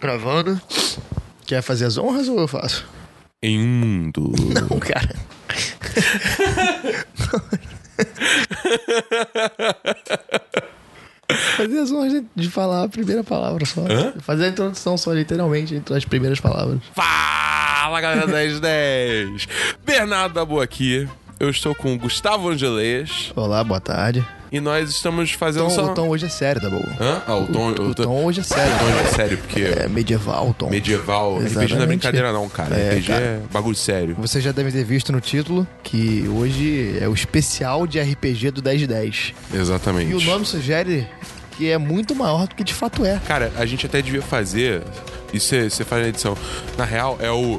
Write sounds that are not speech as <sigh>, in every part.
Gravando. Quer fazer as honras ou eu faço? Em um mundo. <laughs> Não, <laughs> cara. fazer as honras de- de falar a primeira palavra só. Fazer a introdução só, literalmente, entre as primeiras palavras. Fala, galera 1010! Bernardo da Boa aqui. Eu estou com o Gustavo Angeleias Olá, boa tarde. e nós estamos fazendo Tom, um só... O tom hoje é sério, tá bom? Hã? Ah, o Tom... O tom hoje é sério. o Tom é sério, porque É medieval, Tom. medieval... RPG não é Exatamente. brincadeira não, cara. É, RPG cara. é bagulho sério. Vocês já devem ter visto no título que hoje é o especial de RPG do 1010. Exatamente. E o nome sugere que é muito maior do que de fato é. Cara, a gente até devia fazer... Isso você faz na edição. Na real, é o...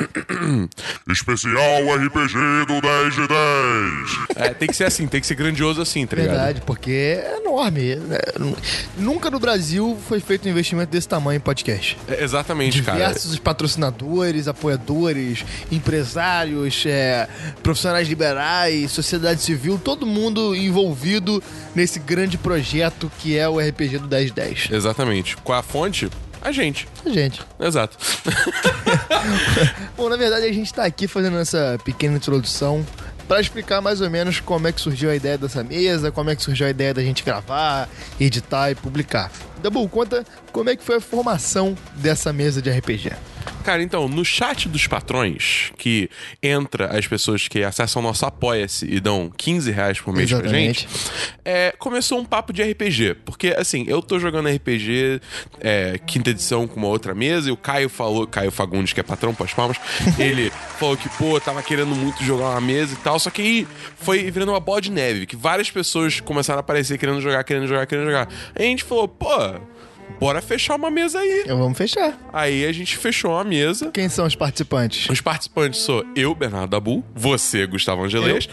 <clears throat> Especial RPG do 10 de 10. é, tem que ser assim, tem que ser grandioso assim, tá ligado? Verdade, porque é enorme. É, nu- Nunca no Brasil foi feito um investimento desse tamanho em podcast. É, exatamente, cara. Diversos patrocinadores, apoiadores, empresários, é, profissionais liberais, sociedade civil, todo mundo envolvido nesse grande projeto que é o RPG do 1010. Exatamente. Qual é a fonte? A gente. Gente, Exato. Bom, na verdade a gente tá aqui fazendo essa pequena introdução pra explicar mais ou menos como é que surgiu a ideia dessa mesa, como é que surgiu a ideia da gente gravar, editar e publicar. Dabu, conta como é que foi a formação dessa mesa de RPG. Cara, então, no chat dos patrões, que entra as pessoas que acessam o nosso Apoia-se e dão 15 reais por mês Exatamente. pra gente, é, começou um papo de RPG. Porque, assim, eu tô jogando RPG é, quinta edição com uma outra mesa e o Caio falou, Caio Fagundes, que é patrão, pós palmas, ele falou que, pô, tava querendo muito jogar uma mesa e tal, só que aí foi virando uma bola de neve, que várias pessoas começaram a aparecer querendo jogar, querendo jogar, querendo jogar. Aí a gente falou, pô, bora fechar uma mesa aí. Então vamos fechar. Aí a gente fechou uma mesa. Quem são os participantes? Os participantes sou eu, Bernardo Dabu, você, Gustavo Angeles,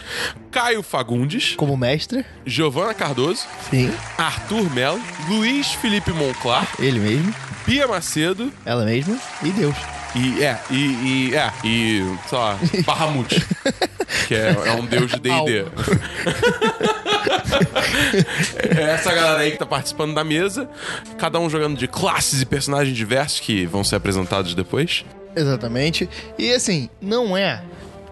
Caio Fagundes, Como mestre? Giovana Cardoso, Sim, Arthur Melo, Luiz Felipe Monclar, ele mesmo, Bia Macedo ela mesma e Deus. e é, e, e é, e sei lá, <laughs> Bahamut, que é, é um deus de D&D. É essa galera aí que tá participando da mesa, cada um jogando de classes e personagens diversos que vão ser apresentados depois. Exatamente. E assim, não é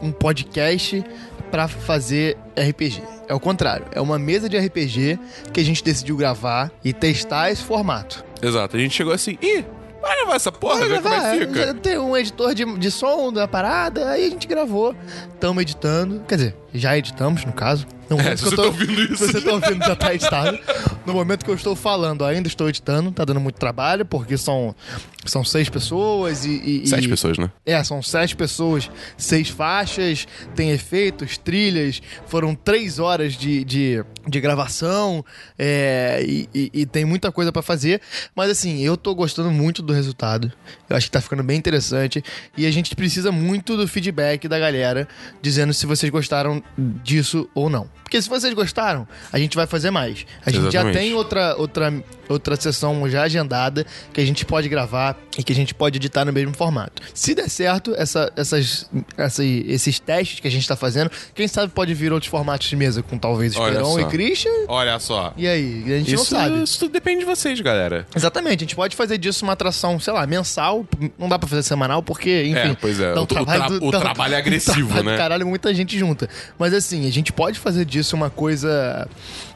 um podcast pra fazer RPG. É o contrário, é uma mesa de RPG que a gente decidiu gravar e testar esse formato. Exato, a gente chegou assim, ih, vai levar essa porra, ver como é Gravar, que fica. já Tem um editor de, de som da parada, aí a gente gravou, estamos editando, quer dizer, já editamos no caso. No momento se que eu você tá ouvindo isso, Se você tá ouvindo, já tá editado. No momento que eu estou falando, ainda estou editando, tá dando muito trabalho, porque são, são seis pessoas e. e- Sete e- pessoas, né? É, são sete pessoas, seis faixas, tem efeitos, trilhas, foram três horas de, de, de gravação é, e, e- e tem muita coisa pra fazer. Mas assim, eu tô gostando muito do resultado. Eu acho que tá ficando bem interessante. E a gente precisa muito do feedback da galera dizendo se vocês gostaram disso ou não. Porque se vocês gostaram, a gente vai fazer mais. A gente Exatamente. já tem outra, outra, outra sessão já agendada que a gente pode gravar e que a gente pode editar no mesmo formato. Se der certo, essa, essas, essa- esses testes que a gente tá fazendo, quem sabe pode vir outros formatos de mesa com talvez Olha Esperon só. e Christian. Olha só. E aí? A gente não Isso, sabe. isso tudo depende de vocês, galera. Exatamente, a gente pode fazer disso uma atração, sei lá, mensal. Não dá pra fazer semanal, porque, enfim. É, pois é. dá um O tra- trabalho do- o dá um- trabalho é agressivo, um trabalho do né? Caralho, muita gente junta. Mas assim, a gente pode fazer disso uma coisa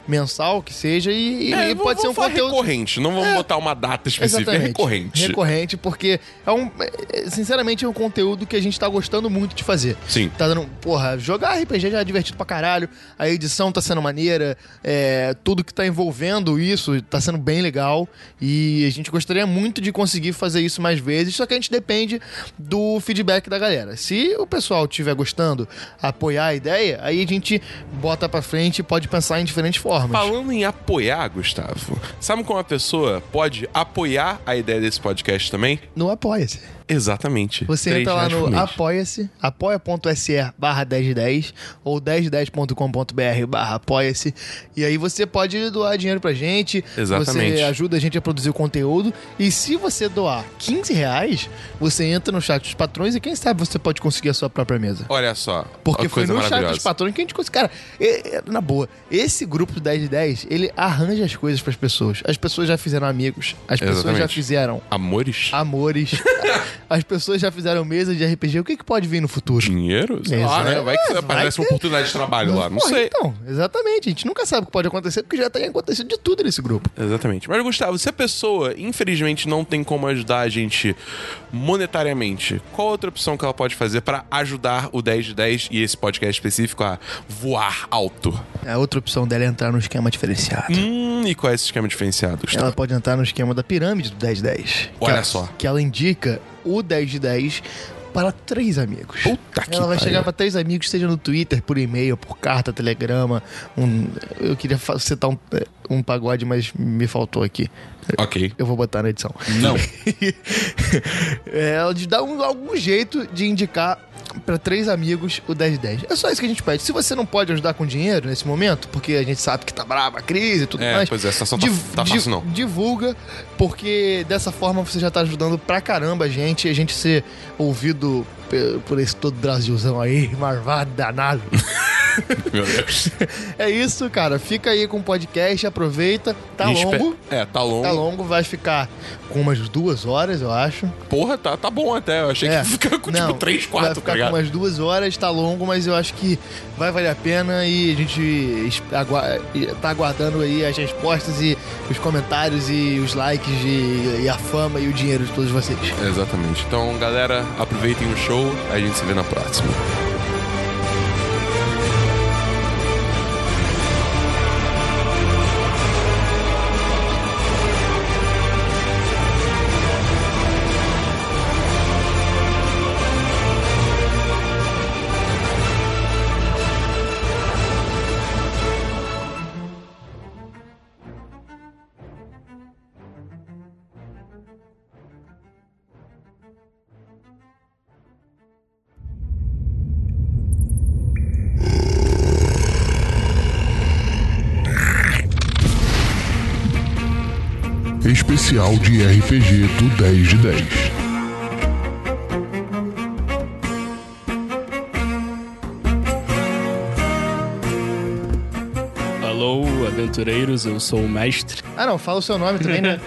mensal que seja e, e- e vamos- pode ser um vamos É, falar conteúdo. É. recorrente. Não vamos botar uma data específica. É recorrente. Recorrente, porque é um. é, Sinceramente, é um conteúdo que a gente tá gostando muito de fazer. Sim. Tá dando. Porra, jogar RPG já é divertido pra caralho. A edição tá sendo maneira. é, tudo que tá envolvendo isso tá sendo bem legal. E a gente gostaria muito de conseguir fazer isso mais vezes. Só que a gente depende do feedback da galera. Se o pessoal estiver gostando, apoiar a ideia, aí a gente bota pra frente e pode pensar em diferentes formas. Falando em apoiar, Gustavo, sabe como a pessoa pode apoiar a ideia desse podcast também? Não apoia-se. Exatamente. Você Três entra lá reais por no mês. apoia-se, apoia.se barra 1010 ou 1010.com.br barra apoia-se. E aí você pode doar dinheiro pra gente. Exatamente. Você ajuda a gente a produzir o conteúdo. E se você doar 15 reais, você entra no chat dos patrões e quem sabe você pode conseguir a sua própria mesa. Olha só. Porque uma foi coisa no chat maravilhosa. dos patrões que a gente conseguiu. Cara, é- é- na boa, esse grupo do 10 de 10, ele arranja as coisas pras pessoas. As pessoas já fizeram amigos, as pessoas já Exatamente. fizeram Amores? <laughs> amores, as pessoas já fizeram mesa de RPG. O que, que pode vir no futuro? É, Dinheiro? Sei lá, Exato. né? Vai que Vai aparece uma que- oportunidade de trabalho lá. Não Porra, sei. Então, exatamente. A gente nunca sabe o que pode acontecer, porque já tem acontecido de tudo nesse grupo. Exatamente. Mas, Gustavo, se a pessoa, infelizmente, não tem como ajudar a gente monetariamente, qual outra opção que ela pode fazer pra ajudar o 10 de 10 e esse podcast específico a voar alto? A outra opção dela é entrar no esquema diferenciado. Hum, e qual é esse esquema diferenciado, Gustavo? Ela pode entrar no esquema da pirâmide do 1010. que Olha ela- só. Que ela indica o 10 de 10 para três amigos. Puta que ela vai pariu. chegar para três amigos, seja no Twitter, por e-mail, por carta, telegrama. um- eu queria fa- citar um, um pagode, mas me faltou aqui. Ok. Eu vou botar na edição. Não. <laughs> É, ela de- dá um- algum jeito de indicar pra três amigos o 1010. É só isso que a gente pede. Se você não pode ajudar com dinheiro nesse momento, porque a gente sabe que tá brava a crise e tudo É, mais. pois é, a situação tá- tá fácil não. Divulga, porque dessa forma você já tá ajudando pra caramba a gente, a gente ser ouvido pe- por esse todo Brasilzão aí, <laughs> marvado, <laughs> danado. Meu Deus. é isso, cara. Fica aí com o podcast, aproveita. Tá E espe- longo. É, tá longo. Tá longo, vai ficar com umas duas horas, eu acho. Porra, tá, tá bom <laughs> até. Eu achei que ia ficar com, tipo, 3, 4, É. Vai tá ficar com ligado? umas duas horas, tá longo, mas eu acho que vai valer a pena e a gente es- agua- tá aguardando aí as respostas e os comentários e os likes e, e a fama e o dinheiro de todos vocês. Exatamente. Então, galera, aproveitem o show. A gente se vê na próxima. Especial de RPG do 10 de 10. Alô, aventureiros, eu sou o mestre. Ah não, fala o seu nome também, <laughs> né?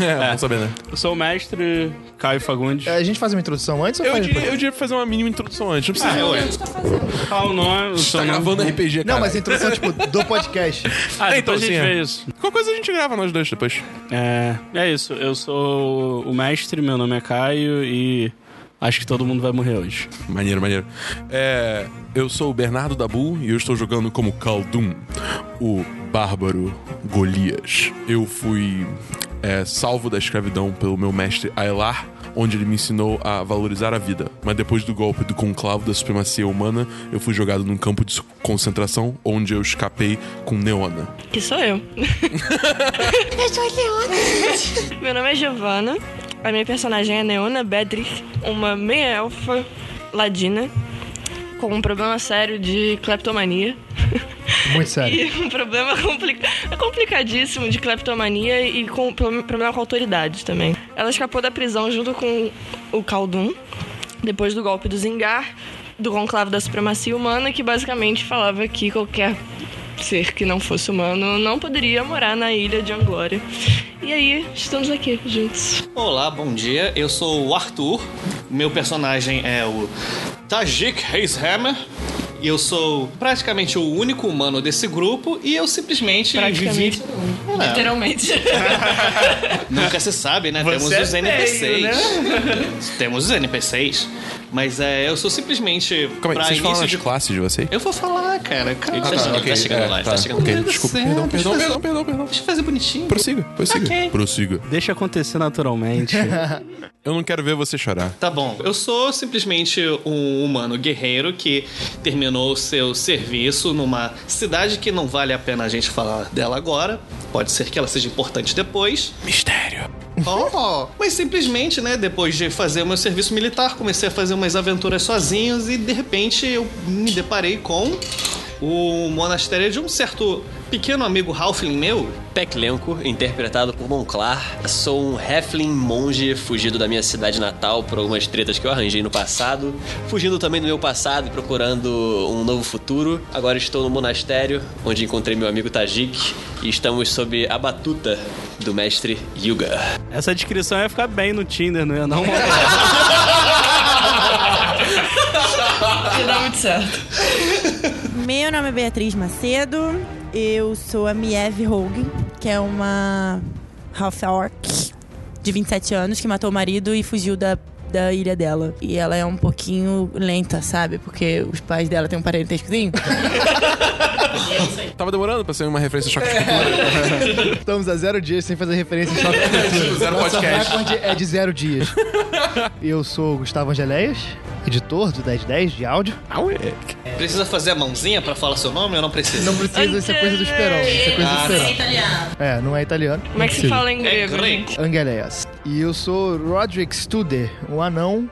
É, vamos saber, né? Eu sou o mestre Caio <laughs> Fagundes. A gente faz uma introdução antes ou Eu faz diria, eu diria pra fazer uma mínima introdução antes. Não precisa. Ah, é, ué. Qual o nome? O tá seu nome? gravando RPG, cara. tá Não, mas a introdução, tipo, do podcast. Ah, É, então a gente sim, é. vê isso. Qualquer coisa a gente grava nós dois depois. É, é isso, eu sou o mestre, meu nome é Caio e acho que todo mundo vai morrer hoje. Maneiro, maneiro. É, eu sou o Bernardo Dabu e eu estou jogando como Khaldun, o bárbaro Golias. Eu fui é, salvo da escravidão pelo meu mestre Ailar, onde ele me ensinou a valorizar a vida. Mas depois do golpe do conclavo da supremacia humana, eu fui jogado num campo de concentração, onde eu escapei com Neona. Que sou eu. <laughs> eu sou a Leona. <laughs> Meu nome é Giovanna. A minha personagem é Neona Bedrich, uma meia-elfa ladina com um problema sério de cleptomania. Muito sério. E <laughs> um problema complica- é complicadíssimo de cleptomania e com pro- problema com autoridade também. Ela escapou da prisão junto com o Khaldun, depois do golpe do Zingar, do conclave da supremacia humana, que basicamente falava que qualquer ser que não fosse humano não poderia morar na ilha de Anglória. E aí, estamos aqui juntos. Olá, bom dia. Eu sou o Arthur. Meu personagem é o Tajik Hazehammer. E eu sou praticamente o único humano desse grupo e eu simplesmente Praticamente vivi. É. Literalmente. Nunca se sabe, né? Temos é os NPCs. né? Temos os NPCs. Mas é, eu sou simplesmente. Calma aí, pra vocês falam início as de... classes de vocês? Eu vou falar, cara. Calma, Ah, tá, chegando, ok, tá chegando é, lá, tá, tá chegando ok, lá. desculpa, Deixa eu perdão, perdão, fazer- perdão, perdão, perdão. Deixa eu fazer bonitinho. Prossiga, prossiga. Ok. Prossiga. Deixa acontecer naturalmente. <laughs> Eu não quero ver você chorar. Tá bom. Eu sou simplesmente um humano guerreiro que terminou seu serviço numa cidade que não vale a pena a gente falar dela agora. Pode ser que ela seja importante depois. Mistério. Oh. Mas simplesmente, né, depois de fazer o meu serviço militar, comecei a fazer umas aventuras sozinhos e de repente eu me deparei com o monastério de um certo pequeno amigo Halfling meu. Peck Lenko, interpretado por Monclar, sou um halfling monge fugido da minha cidade natal por algumas tretas que eu arranjei no passado, fugindo também do meu passado e procurando um novo futuro. Agora estou no monastério, onde encontrei meu amigo Tajik e estamos sob a batuta do mestre Yuga. Essa descrição ia ficar bem no Tinder, não <laughs> ia não? Não dá muito certo. Meu nome é Beatriz Macedo, eu sou a Mieve Hogan, que é uma half-orc de 27 anos que matou o marido e fugiu da, da ilha dela. E ela é um pouquinho lenta, sabe? Porque os pais dela têm um parentescozinho. Tava demorando pra ser uma referência choque de cultura. <laughs> <laughs> Estamos a zero dias sem fazer referência em choque de cultura. Zero Nossa podcast. recorde é de zero <laughs> dias. Eu sou o Gustavo Angeléias, editor do 1010 de áudio. Ah, ué. Precisa fazer a mãozinha pra falar seu nome ou não precisa? Não precisa, isso é coisa do Esperão. Isso é coisa Ah, do Esperão. Italiano. É, não é italiano. Como é que se fala em É grego? grego. gente? Angeléias. E eu sou Roderick Studer, um anão,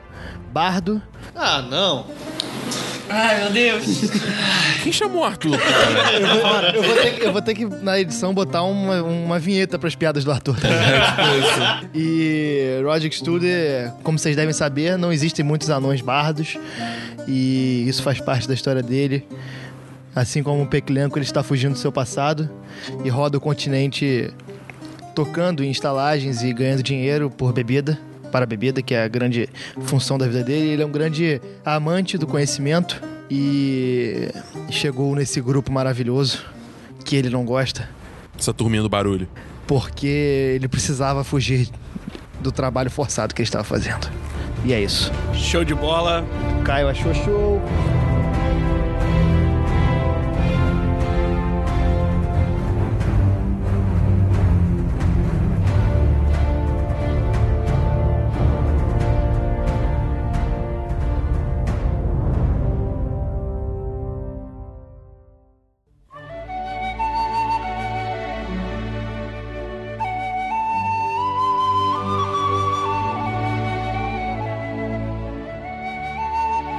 bardo. Ah, não. Ai, meu Deus. Quem chamou o Arthur, cara? Eu vou, eu vou ter, que- eu vou ter que, na edição, botar uma, uma vinheta pras piadas do <laughs> Arthur. é <laughs> e Roderick Studer, como vocês devem saber, não existem muitos anões bardos. E isso faz parte da história dele. Assim como o Peclenco, ele está fugindo do seu passado e roda o continente tocando em estalagens e ganhando dinheiro por bebida, para a bebida, que é a grande função da vida dele. Ele é um grande amante do conhecimento e chegou nesse grupo maravilhoso que ele não gosta, Essa turminha do barulho. porque ele precisava fugir do trabalho forçado que ele estava fazendo. E é isso. Show de bola. Caio achou show.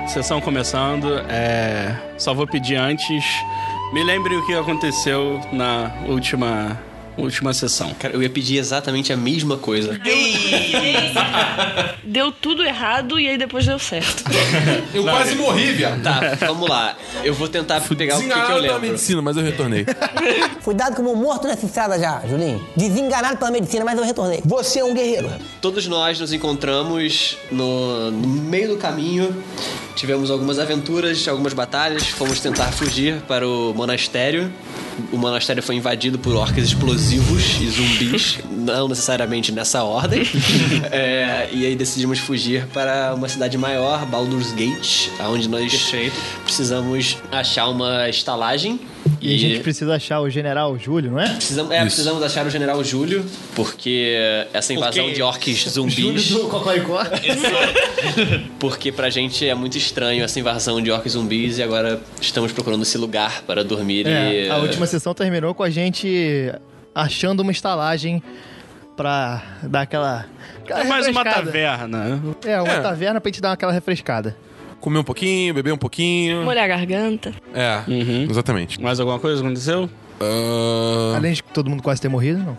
Sessão começando. É... Só vou pedir antes. Me lembre o que aconteceu na última, última sessão. Cara, eu ia pedir exatamente a mesma <laughs> coisa. <laughs> Deu tudo errado e aí depois deu certo. Eu quase morri, viado. Tá, vamos lá. Eu vou tentar pegar o que, que eu Desenganado da lembro. medicina, mas eu retornei. Cuidado que eu vou morto nessa estrada já, Julinho. Desenganado pela medicina, mas eu retornei. Você é um guerreiro. Todos nós nos encontramos no, no meio do caminho. Tivemos algumas aventuras, algumas batalhas. Fomos tentar fugir para o monastério. O monastério foi invadido por orques explosivos e zumbis, <laughs> não necessariamente nessa ordem. <laughs> É, e aí decidimos fugir para uma cidade maior, Baldur's Gate, aonde nós precisamos achar uma estalagem. E, a gente precisa achar o General Júlio, não é? Precisamos, é, precisamos achar o General Júlio, porque essa invasão Porque- de orques um <laughs> zumbis. Júlio do Cocoricó. Porque pra gente é muito estranho essa invasão de orcs e zumbis e agora estamos procurando esse lugar para <laughs> dormir É, e. a última sessão terminou com a gente achando uma estalagem pra dar aquela. aquela É <laughs> mais uma refrescada. taverna. É, uma É. taverna pra gente dar aquela refrescada. Comer um pouquinho, beber um pouquinho. Molhar a garganta. É, exatamente. Uhum. Mais alguma coisa aconteceu? Ah, Além de que todo mundo quase ter morrido, <laughs> não.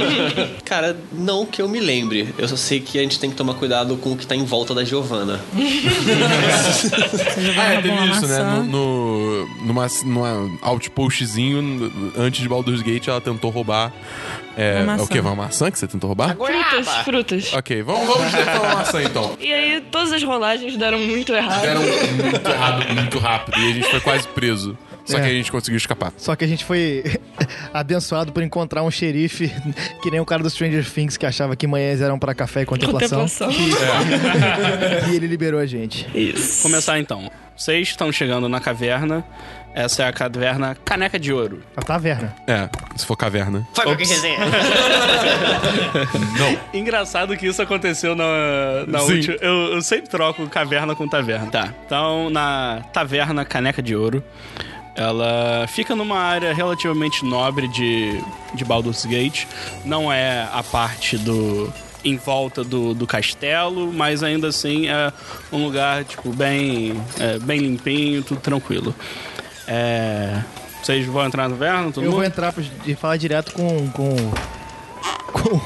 <laughs> Cara, não que eu me lembre. Eu só sei que a gente tem que tomar cuidado com o que tá em volta da Giovana. Ah, é, teve Uma isso, né? maçã. No, no- numa, numa outpostzinho, n- antes de Baldur's Gate, ela tentou roubar. É, Uma é o maçã. quê? Uma maçã que você tentou roubar? Frutas, frutas. Ok, vamos, vamos tentar uma maçã então. E aí todas as rolagens deram muito errado. Era muito rápido, muito rápido. E a gente foi quase preso. Só É. que a gente conseguiu escapar. Só que a gente foi <laughs> abençoado por encontrar um xerife <laughs> que nem o cara do Stranger Things que achava que manhãs eram pra café e contemplação. Contemplação. E ele liberou a gente. Começar então. Vocês estão chegando na caverna. Essa é a caverna Caneca de Ouro. A taverna. É, se for caverna. Faz qualquer resenha. <laughs> É. <laughs> Engraçado que isso aconteceu na, na Sim. última. Eu, eu sempre troco caverna com taverna. Tá. Então, na taverna Caneca de Ouro, Ela fica numa área relativamente nobre de, de Baldur's Gate. Não é a parte do em volta do, do castelo, mas ainda assim é um lugar tipo bem é, bem limpinho, tudo tranquilo. É, vocês vão entrar no verno? Todo Eu vou mundo? entrar pra- de falar direto com. com. com.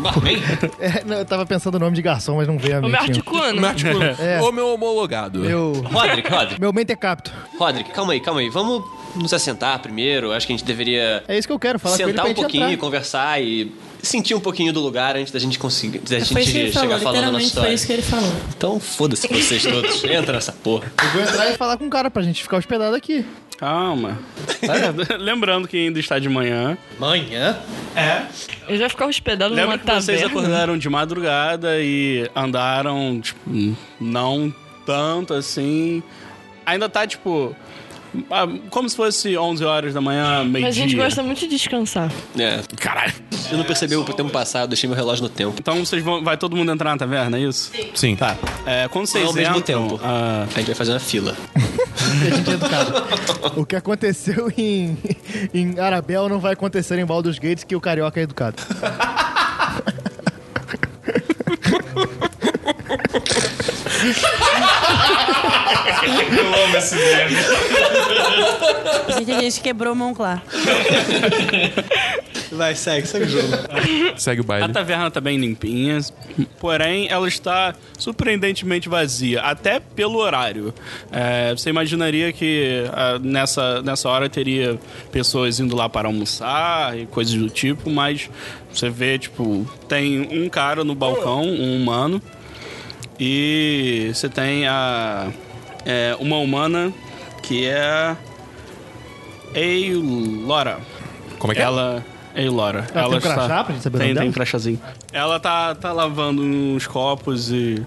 Barman? <laughs> É, não, eu tava pensando o nome de garçom, mas não veio a O meu mente. articuano. Mas, tipo, É. Ô, meu homologado. Meu. Roderick, Roderick. Meu é mentecapto. Roderick, calma aí, calma aí. Vamos nos assentar primeiro. Acho que a gente deveria É isso que eu quero, falar com ele sentar pra um gente pouquinho, entrar. conversar e sentir um pouquinho do lugar antes da gente conseguir, da Foi isso que gente ele falou, chegar falando a nossa literalmente história. foi isso que ele falou. <laughs> Então foda-se vocês todos. Entra nessa porra. Eu vou entrar e falar com o cara pra gente ficar hospedado aqui. Calma. É? <laughs> Lembrando que ainda está de manhã. Manhã? Eu já ficava hospedado numa Lembra que vocês taverna. acordaram de madrugada e andaram, tipo, não tanto assim. Ainda tá, tipo, ah, como se fosse 11 horas da manhã, meio-dia. Mas a gente gosta muito de descansar. É. Caralho. Eu não percebi o tempo passado, deixei meu relógio no tempo. Então vocês vão... Vai todo mundo entrar na taverna, é isso? Sim. Tá. É, quando vocês Ao mesmo entram, tempo. ah, A gente vai fazer uma fila. O que aconteceu <laughs> em, em Arabel não vai acontecer em Baldur's Gates, que o carioca é educado. Gente, a gente quebrou o Monclar. Vai, segue, segue o <laughs> jogo. Segue o A baile. taverna tá bem limpinha, porém ela está surpreendentemente vazia, até pelo horário. É, você imaginaria que ah, nessa, nessa hora teria pessoas indo lá para almoçar e coisas do tipo, mas você vê, tipo, tem um cara no balcão, um humano, e você tem a é, uma humana que é Eilora. Como é que é? Ela. Ei, Laura. Ela Ela, tem um está... crachá pra gente saber o nome tem, tem dela? um crachazinho. Ela tá, tá lavando uns copos e.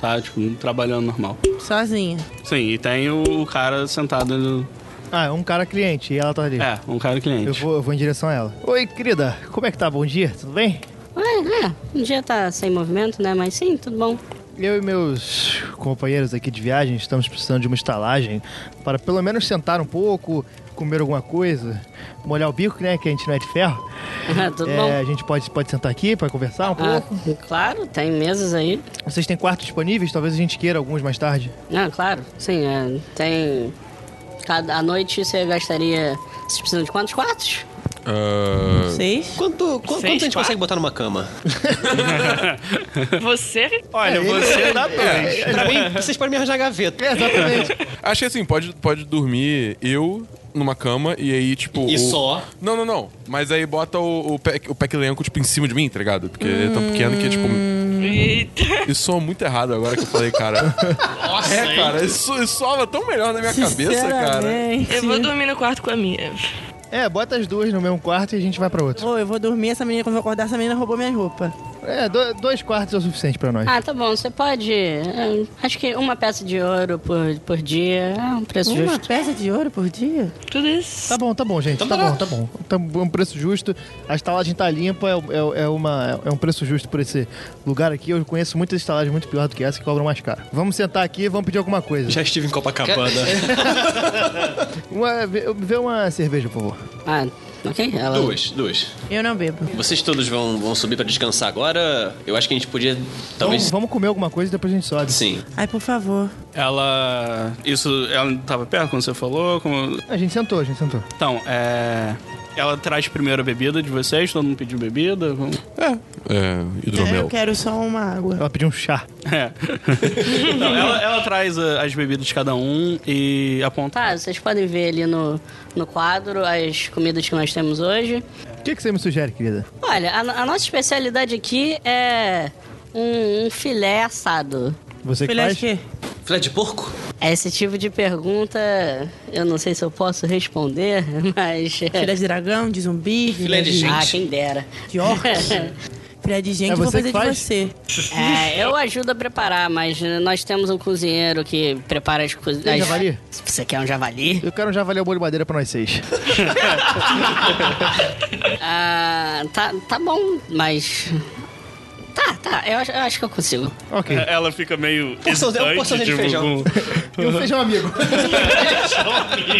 Tá, tipo, trabalhando normal. Sozinha. Sim, e tem o, o cara sentado ali. Ah, é um cara cliente e ela tá ali. É, um cara cliente. Eu vou, eu vou em direção a ela. Oi, querida, como é que tá? Bom dia, tudo bem? É, é. Um dia tá sem movimento, né? Mas sim, tudo bom. Eu e meus companheiros aqui de viagem estamos precisando de uma estalagem para pelo menos sentar um pouco, comer alguma coisa, molhar o bico, né? Que a gente não é de <laughs> ferro. Ah, tudo É, bom. a gente pode, pode sentar aqui para conversar um Ah, pouco. claro, tem mesas aí. Vocês têm quartos disponíveis? Talvez a gente queira alguns mais tarde. Ah, claro, sim, é, tem. Cada, à noite você gastaria. Vocês precisam de quantos quartos? É. Ah, Vocês? Quanto, qu- quanto a gente quatro? consegue botar numa cama? Você Olha, você dá É, É. dois. Pra mim, vocês podem me arranjar gaveta. exatamente. <laughs> acho que assim, pode, pode dormir eu numa cama e aí, tipo. E o- só? Não, não, não. Mas aí bota o, o, pé, o pé que lenco, tipo, em cima de mim, tá ligado? Porque ele é tão pequeno que, tipo. Eita. Isso soa muito errado agora que eu falei, cara. Nossa, é, cara, isso, isso soava tão melhor na minha cabeça, cara. Sinceramente. Eu vou dormir no quarto com a minha. É, bota as duas no mesmo quarto e a gente vai para outro. Ô, eu vou dormir, essa menina, quando eu acordar, essa menina roubou minhas roupas. É, do- dois quartos é o suficiente para nós. Ah, tá bom, você pode. é, acho que uma peça de ouro por, por dia. É um preço Uma justo. peça de ouro por dia? Tudo isso. Tá bom, tá bom, gente. Tá, bom, tá bom. Tá um preço justo. A estalagem tá limpa, é, é- é uma, é um preço justo por esse lugar aqui. Eu conheço muitas estalagens muito pior do que essa que cobram mais caro. Vamos sentar aqui e vamos pedir alguma coisa. Já estive em Copacabana. Uma, vê vê uma cerveja, por favor. Ah, ok? Ela, Duas, duas. Eu não bebo. Vocês todos vão, vão subir pra descansar agora? Eu acho que a gente podia, Vamos, talvez... vamos comer alguma coisa e depois a gente sobe. Sim. Ai, por favor. Ela. Isso, ela tava perto quando você falou? Como... A gente sentou, a gente sentou. Então, é. Ela traz primeiro a bebida de vocês, todo mundo pediu bebida. Como... É, Eu hidromel. quero só uma água. Ela pediu um chá. <laughs> É. Então, ela, ela traz a- as bebidas de cada um e aponta. Tá, vocês podem ver ali no, no quadro as comidas que nós temos hoje. O que, que você me sugere, querida? Olha, a, a nossa especialidade aqui é um, um filé assado. Você que Filé faz? de quê? Filé de porco? Esse tipo de pergunta, eu não sei se eu posso responder, <laughs> mas. é, Filé É de dragão, de zumbi, filé, de de... gente. Ah, quem dera. de <laughs> orc. filé de gente, É eu vou você fazer que de faz? você. É, eu ajudo a preparar, mas nós temos um cozinheiro que prepara as coisas. Tem javali? Se você quer um javali. Eu quero um javali ao molho de madeira pra nós seis. Ah, tá, tá bom, mas. Tá, tá, Ah, eu, acho- eu acho que eu consigo. Ok. Ela fica meio. Porção- é uma hesitante, porção de tipo, feijão. com- E um <laughs> feijão amigo.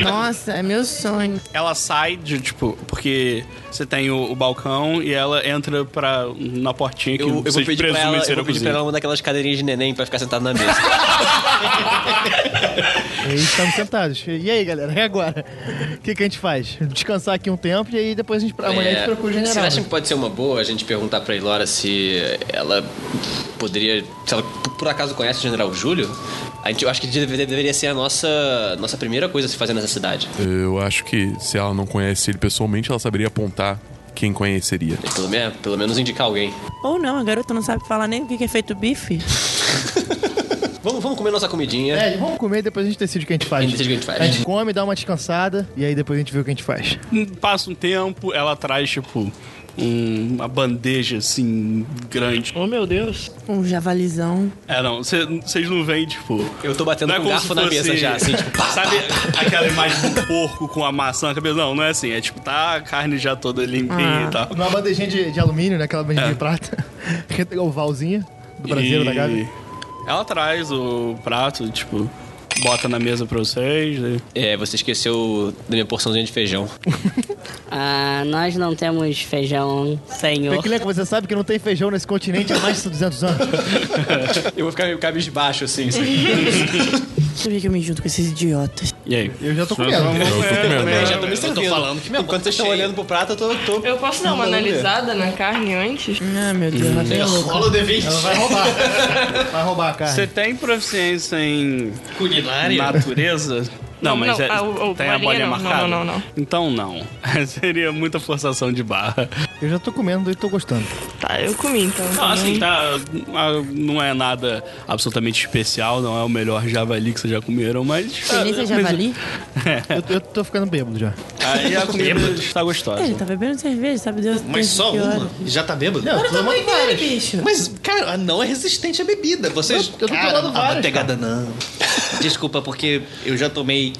Nossa, é meu sonho. Ela sai de, tipo, porque você tem o, o balcão e ela entra pra, na portinha que Eu, eu vou vocês pedir pra ela, presumem eu ser a vou pedir pra cozinha. ela uma daquelas cadeirinhas de neném pra ficar sentado na mesa. <laughs> E estamos sentados. E aí, galera, e agora? O que, que a gente faz? Descansar aqui um tempo e aí depois a gente, amanhã a gente procura o general. Vocês né? um acham É, que pode ser uma boa a gente perguntar pra Ilora se ela poderia. Se ela por acaso conhece o general Júlio? A gente, eu acho que deve- deveria ser a nossa, nossa primeira coisa a se fazer nessa cidade. Eu acho que se ela não conhece ele pessoalmente, ela saberia apontar quem conheceria. Pelo, me- pelo menos indicar alguém. Ou não, a garota não sabe falar nem o que que é feito bife. Vamos, vamos comer nossa comidinha. É, vamos comer e depois a gente decide o que a gente faz. A gente decide o que a gente faz. A gente come, dá uma descansada e aí depois a gente vê o que a gente faz. Passa um tempo, ela traz, tipo, um- uma bandeja assim, grande. Oh, meu Deus. Um javalizão. É, não, vocês não veem, tipo. Eu tô batendo com um garfo na mesa já, assim, tipo, pá, Sabe aquela imagem do porco com a maçã na cabeça? Não, não é assim. É tipo, tá a carne já toda limpinha Ah. e tal. Numa bandejinha de, de alumínio, né? Aquela bandejinha de prata. <laughs> Ovalzinha do tá brasileiro É. E da Gabi. Ela traz o prato, tipo, bota na mesa pra vocês. né? É, você esqueceu da minha porçãozinha de feijão. Ah, nós não temos feijão, senhor. Pequileco, você sabe que não tem feijão nesse continente há mais de 200 anos. <laughs> eu vou ficar meio cabisbaixo, assim, assim. Deixa eu ver que eu me junto com esses idiotas. E aí? <laughs> Eu já tô né? Tá comendo. Eu É, já tô né? me Eu tô servindo. falando que minha Enquanto vocês estão tá olhando pro prato, eu tô... tô Eu posso dar uma analisada na carne antes? tá Ah, meu Deus, ela é louca. Rola o D20. Vai roubar. Vai roubar a <laughs> carne. Você tem proficiência em Culinária? natureza? Não, Não, mas não, é- a- o- o tem a bolinha bolinha não, não, marcada? não, não, não. Então não. <laughs> Seria muita forçação de barra. Eu já tô comendo e tô gostando. Tá, eu comi então. Não, assim, tá, ah, não é nada absolutamente especial, não é o melhor javali que vocês já comeram, mas... ah, Delícia javali? <laughs> Eu, eu tô ficando bêbado já. Aí a comida está É, gostosa. então Ele tá bebendo cerveja, sabe Deus. Mas desde só que uma? hora. Já tá bêbado? Não, eu tô tomando várias. bicho. Mas, cara, não é resistente à bebida. Vocês. Eu- eu tô cara, tomando várias, A pegada não. Desculpa, porque eu já tomei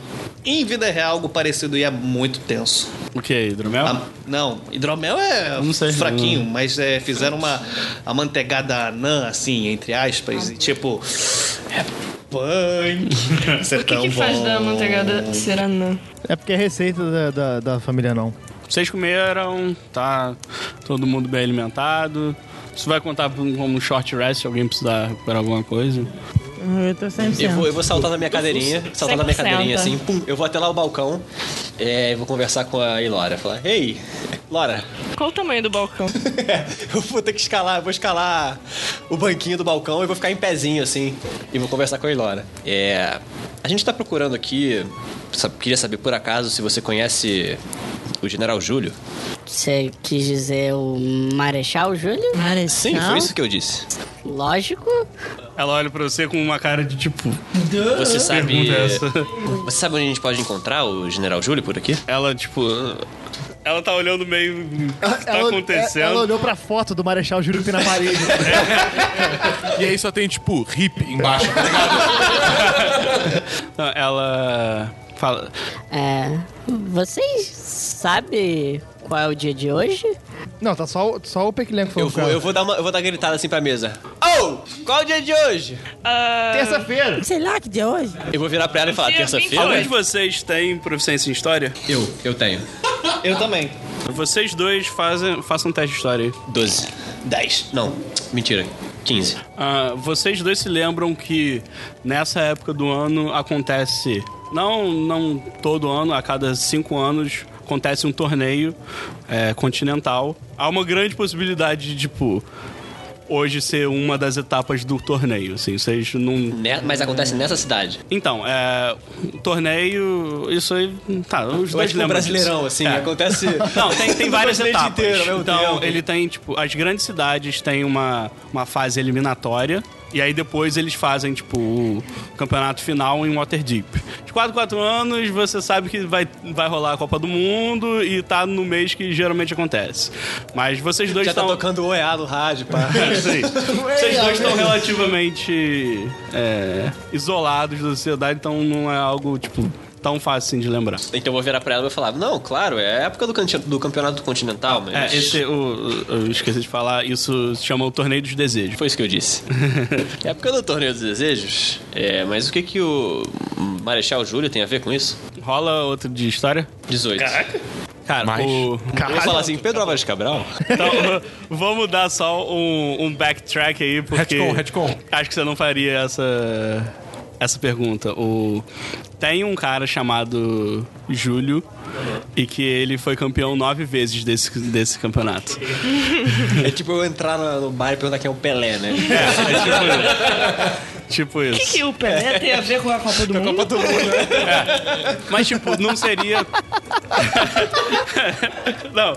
em vida real algo parecido e é muito tenso. O que, hidromel? Ah, não, hidromel é Não sei. Hum. fraquinho, mas é, fizeram uma amanteigada anã, assim, entre aspas, e tipo. É punk. Isso é O que, tão que faz bom. da manteigada ser anã? É porque é receita da, da, da família, não. Vocês comeram, tá todo mundo bem alimentado. Isso vai contar como um short rest se alguém precisar recuperar alguma coisa. Uhum, Eu tô sempre Eu vou, eu vou saltar na minha cadeirinha, saltar na minha 100%. cadeirinha assim, pum, eu vou até lá o balcão é, e vou conversar com a Ilora. Falar, ei, Lora, Qual o tamanho do balcão? <laughs> eu vou ter que escalar, eu vou escalar o banquinho do balcão e vou ficar em pezinho assim e vou conversar com a Ilora. É, a gente tá procurando aqui, sa- queria saber por acaso se você conhece o General Júlio. Você quis dizer o Marechal Júlio? Sim, foi isso que eu disse. <laughs> Lógico. Ela olha pra você com uma cara de tipo. Você sabe, Pergunta essa. você sabe onde a gente pode encontrar o General Júlio por aqui? Ela, tipo. Ela tá olhando meio. O que <laughs> tá Ela- acontecendo? Ela olhou pra foto do Marechal Júlio que tem na <laughs> parede. E aí só tem, tipo, hip embaixo. <laughs> Não, Ela. Fala. É, vocês sabem qual é o dia de hoje? não, tá só, o- só o Pequilenco Eu falando com vou, eu ela. vou dar uma, eu vou dar gritada assim pra mesa. Oh, qual é o dia de hoje? Ah, Terça-feira. Sei lá que dia é hoje. Eu vou virar pra ela e falar, Dia é terça-feira? Algum de vocês tem proficiência em história? Eu, eu tenho. Eu também. Vocês dois fazem, façam um teste de história aí. 12. 10. Não, mentira. 15. Ah, vocês dois se lembram que nessa época do ano acontece. Não, não todo ano, a cada cinco anos acontece um torneio é, continental. Há uma grande possibilidade de, tipo, hoje ser uma das etapas do torneio. Assim, vocês não. Ne- Né, mas acontece nessa cidade. Então, é. um Torneio. Isso aí. Tá, os Eu acho dois que é um lembram. brasileirão, disso. assim, É. acontece... <laughs> Não, <laughs> tem, <laughs> tem várias Brasileiro etapas. inteiro, ao mesmo então, tempo. ele tem, tipo, as grandes cidades têm uma, uma fase eliminatória. E aí depois eles fazem, tipo, o campeonato final em Waterdeep. De 4 em 4 anos, você sabe que vai, vai rolar a Copa do Mundo e tá no mês que geralmente acontece. Mas vocês dois Já tá estão... tocando o EA no rádio, <laughs> pá. né? <laughs> Sim. Vocês dois estão relativamente é, isolados da sociedade, então não é algo, tipo, tão fácil assim de lembrar. Então eu vou virar pra ela e vou falar: Não, claro, é a época do, canti- do campeonato continental, mas. É, esse, o- o- eu esqueci de falar, isso se chama o Torneio dos Desejos. Foi isso que eu disse. <laughs> É a época do Torneio dos Desejos. É, mas o que que o Marechal Júlio tem a ver com isso? Rola outro de história? 18. Caraca. Cara, Mas- o... Eu ia falar assim, Pedro Álvares Cabral? Então, vamos dar só um, um backtrack aí, porque... Retcon, Acho que você não faria essa, essa pergunta. O, tem um cara chamado Júlio e que ele foi campeão nove vezes desse, desse campeonato. É tipo eu entrar no, no bar e perguntar quem é o Pelé, <laughs> né? é Tipo isso. O que, que o Pelé tem a ver com a Copa do Mundo? Copa do Mundo, Mas, tipo, não seria. <laughs> não.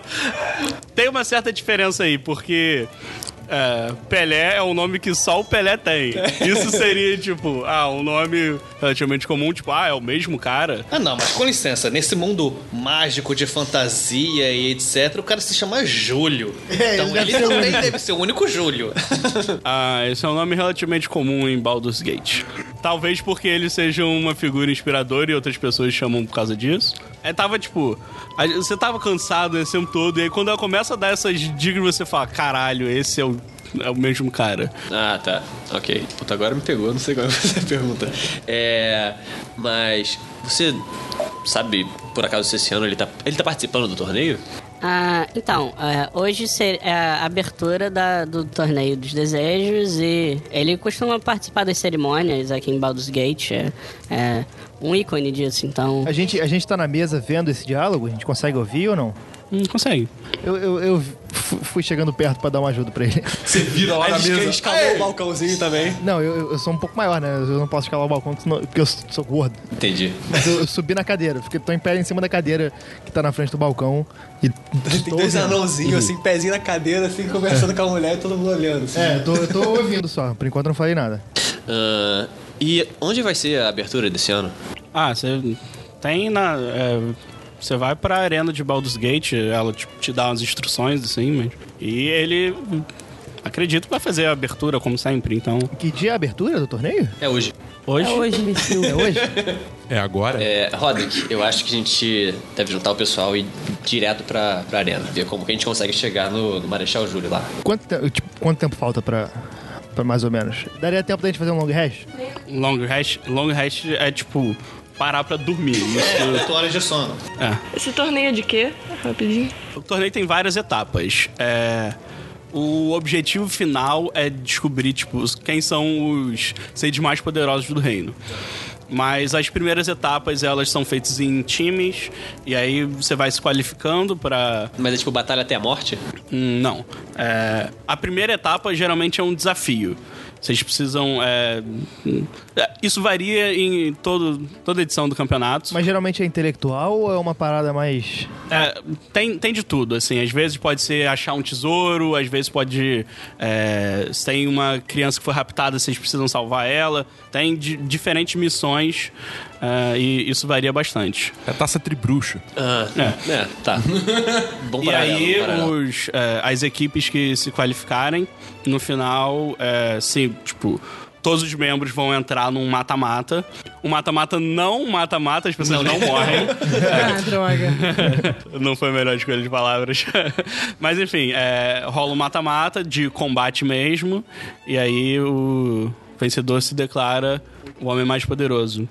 Tem uma certa diferença aí, porque. é, Pelé é um nome que só o Pelé tem. Isso seria, tipo, ah, um nome relativamente comum, tipo, ah, é o mesmo cara. Ah, não, mas com licença, nesse mundo mágico de fantasia e etc, o cara se <laughs> chama Júlio. É, então ele também deve ser o único Júlio. Ah, esse é um nome relativamente comum em Baldur's Gate. Talvez porque ele seja uma figura inspiradora e outras pessoas chamam por causa disso. É, tava tipo. a- Você tava cansado esse tempo todo, e aí quando ela começa a dar essas dicas, você fala: caralho, esse é o, é o mesmo cara. Ah, tá. Ok. Puta, agora me pegou, não sei <laughs> qual é essa pergunta. É. Mas. Você sabe, por acaso, se esse ano ele tá, ele tá participando do torneio? Ah, então, é, hoje ser- é a abertura da- do torneio dos desejos e ele costuma participar das cerimônias aqui em Baldur's Gate. É, é um ícone disso, então. A gente, a gente tá na mesa vendo esse diálogo? A gente consegue ouvir ou não? consegue. Eu, eu, eu fu- fui chegando perto pra dar uma ajuda pra ele. <laughs> Você vira lá na mesa. Escalou o balcãozinho também. Não, eu, eu sou um pouco maior, né? Eu não posso escalar o balcão senão- porque eu sou gordo. Entendi. Mas eu, eu subi na cadeira, fiquei tô em pé em cima da cadeira que tá na frente do balcão. E <laughs> Tem dois anãozinhos, assim, pezinho na cadeira, assim, conversando com a mulher e todo mundo olhando. Assim. É, eu tô, eu tô ouvindo só, por enquanto eu não falei nada. Ah, e onde vai ser a abertura desse ano? Ah, você tem na. é, você vai pra arena de Baldur's Gate, ela tipo, te dá umas instruções, assim, mas. E ele. Acredito que vai fazer a abertura, como sempre, então. Que dia é a abertura do torneio? É hoje. Hoje? É hoje? É agora? É, Roderick, eu acho que a gente deve juntar o pessoal e ir direto pra, pra arena. Ver como que a gente consegue chegar no, no Marechal Júlio lá. Quanto, te- tipo, quanto tempo falta pra, pra mais ou menos? Daria tempo da gente fazer um long hash? Long rest, long rest é tipo. Parar pra dormir. É, oito horas de sono. É. Esse torneio é de quê? Rapidinho. O torneio tem várias etapas. É, o objetivo final é descobrir, tipo, os- quem são os seis mais poderosos do reino. Mas as primeiras etapas, elas são feitas em times, e aí você vai se qualificando pra... Hum, Mas é tipo batalha até a morte? Não. É, a primeira etapa geralmente é um desafio. Vocês precisam... é, é, isso varia em todo, toda edição do campeonato. Mas geralmente é intelectual ou é uma parada mais. É, tem, tem de tudo, assim. Às vezes pode ser achar um tesouro, às vezes pode. é, se tem uma criança que foi raptada, vocês precisam salvar ela. Tem di- diferentes missões é, e isso varia bastante. É taça tribruxo. Ah, É. é, <laughs> tá. Bom e paralelo, aí, bom paralelo. os, é, as equipes que se qualificarem, no final, é, sim, tipo. Todos os membros vão entrar num mata-mata. O mata-mata não mata-mata, as pessoas né? não morrem. <laughs> <laughs> Ah, droga. <laughs> Não foi a melhor escolha de palavras. <laughs> Mas enfim, é, rola um mata-mata de combate mesmo. E aí o vencedor se declara o homem mais poderoso.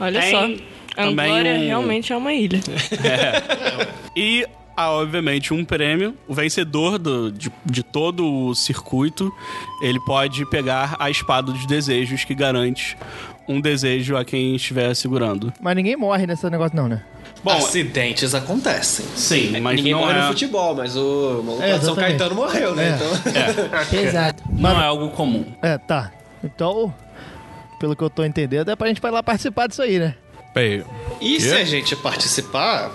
Olha Tem só. também Angora um- realmente é uma <laughs> ilha. É. E há, obviamente, um prêmio. O vencedor do- de, de todo o circuito, ele pode pegar a espada dos desejos que garante um desejo a quem estiver segurando. Mas ninguém morre nesse negócio, não, né? Acidentes acontecem. Sim, mas Ninguém não morre é... no futebol, mas o maluco É, de São exatamente. Caetano morreu, né? É. <laughs> Então... <laughs> Exato. Não é algo comum. É, tá. Então, pelo que eu tô entendendo, é pra gente ir lá participar disso aí, né? Peraí. E se a gente participar,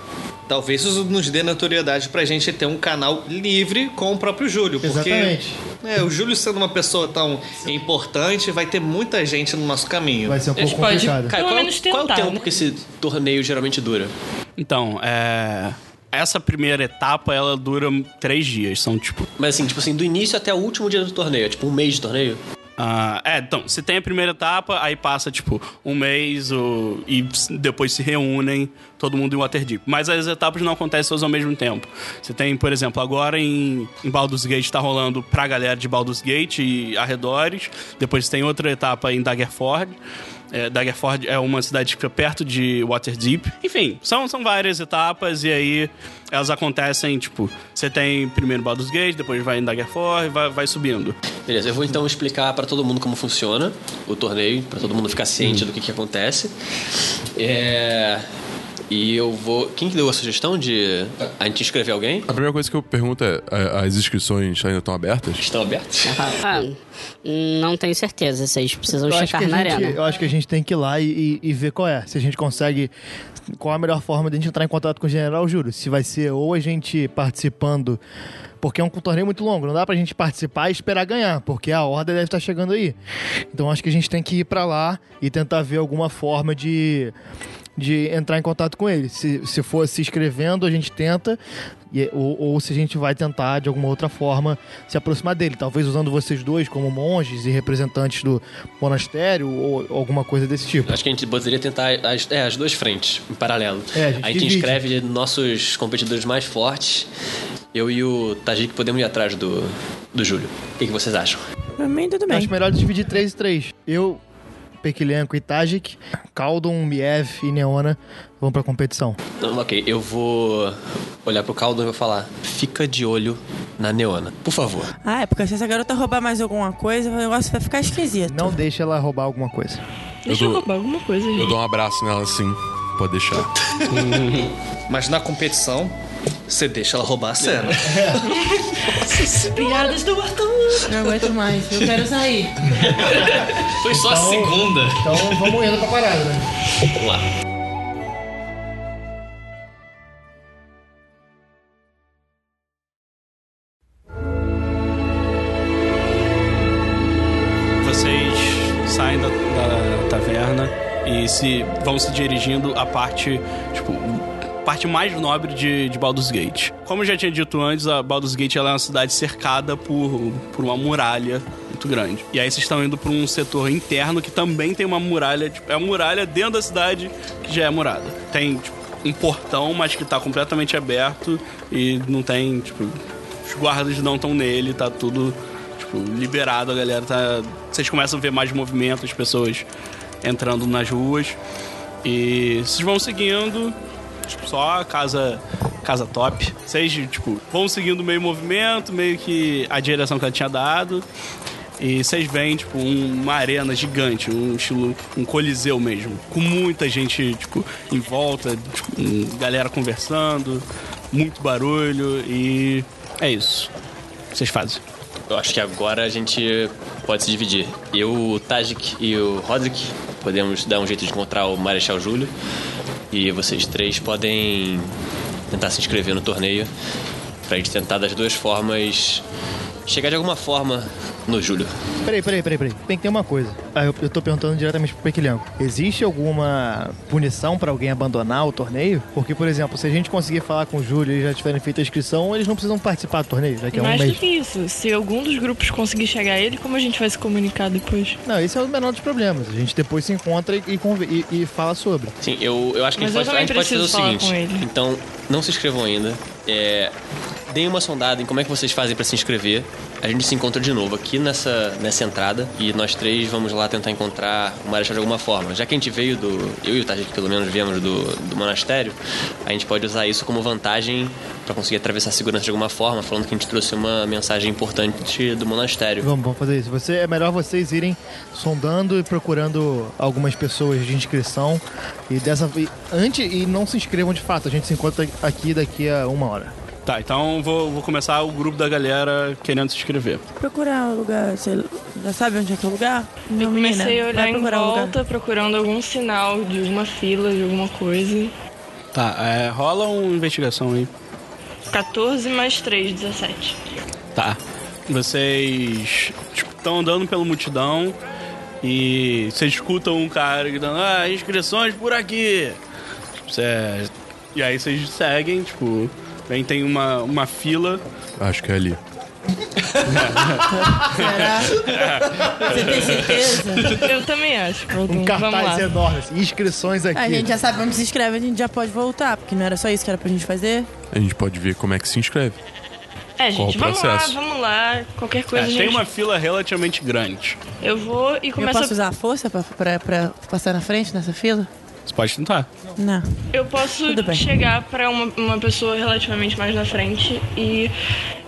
talvez isso nos dê notoriedade pra gente ter um canal livre com o próprio Júlio. Porque Exatamente. né, o Júlio sendo uma pessoa tão importante, vai ter muita gente no nosso caminho. Vai ser um pouco complicado. Cara, qual, qual é o tempo um né? que esse torneio geralmente dura? Então, é... Essa primeira etapa, ela dura três dias. São, tipo... Mas assim, tipo assim, do início até o último dia do torneio, é tipo um mês de torneio? Ah, é, então, se tem a primeira etapa, aí passa, tipo, um mês o- e s- depois se reúnem todo mundo em Waterdeep. Mas as etapas não acontecem todas ao mesmo tempo. Você tem, por exemplo, agora em, em Baldur's Gate tá rolando pra galera de Baldur's Gate e arredores. Depois tem outra etapa em Daggerford. É, Daggerford é uma cidade que fica perto de Waterdeep. Enfim, são, são várias etapas e aí elas acontecem, tipo, você tem primeiro Baldur's Gate, depois vai em Daggerford e vai, vai subindo. Beleza, eu vou então explicar para todo mundo como funciona o torneio, para todo mundo ficar Uhum. ciente do que, que acontece. É, E eu vou. Quem que deu a sugestão de a gente inscrever alguém? A primeira coisa que eu pergunto é: a- as inscrições ainda estão abertas? Estão abertas. Ah, não tenho certeza, vocês precisam Então, Eu acho, checar que a na gente, arena. eu acho que a gente tem que ir lá e, e- e ver qual é. Se a gente consegue. Qual a melhor forma de a gente entrar em contato com o General Júlio? Se vai ser ou a gente participando. Porque é um torneio muito longo, não dá pra gente participar e esperar ganhar, porque a horda deve estar chegando aí. Então acho que a gente tem que ir pra lá e tentar ver alguma forma de, de entrar em contato com ele. Se, se for se inscrevendo, a gente tenta, e- ou, ou se a gente vai tentar de alguma outra forma se aproximar dele. Talvez usando vocês dois como monges e representantes do monastério, ou alguma coisa desse tipo. Acho que a gente poderia tentar as, é, as duas frentes em paralelo. É, a gente divide. inscreve nossos competidores mais fortes. Eu e o Tajik podemos ir atrás do, do Júlio. O que, que vocês acham? Pra mim, tudo bem. Acho melhor dividir 3 e 3. Eu, Pequilenco e Tajik, Caldon, Miev e Neona vão pra competição. Não, Então, ok, eu vou olhar pro Caldon e vou falar: fica de olho na Neona, por favor. Ah, é porque se essa garota roubar mais alguma coisa, o negócio vai ficar esquisito. Não deixa ela roubar alguma coisa. Deixa eu dou- roubar alguma coisa, Eu <laughs> dou um abraço nela assim, pode deixar. <laughs> Mas na competição, você deixa ela roubar a cena. Piadas do Arthur. Não aguento mais, eu quero sair. Foi só a segunda. Então vamos indo pra parada, né? Vamos lá. Vocês saem da, da taverna e se vão se dirigindo à parte, tipo, parte mais nobre de, de Baldur's Gate. Como eu já tinha dito antes, a Baldur's Gate ela é uma cidade cercada por, por uma muralha muito grande. E aí vocês estão indo para um setor interno que também tem uma muralha, tipo, é uma muralha dentro da cidade que já é murada. Tem tipo, um portão, mas que tá completamente aberto e não tem, tipo, os guardas não estão nele, tá tudo Tipo, liberado, a galera tá. Vocês começam a ver mais movimento, as pessoas entrando nas ruas. E vocês vão seguindo, tipo, só a casa, casa top. Vocês, tipo, vão seguindo meio movimento, meio que a direção que ela tinha dado. E vocês veem, tipo, um- uma arena gigante, um estilo, um coliseu mesmo. Com muita gente, tipo, em volta, tipo, um- galera conversando, muito barulho e é isso. Vocês fazem. Eu acho que agora a gente pode se dividir. Eu, o Tajik e o Roderick podemos dar um jeito de encontrar o Marechal Júlio. E vocês três podem tentar se inscrever no torneio pra gente tentar das duas formas chegar de alguma forma no Júlio. Peraí, peraí, peraí, peraí. Tem que ter uma coisa. Ah, eu, eu tô perguntando diretamente pro Pequilhanco. Existe alguma punição pra alguém abandonar o torneio? Porque, por exemplo, se a gente conseguir falar com o Júlio e eles já tiverem feito a inscrição, eles não precisam participar do torneio, já que é um Mais do mês. que isso, se algum dos grupos conseguir chegar a ele, como a gente vai se comunicar depois? Não, esse é o menor dos problemas. A gente depois se encontra e, e conver- e- e fala sobre. Sim, eu, eu acho que Mas a eu gente, pode, também a gente pode fazer o preciso falar seguinte. com ele. Então, não se inscrevam ainda. É, deem uma sondada em como é que vocês fazem pra se inscrever. A gente se encontra de novo aqui nessa, nessa entrada e nós três vamos lá tentar encontrar o Marechal de alguma forma. Já que a gente veio do. Eu e o Tajik, pelo menos, viemos do, do monastério, a gente pode usar isso como vantagem pra conseguir atravessar a segurança de alguma forma, falando que a gente trouxe uma mensagem importante do monastério. Vamos, vamos fazer isso. Você, é melhor vocês irem sondando e procurando algumas pessoas de inscrição. E dessa e, antes e não se inscrevam de fato. A gente se encontra aqui daqui a uma hora. Tá, então vou, vou começar o grupo da galera querendo se inscrever. Procurar um lugar, sei lá. Já sabe onde é que é o lugar? Não, Comecei a menina, vai olhar em procurar um lugar. volta, procurando algum sinal de alguma fila, de alguma coisa. Tá, é, rola uma investigação aí. 14 mais 3, 17. Tá. Vocês estão andando pela multidão e vocês escutam um cara gritando: Ah, inscrições por aqui! Cê- E aí vocês seguem, tipo, vem tem uma, uma fila Acho que é ali. <laughs> Você tem certeza? Eu também acho. Um cartaz é enorme, assim, inscrições aqui. A gente já sabe onde se inscreve, a gente já pode voltar, porque não era só isso que era pra gente fazer. A gente pode ver como é que se inscreve. É, Qual o gente, vamos lá, processo? vamos lá. Qualquer <laughs> É, coisa, tem gente. uma fila relativamente grande. Eu vou e Eu começo posso usar a força pra, pra- pra passar na frente nessa fila? Você pode tentar. Não. Eu posso chegar pra uma, uma pessoa relativamente mais na frente e,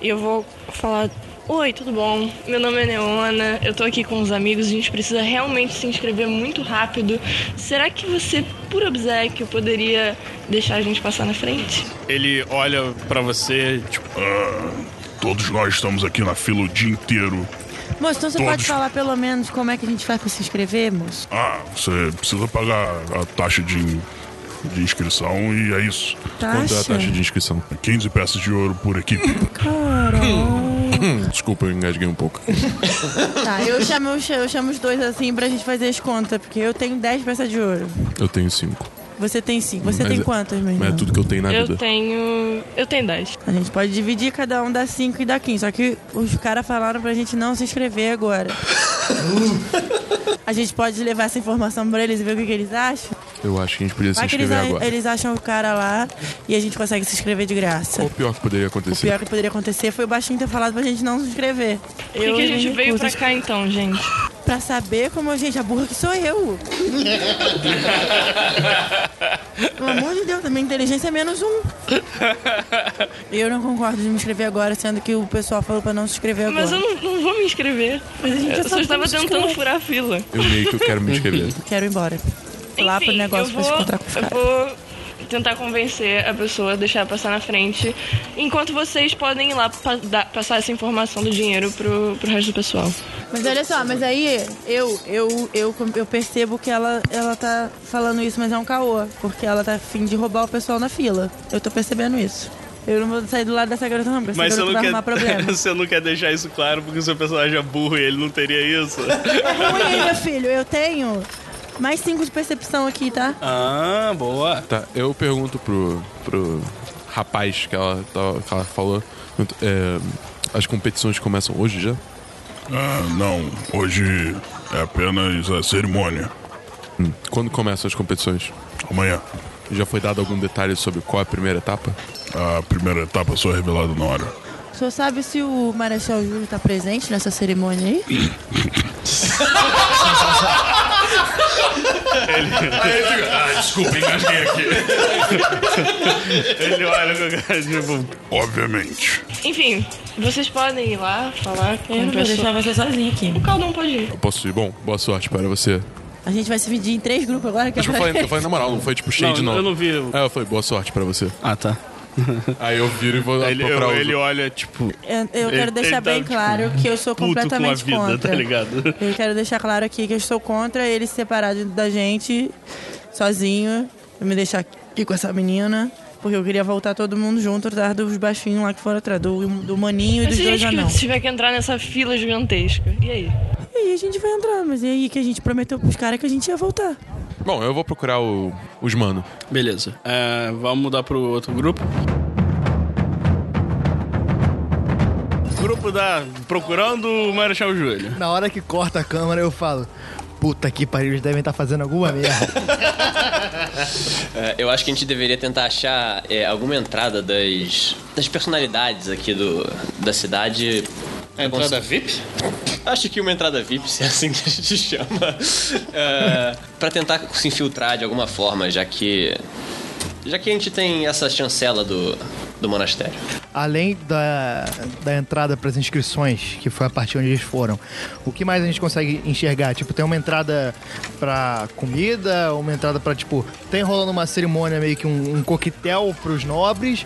e eu vou falar: Oi, tudo bom? Meu nome é Neona, eu tô aqui com os amigos, a gente precisa realmente se inscrever muito rápido. Será que você, por obséquio, poderia deixar a gente passar na frente? Ele olha pra você, tipo. "Ah, Todos nós estamos aqui na fila o dia inteiro. Moço, então você Todos. pode falar pelo menos como é que a gente faz pra se inscrever, moço? Ah, você precisa pagar a taxa de, de inscrição e é isso. Taxa? Quanto é a taxa de inscrição? 15 peças de ouro por equipe. <coughs> Desculpa, eu engasguei um pouco. Tá, eu chamo, eu chamo os dois assim pra gente fazer as contas, porque eu tenho 10 peças de ouro. Eu tenho cinco. Você tem 5. Você Mas tem é- quantas, meu Mas é irmão? tudo que eu tenho na vida. tenho. Eu tenho 10. A gente pode dividir, cada um dá 5 e dá 15. Só que os caras falaram pra gente não se inscrever agora. a gente pode levar essa informação pra eles e ver o que, que eles acham. Eu acho que a gente podia se Vai que eles, inscrever agora. eles acham o cara lá e a gente consegue se inscrever de graça. Qual o pior que poderia O acontecer? pior que poderia acontecer foi o baixinho ter falado pra gente não se inscrever. Por que, que a gente veio pra cá então, gente? Pra saber como, gente, a burra que <laughs> sou eu. Pelo amor de Deus, a minha inteligência é menos um. Eu não concordo de me inscrever agora, sendo que o pessoal falou pra não se inscrever agora. Mas eu não, não vou me inscrever. Mas a gente já eu sabe só como estava se tentando inscreve. furar a fila. Eu meio que eu quero me inscrever. Quero ir embora. Lá pro negócio eu pra se vou- encontrar com os Eu caras. vou tentar convencer a pessoa a deixar passar na frente, enquanto vocês podem ir lá pa- dar- passar essa informação do dinheiro pro, pro resto do pessoal. Mas olha só, mas aí eu, eu, eu, eu percebo que ela, ela tá falando isso, mas é um caô. Porque ela tá afim de roubar o pessoal na fila. Eu tô percebendo isso. Eu não vou sair do lado dessa garota, não, porque essa Mas você garota não, vai quer, arrumar problema. <laughs> você não quer deixar isso claro porque o seu personagem é burro e ele não teria isso. Ruim, meu filho, eu tenho mais cinco de percepção aqui, tá? ah, boa. Tá, eu pergunto pro, pro rapaz que ela, tá- que ela falou. pergunto, é, as competições começam hoje já? Ah, não. Hoje é apenas a cerimônia. Hum, Quando começam as competições? Amanhã. Já foi dado algum detalhe sobre qual é a primeira etapa? A primeira etapa só é revelada na hora. O senhor sabe se o Marechal Júlio tá presente nessa cerimônia <laughs> aí? <laughs> Ele fica, ah, desculpa, engasguei aqui. <laughs> Ele olha com a cara tipo. Obviamente. Enfim, vocês podem ir lá falar com Eu não a vou pessoa. deixar você sozinha aqui. O Caldão pode ir. Eu posso um ir? Bom, boa sorte para você. A gente vai se dividir em três grupos agora, que é Acho que eu pra- falei, eu falei na moral, não foi tipo shade, não. Não, eu não vi. Aí eu falei, boa sorte para você. Ah, <laughs> tá. Aí eu viro e vou Ele, procurar eu- o- ele olha, tipo. Eu, eu Ele- quero deixar ele tá, bem tipo, claro que eu sou puto com a completamente vida, contra. tá ligado? Eu quero deixar claro aqui que eu estou contra ele se separar de- da gente, sozinho, e me deixar aqui com essa menina. Porque eu queria voltar todo mundo junto atrás dos baixinhos lá que foram atrás, do, do maninho e Mas dos se a dois gente anãos. que tiver que entrar nessa fila gigantesca, e aí? E aí a gente vai entrar, mas e aí que a gente prometeu pros caras que a gente ia voltar. Bom, eu vou procurar o, os mano. Beleza. É, vamos mudar pro outro grupo. Grupo da Procurando o Marechal Júlio. Na hora que corta a câmera, eu falo: Puta que pariu, eles devem estar fazendo alguma <laughs> merda. É, eu acho que a gente deveria tentar achar é, alguma entrada das, das personalidades aqui do, da cidade. A entrada VIP? Acho que uma entrada VIP, se é assim que a gente chama. É, pra tentar se infiltrar de alguma forma, já que. Já que a gente tem essa chancela do, do monastério. Além da, da entrada para as inscrições, que foi a partir onde eles foram, o que mais a gente consegue enxergar? Tipo, tem uma entrada pra comida, uma entrada pra, tipo, tem rolando uma cerimônia meio que um, um coquetel pros nobres,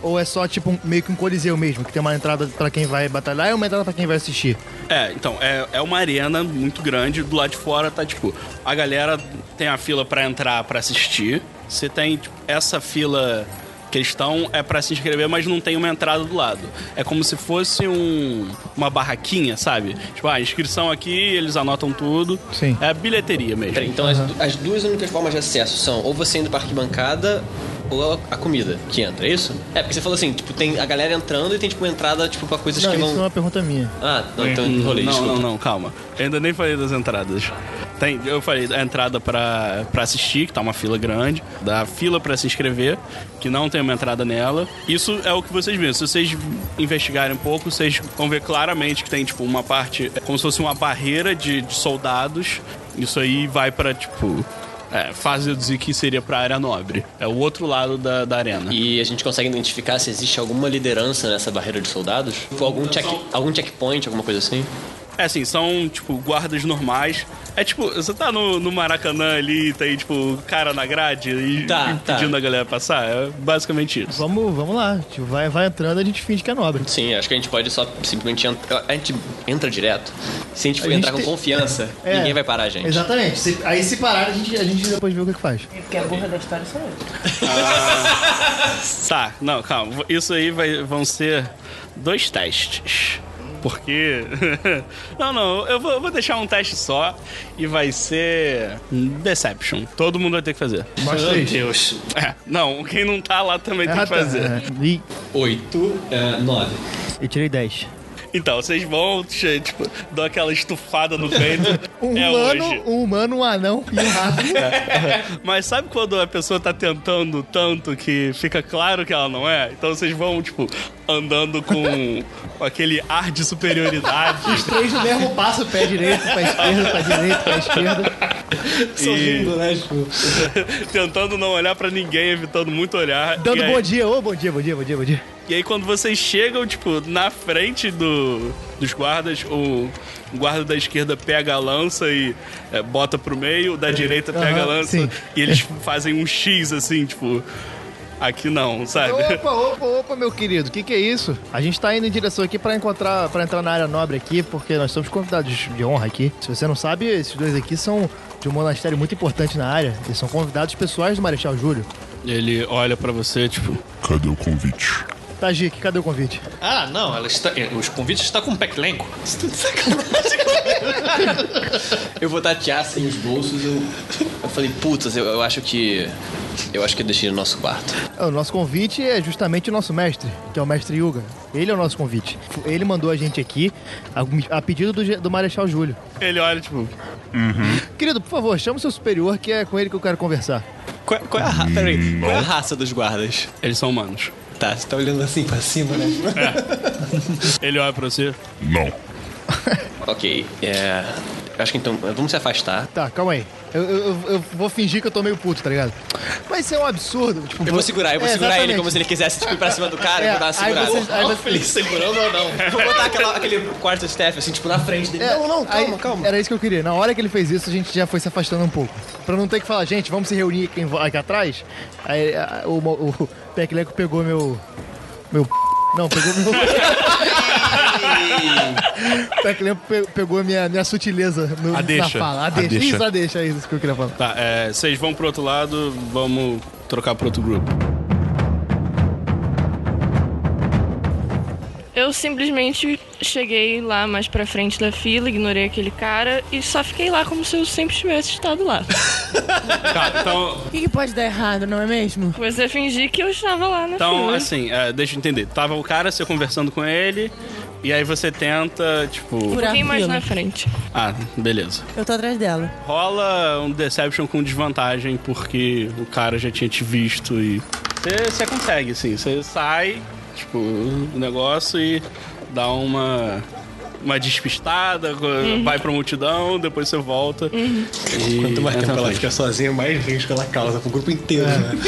ou é só, tipo, um- meio que um coliseu mesmo, que tem uma entrada pra quem vai batalhar e uma entrada pra quem vai assistir? É, então, é, é uma arena muito grande. Do lado de fora tá, tipo, a galera tem a fila pra entrar, pra assistir. Você tem tipo, essa fila que eles estão, é pra se inscrever, mas não tem uma entrada do lado. É como se fosse um, uma barraquinha, sabe? Tipo, a inscrição aqui, eles anotam tudo. Sim. É a bilheteria mesmo. Então, as, du- as duas únicas formas de acesso são ou você indo pra arquibancada ou a, a comida que entra, é isso? É, porque você falou assim, tipo, tem a galera entrando e tem, tipo, entrada, tipo, pra coisas Não, que isso não... não é uma pergunta minha. Ah, não, então enrolei, não, desculpa. não, não, calma. Eu ainda nem falei das entradas. Tem, eu falei a entrada pra, pra assistir, que tá uma fila grande, da fila pra se inscrever, que não tem uma entrada nela. Isso é o que vocês viram. Se vocês investigarem um pouco, vocês vão ver claramente que tem, tipo, uma parte, como se fosse uma barreira de, de soldados. Isso aí vai pra, tipo. É, fase eu dizer que seria pra área nobre. É o outro lado da, da arena. E a gente consegue identificar se existe alguma liderança nessa barreira de soldados? Tipo, algum, check, algum checkpoint, alguma coisa assim? É assim, são, tipo, guardas normais. É tipo, você tá no, no Maracanã ali e tem, tipo, o cara na grade e, Tá, e pedindo a galera passar. É <laughs> basicamente isso. Vamos, vamos lá. Tipo, vai, vai entrando, a gente finge que é nobre. Sim, acho que a gente pode só simplesmente entrar. A gente entra direto. Se a gente A for gente entrar tem- com confiança, <laughs> É. ninguém vai parar a gente. Exatamente. Se- aí se parar, a gente, a gente depois vê o que, que faz. Porque a burra da história sou eu. Tá, não, calma. Isso aí vai- vão ser dois testes. Porque. <laughs> não, não, eu vou, eu vou deixar um teste só e vai ser. Deception. Todo mundo vai ter que fazer. Mais três. Deus. É, não, quem não tá lá também tem Ah, que tá. fazer. É. E- Oito, é, nove. Eu tirei 10. Então, vocês vão, che- tipo, dar aquela estufada no peito. <laughs> Um é humano, hoje. <laughs> um humano, um anão e um rato. <laughs> Mas sabe quando a pessoa tá tentando tanto que fica claro que ela não é? Então vocês vão, tipo, <laughs> andando com com aquele ar de superioridade. Os três no mesmo passo, pé direito, pé esquerdo, pé direito, pé esquerdo. Sorrindo, né? <laughs> Tentando não olhar pra ninguém, evitando muito olhar. Dando e aí, bom dia, ô, bom dia, bom dia, bom dia, bom dia. E aí quando vocês chegam, tipo, na frente do, dos guardas, o guarda da esquerda pega a lança e é, bota pro meio, o da direita pega a Aham, lança sim. e eles fazem um X assim, tipo, aqui não, sabe? Opa, opa, opa, meu querido, o que, que é isso? A gente tá indo em direção aqui pra encontrar, para entrar na área nobre aqui, porque nós somos convidados de honra aqui. Se você não sabe, esses dois aqui são de um monastério muito importante na área. Eles são convidados pessoais do Marechal Júlio. Ele olha para você, tipo, Cadê o convite? Tajik, cadê o <laughs> convite? Ah, não, ela está, os convites estão com o pack lenco. Eu vou tatear sem os bolsos. Eu, eu falei, putz, eu, eu acho que. Eu acho que eu deixei no nosso quarto. É, O nosso convite é justamente o nosso mestre, que é o mestre Yuga. Ele é o nosso convite. Ele mandou a gente aqui a, a pedido do, ge- do Marechal Júlio. <laughs> ele olha tipo, Querido, por favor, chama o seu superior, que é com ele que eu quero conversar. Qual, qual é a raça? Peraí, qual é a raça dos guardas? eles são humanos. Tá, você tá olhando assim pra cima, né? É. <laughs> Ele olha para você. Não. ok, é. eu Acho que então. Vamos se afastar. Tá, calma aí. Eu, eu- eu- eu vou fingir que eu tô meio puto, tá ligado? Mas isso é um absurdo. Tipo, Eu vou segurar, eu vou segurar ele como exatamente. se ele quisesse tipo, ir pra cima do cara, eu É, vou dar uma aí segurada. vocês- aí Ó, vocês- ele Tá segurando ou não? Vou botar aquela- aquele quarto staff, assim, tipo, na frente dele. É, não, não, calma, aí- calma. Era isso que eu queria. Na hora que ele fez isso, a gente já foi se afastando um pouco. Pra não ter que falar, gente, vamos se reunir aqui, em vo- aqui atrás. Aí a- o, mo- o Pecleco pegou meu. Meu. p- Não, pegou meu. <laughs> o Pecleco pe- pegou minha, minha sutileza no, A deixa. na fala. A A deixa. deixa. Isso, a deixa, é isso que eu queria falar. Tá, é, vocês vão pro outro lado, vamos trocar pro outro grupo. Eu simplesmente cheguei lá mais pra frente da fila, ignorei aquele cara e só fiquei lá como se eu sempre tivesse estado lá. Tá, então, O que, que pode dar errado, não é mesmo? Comecei a fingir que eu estava lá na então Uhum. fila. assim, é, deixa eu entender. Tava o cara, você conversando com ele, e aí você tenta, tipo. Um pouquinho mais fila. na frente. Ah, beleza. Eu tô atrás dela. <laughs> Rola um Deception com desvantagem, porque o cara já tinha te visto e. Você consegue, sim. Você sai, tipo, do negócio e dá uma. Uma despistada, vai pra multidão, depois você volta. E Quanto mais tempo entra na ela frente. fica sozinha, mais risco ela causa pro grupo inteiro, É. né?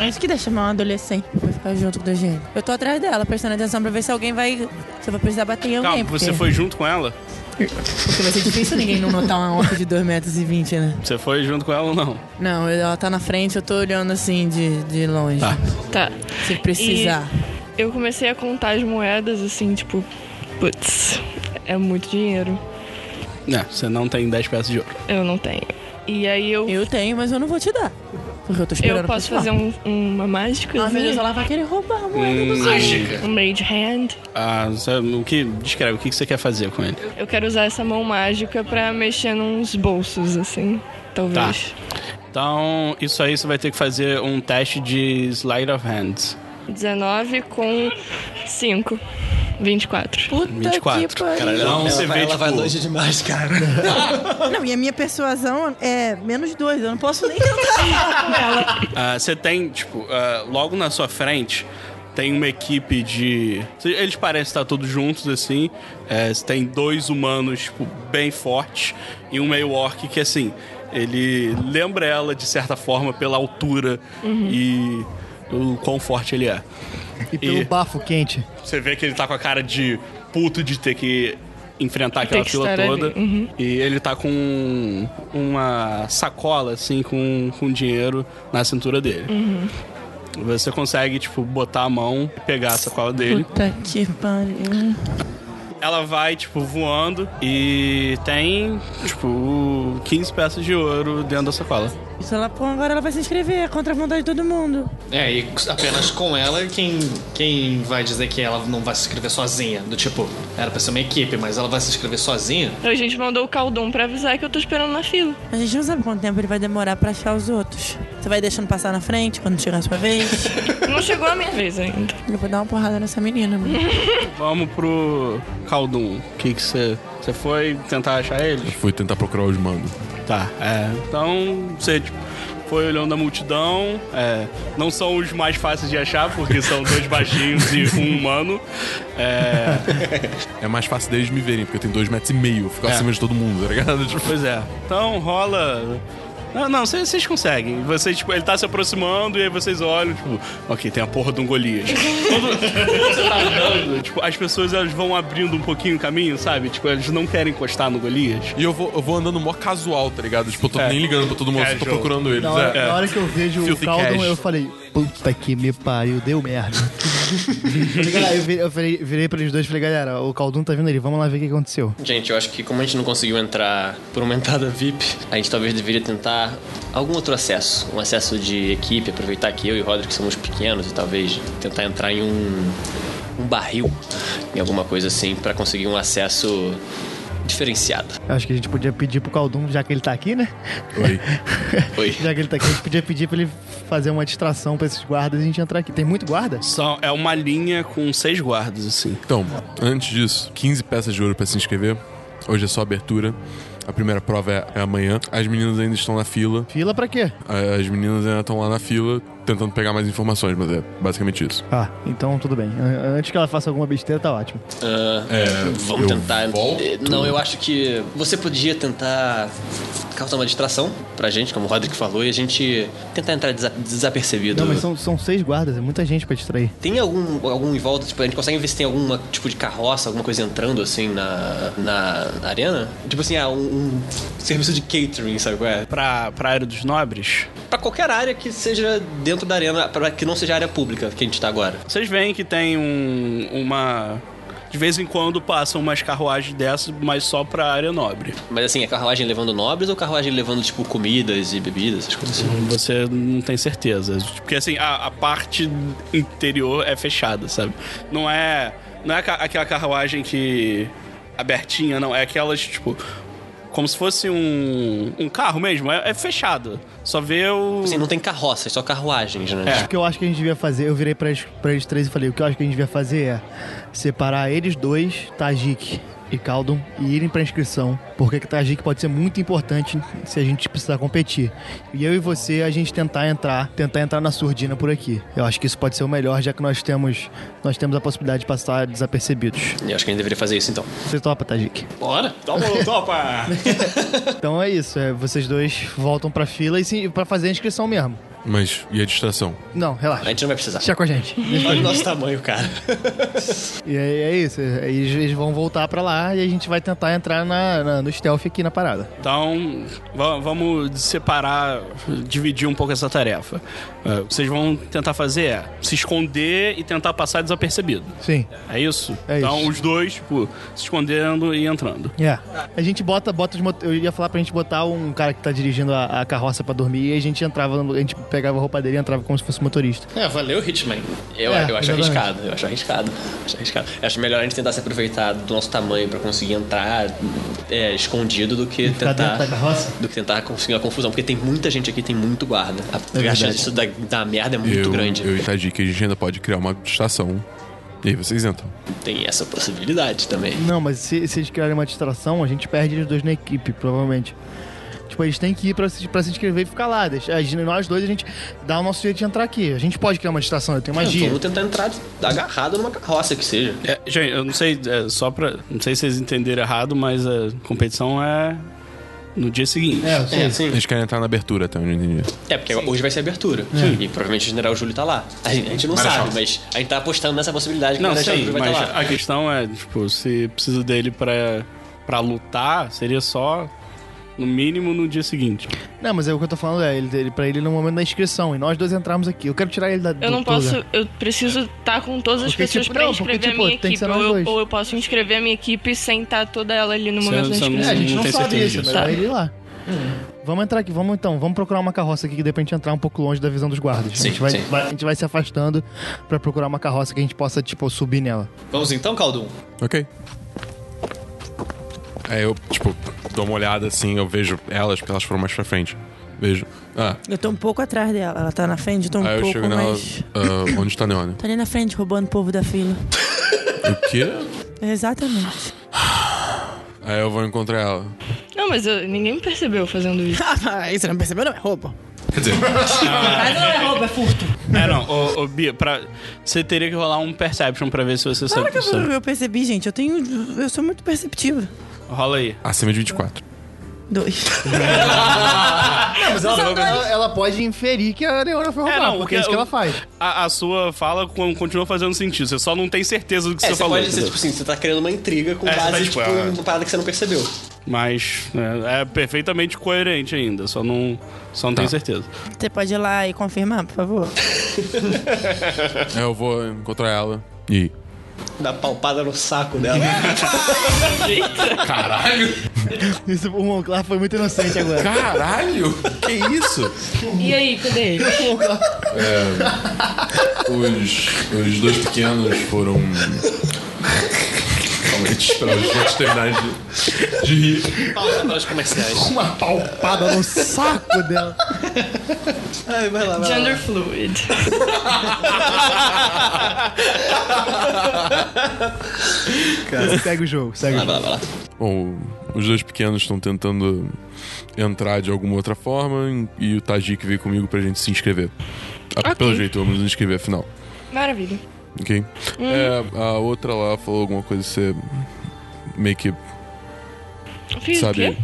Acho que deve chamar um adolescente pra ficar junto da gente. Eu tô atrás dela, prestando atenção pra ver se alguém vai. Se eu vou precisar bater em alguém. Calma, você porque- foi junto com ela? Porque vai ser difícil ninguém não notar uma onça de 2,20 metros, e vinte, né? Você foi junto com ela ou não? Não, ela tá na frente, eu tô olhando assim de, de longe. Tá. Tá. Se precisar. E eu comecei a contar as moedas, assim, tipo, putz, é muito dinheiro. É, você não tem 10 peças de ouro. Eu não tenho. E aí eu. Eu tenho, mas eu não vou te dar. Porque eu tô esperando. Eu posso pra te fazer dar. um- uma mágica? Ah, meu Deus, ela vai querer roubar a moeda dos outros. Um mage hand. Hum, Ah, você- o que. Descreve, o que que você quer fazer com ele? Tá. Eu quero usar essa mão mágica pra mexer nos bolsos, assim. Talvez. Então, isso aí você vai ter que fazer um teste de slide of hands. 19 com 5. 24. Puta 24. que pariu. Caralho, ela- ela vai- ela vai longe demais, cara. <laughs> Não, e a minha persuasão é menos dois. Eu não posso nem tentar <laughs> falar com ela. <laughs> Ah, Você tem, tipo, ah, logo na sua frente tem uma equipe de. Eles parecem estar todos juntos, assim. É, Você tem dois humanos, tipo, bem fortes e um meio orc que, assim, ele lembra ela de certa forma pela altura Uhum. e o quão forte ele é. E pelo E- bafo quente. Você vê que ele tá com a cara de puto de ter que enfrentar aquela que fila estar ali, toda. uhum. E ele tá com uma sacola, assim, com, com dinheiro na cintura dele. Uhum. Você consegue, tipo, botar a mão e pegar a sacola dele. Uhum. Puta que pariu. Ela vai, tipo, voando e tem, tipo, 15 peças de ouro dentro da sacola. Se ela pô, agora ela vai se inscrever é contra a vontade de todo mundo. É, e apenas com ela, quem, quem vai dizer que ela não vai se inscrever sozinha? Do tipo, era pra ser uma equipe, mas ela vai se inscrever sozinha? A gente mandou o Caldum pra avisar que eu tô esperando na fila. A gente não sabe quanto tempo ele vai demorar pra achar os outros. Você vai deixando passar na frente quando chegar a sua vez? Não chegou a minha vez ainda. Eu vou dar uma porrada nessa menina, mano. Vamos pro Caldum. O que que você... Você foi tentar achar eles? Fui tentar procurar os manos. Tá, é. Então, você tipo, foi olhando a multidão. é, não são os mais fáceis de achar, porque são <laughs> dois baixinhos e um humano. É, É mais fácil deles me verem, porque eu tenho dois metros e meio. Eu fico É. acima de todo mundo, tá ligado? Tipo, Pois é. Então rola. Não, não, vocês vocês conseguem. Vocês, tipo, ele tá se aproximando e aí vocês olham, tipo, ok, tem a porra de um Golias. <laughs> Quando quando você tá andando, tipo, as pessoas elas vão abrindo um pouquinho o caminho, sabe? Tipo, eles não querem encostar no Golias. E eu vou, eu vou andando mó casual, tá ligado? Tipo, eu tô nem ligando pra todo mundo, É, só tô João. procurando eles. Na hora, é. na hora que eu vejo Filthy o Caldon, cash. eu falei, puta que me pariu, deu merda. eu, falei, galera, eu virei, eu falei, virei pra eles dois e falei, galera, o Caldon tá vindo ali, vamos lá ver o que aconteceu. Gente, eu acho que como a gente não conseguiu entrar por uma <laughs> entrada VIP, a gente talvez deveria tentar algum outro acesso. Um acesso de equipe, aproveitar que eu e o Roderick somos pequenos e talvez tentar entrar em um, um barril, em alguma coisa assim, pra conseguir um acesso diferenciado. Eu Acho que a gente podia pedir pro Caldum, já que ele tá aqui, né? Oi. Oi. <laughs> Já que ele tá aqui, a gente podia pedir pra ele fazer uma distração pra esses guardas e a gente entrar aqui. Tem muito guarda? São, é uma linha com seis guardas, assim. Então, antes disso, 15 peças de ouro pra se inscrever. Hoje é só abertura. A primeira prova é, é amanhã. As meninas ainda estão na fila. Fila pra quê? A- As meninas ainda estão lá na fila tentando pegar mais informações, mas é basicamente isso. Ah, então tudo bem. An- Antes que ela faça alguma besteira, tá ótimo. Ah, É, vamos eu tentar. volto. Eh, Não, eu acho que você podia tentar causar uma distração pra gente, como o Roderick falou, e a gente tentar entrar desa- desapercebido. Não, mas são, são seis guardas, é muita gente pra distrair. Tem algum, algum em volta? Tipo, a gente consegue ver se tem algum tipo de carroça, alguma coisa entrando assim na, na arena? Tipo assim, ah, um, um serviço de catering, sabe qual é? Pra, pra área dos nobres? Pra qualquer área que seja dentro da arena, pra que não seja a área pública que a gente tá agora. Vocês veem que tem um, uma. De vez em quando passam umas carruagens dessas, mas só pra área nobre. Mas assim, é carruagem levando nobres ou carruagem levando, tipo, comidas e bebidas, essas coisas assim? Você não tem certeza. Porque assim, a, a parte interior é fechada, sabe? Não é. Não é ca- aquela carruagem que. abertinha, não. É aquelas, tipo. Como se fosse um. um carro mesmo. É, é fechado. Só vê o. Assim, não tem carroças, só carruagens, né? O que eu acho que a gente devia fazer, eu virei pra eles, pra eles três e falei, o que eu acho que a gente devia fazer é separar eles dois, Tajik e Caldon, e irem pra inscrição. Porque que Tajik pode ser muito importante se a gente precisar competir. E eu e você, a gente tentar entrar, tentar entrar na surdina por aqui. Eu acho que isso pode ser o melhor, já que nós temos, nós temos a possibilidade de passar desapercebidos. Eu acho que a gente deveria fazer isso então. Você topa, Tajik? Bora! Toma, topa! Então é isso, é, vocês dois voltam pra fila e se, pra fazer a inscrição mesmo. Mas e a distração? Não, relaxa. A gente não vai precisar. Deixa com a gente. <laughs> Olha o nosso tamanho, cara. E aí é isso, aí eles- eles vão voltar pra lá e a gente vai tentar entrar na, na- no stealth aqui na parada. Então, va- vamos separar, dividir um pouco essa tarefa. É, o que vocês vão tentar fazer é se esconder e tentar passar desapercebido. Sim. É isso? É então, isso. os dois, tipo, se escondendo e entrando. É. A gente bota, bota os mot- eu ia falar pra gente botar um cara que tá dirigindo a, a carroça pra dormir e a gente entrava, no- a gente pegava a roupa dele e entrava como se fosse motorista. É, valeu, Hitman. Eu, É, eu exatamente. acho arriscado, eu acho arriscado. Acho arriscado. Eu acho melhor a gente tentar se aproveitar do nosso tamanho pra conseguir entrar é, escondido do que ficar tentar. dentro da carroça? Do que tentar conseguir uma confusão. Porque tem muita gente aqui, tem muito guarda. A, É a verdade. chance disso da, da merda é muito eu, grande. Eu entendi que a gente ainda pode criar uma distração. E aí vocês entram. Tem essa possibilidade também. Não, mas se, se eles criarem uma distração, a gente perde eles dois na equipe, provavelmente. Tipo, eles têm que ir pra se, pra se inscrever e ficar lá. Deixa, a gente- nós dois, a gente dá o nosso jeito de entrar aqui. A gente pode criar uma distração, eu tenho magia. Vamos tentar entrar agarrado numa carroça que seja. É, gente, eu não sei, é, só pra. Não sei se vocês entenderam errado, mas a competição é no dia seguinte. É, eu sei. É, sim. Eles querem entrar na abertura, até onde eu entendi. É, porque hoje vai ser abertura. É. E provavelmente o general Júlio tá lá. A gente, a gente não Marechal. sabe, mas a gente tá apostando nessa possibilidade que Não, o general sim, Júlio vai mas estar lá. a questão é, tipo, se precisa dele pra, pra lutar, seria só no mínimo no dia seguinte. Não, mas é o que eu tô falando é, ele, ele, pra ele no momento da inscrição. E nós dois entrarmos aqui. Eu quero tirar ele da. Eu do- não do posso. lugar. Eu preciso estar com todas as Porque, pessoas tipo, pra não, porque, inscrever tipo, a minha tem que equipe. ser nós Ou eu, dois. ou eu posso inscrever a minha equipe sem estar toda ela ali no Você- momento da você não- inscrição. Hum. É, a gente não, tem sabe certeza isso, disso. mas é ele ir lá. Vamos entrar aqui, vamos então, vamos procurar uma carroça aqui que de repente entrar um pouco longe da visão dos guardas. Sim, a, gente vai, sim. vai- a gente vai se afastando pra procurar uma carroça que a gente possa, tipo, subir nela. Vamos então, Caldum? <laughs> Ok. Aí eu, tipo, dou uma olhada assim, eu vejo elas, porque elas foram mais pra frente. Vejo. Ah. Eu tô um pouco atrás dela. Ela tá na frente, eu tô um aí eu pouco chego nela. mais... ah, onde tá Neone? Tô ali na frente, roubando o povo da fila. O quê? Exatamente. Aí eu vou encontrar ela. Não, mas eu- ninguém me percebeu fazendo isso. isso não percebeu, não? É roubo. Quer dizer. Mas não é roubo, é furto. É, não, ô, ô, Bia, pra, você teria que rolar um Perception pra ver se você Claro sabe. que eu, eu percebi, gente. Eu tenho... Eu sou muito perceptiva. Rola aí. Acima de 24. Dois. Não, mas ela, ela- ela pode inferir que a Neona foi É, roubada, não, porque é o- isso que ela faz. A, a sua fala con- continua fazendo sentido, você só não tem certeza do que É, você, você falou. pode ser, tipo assim, você tá criando uma intriga com É, você base, tá, tipo, tipo, ah. uma parada que você não percebeu. Mas é, é perfeitamente coerente ainda, só não, só não tenho Tá. <laughs> certeza. Você pode ir lá e confirmar, por favor? Aí É, eu vou encontrar ela. E. Dá palpada no saco dela. <laughs> Caralho! <laughs> Isso, o Monclar foi muito inocente agora. <laughs> Caralho! Que isso? E aí, cadê ele? <laughs> É, os, os dois pequenos foram. Calma aí, esperar os outros terminarem de, de rir. Pausa para os comerciais. <laughs> Uma palpada no saco dela. Ai, vai lá, vai lá. Gender fluid. Segue o jogo, segue o jogo. Bom, os dois pequenos estão tentando entrar de alguma outra forma e o Tajik veio comigo pra gente se inscrever. Ah, Pelo jeito, vamos nos inscrever afinal. Maravilha. Hum. Ok? É, a outra lá falou alguma coisa que você meio que Eu Fiz o sabe.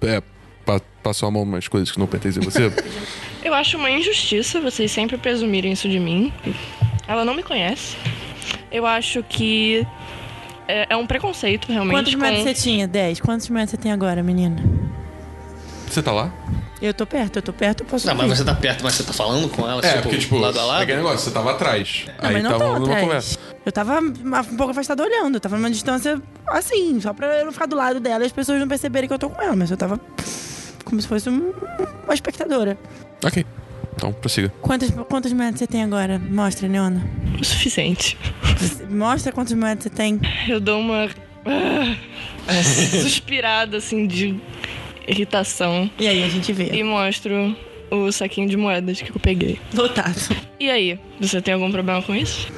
quê? É, pa- passou a mão umas coisas que não pertencem a você. <laughs> Eu acho uma injustiça vocês sempre presumirem isso de mim. Ela não me conhece. Eu acho que é, é um preconceito, realmente. Quantos metros com... você tinha? Dez. Quantos metros você tem agora, menina? você tá lá? Eu tô perto, eu tô perto, eu posso Não, mas subir. você tá perto, mas você tá falando com ela, É, tipo, porque, tipo, lado a lado? aquele negócio, você tava atrás. Não, aí mas não tava tava rolando uma atrás. conversa. Eu tava um pouco afastada olhando. Eu tava numa distância assim, só pra eu não ficar do lado dela e as pessoas não perceberem que eu tô com ela. Mas eu tava como se fosse um- uma espectadora. Ok. Então, prossiga. Quantos, quantos metros você tem agora? Mostra, Neona. O suficiente. Mostra quantos metros você tem. Eu dou uma. ah, <laughs> suspirada, assim, de irritação. E aí a gente vê. E mostro o saquinho de moedas que eu peguei. Lotado. E aí, você tem algum problema com isso?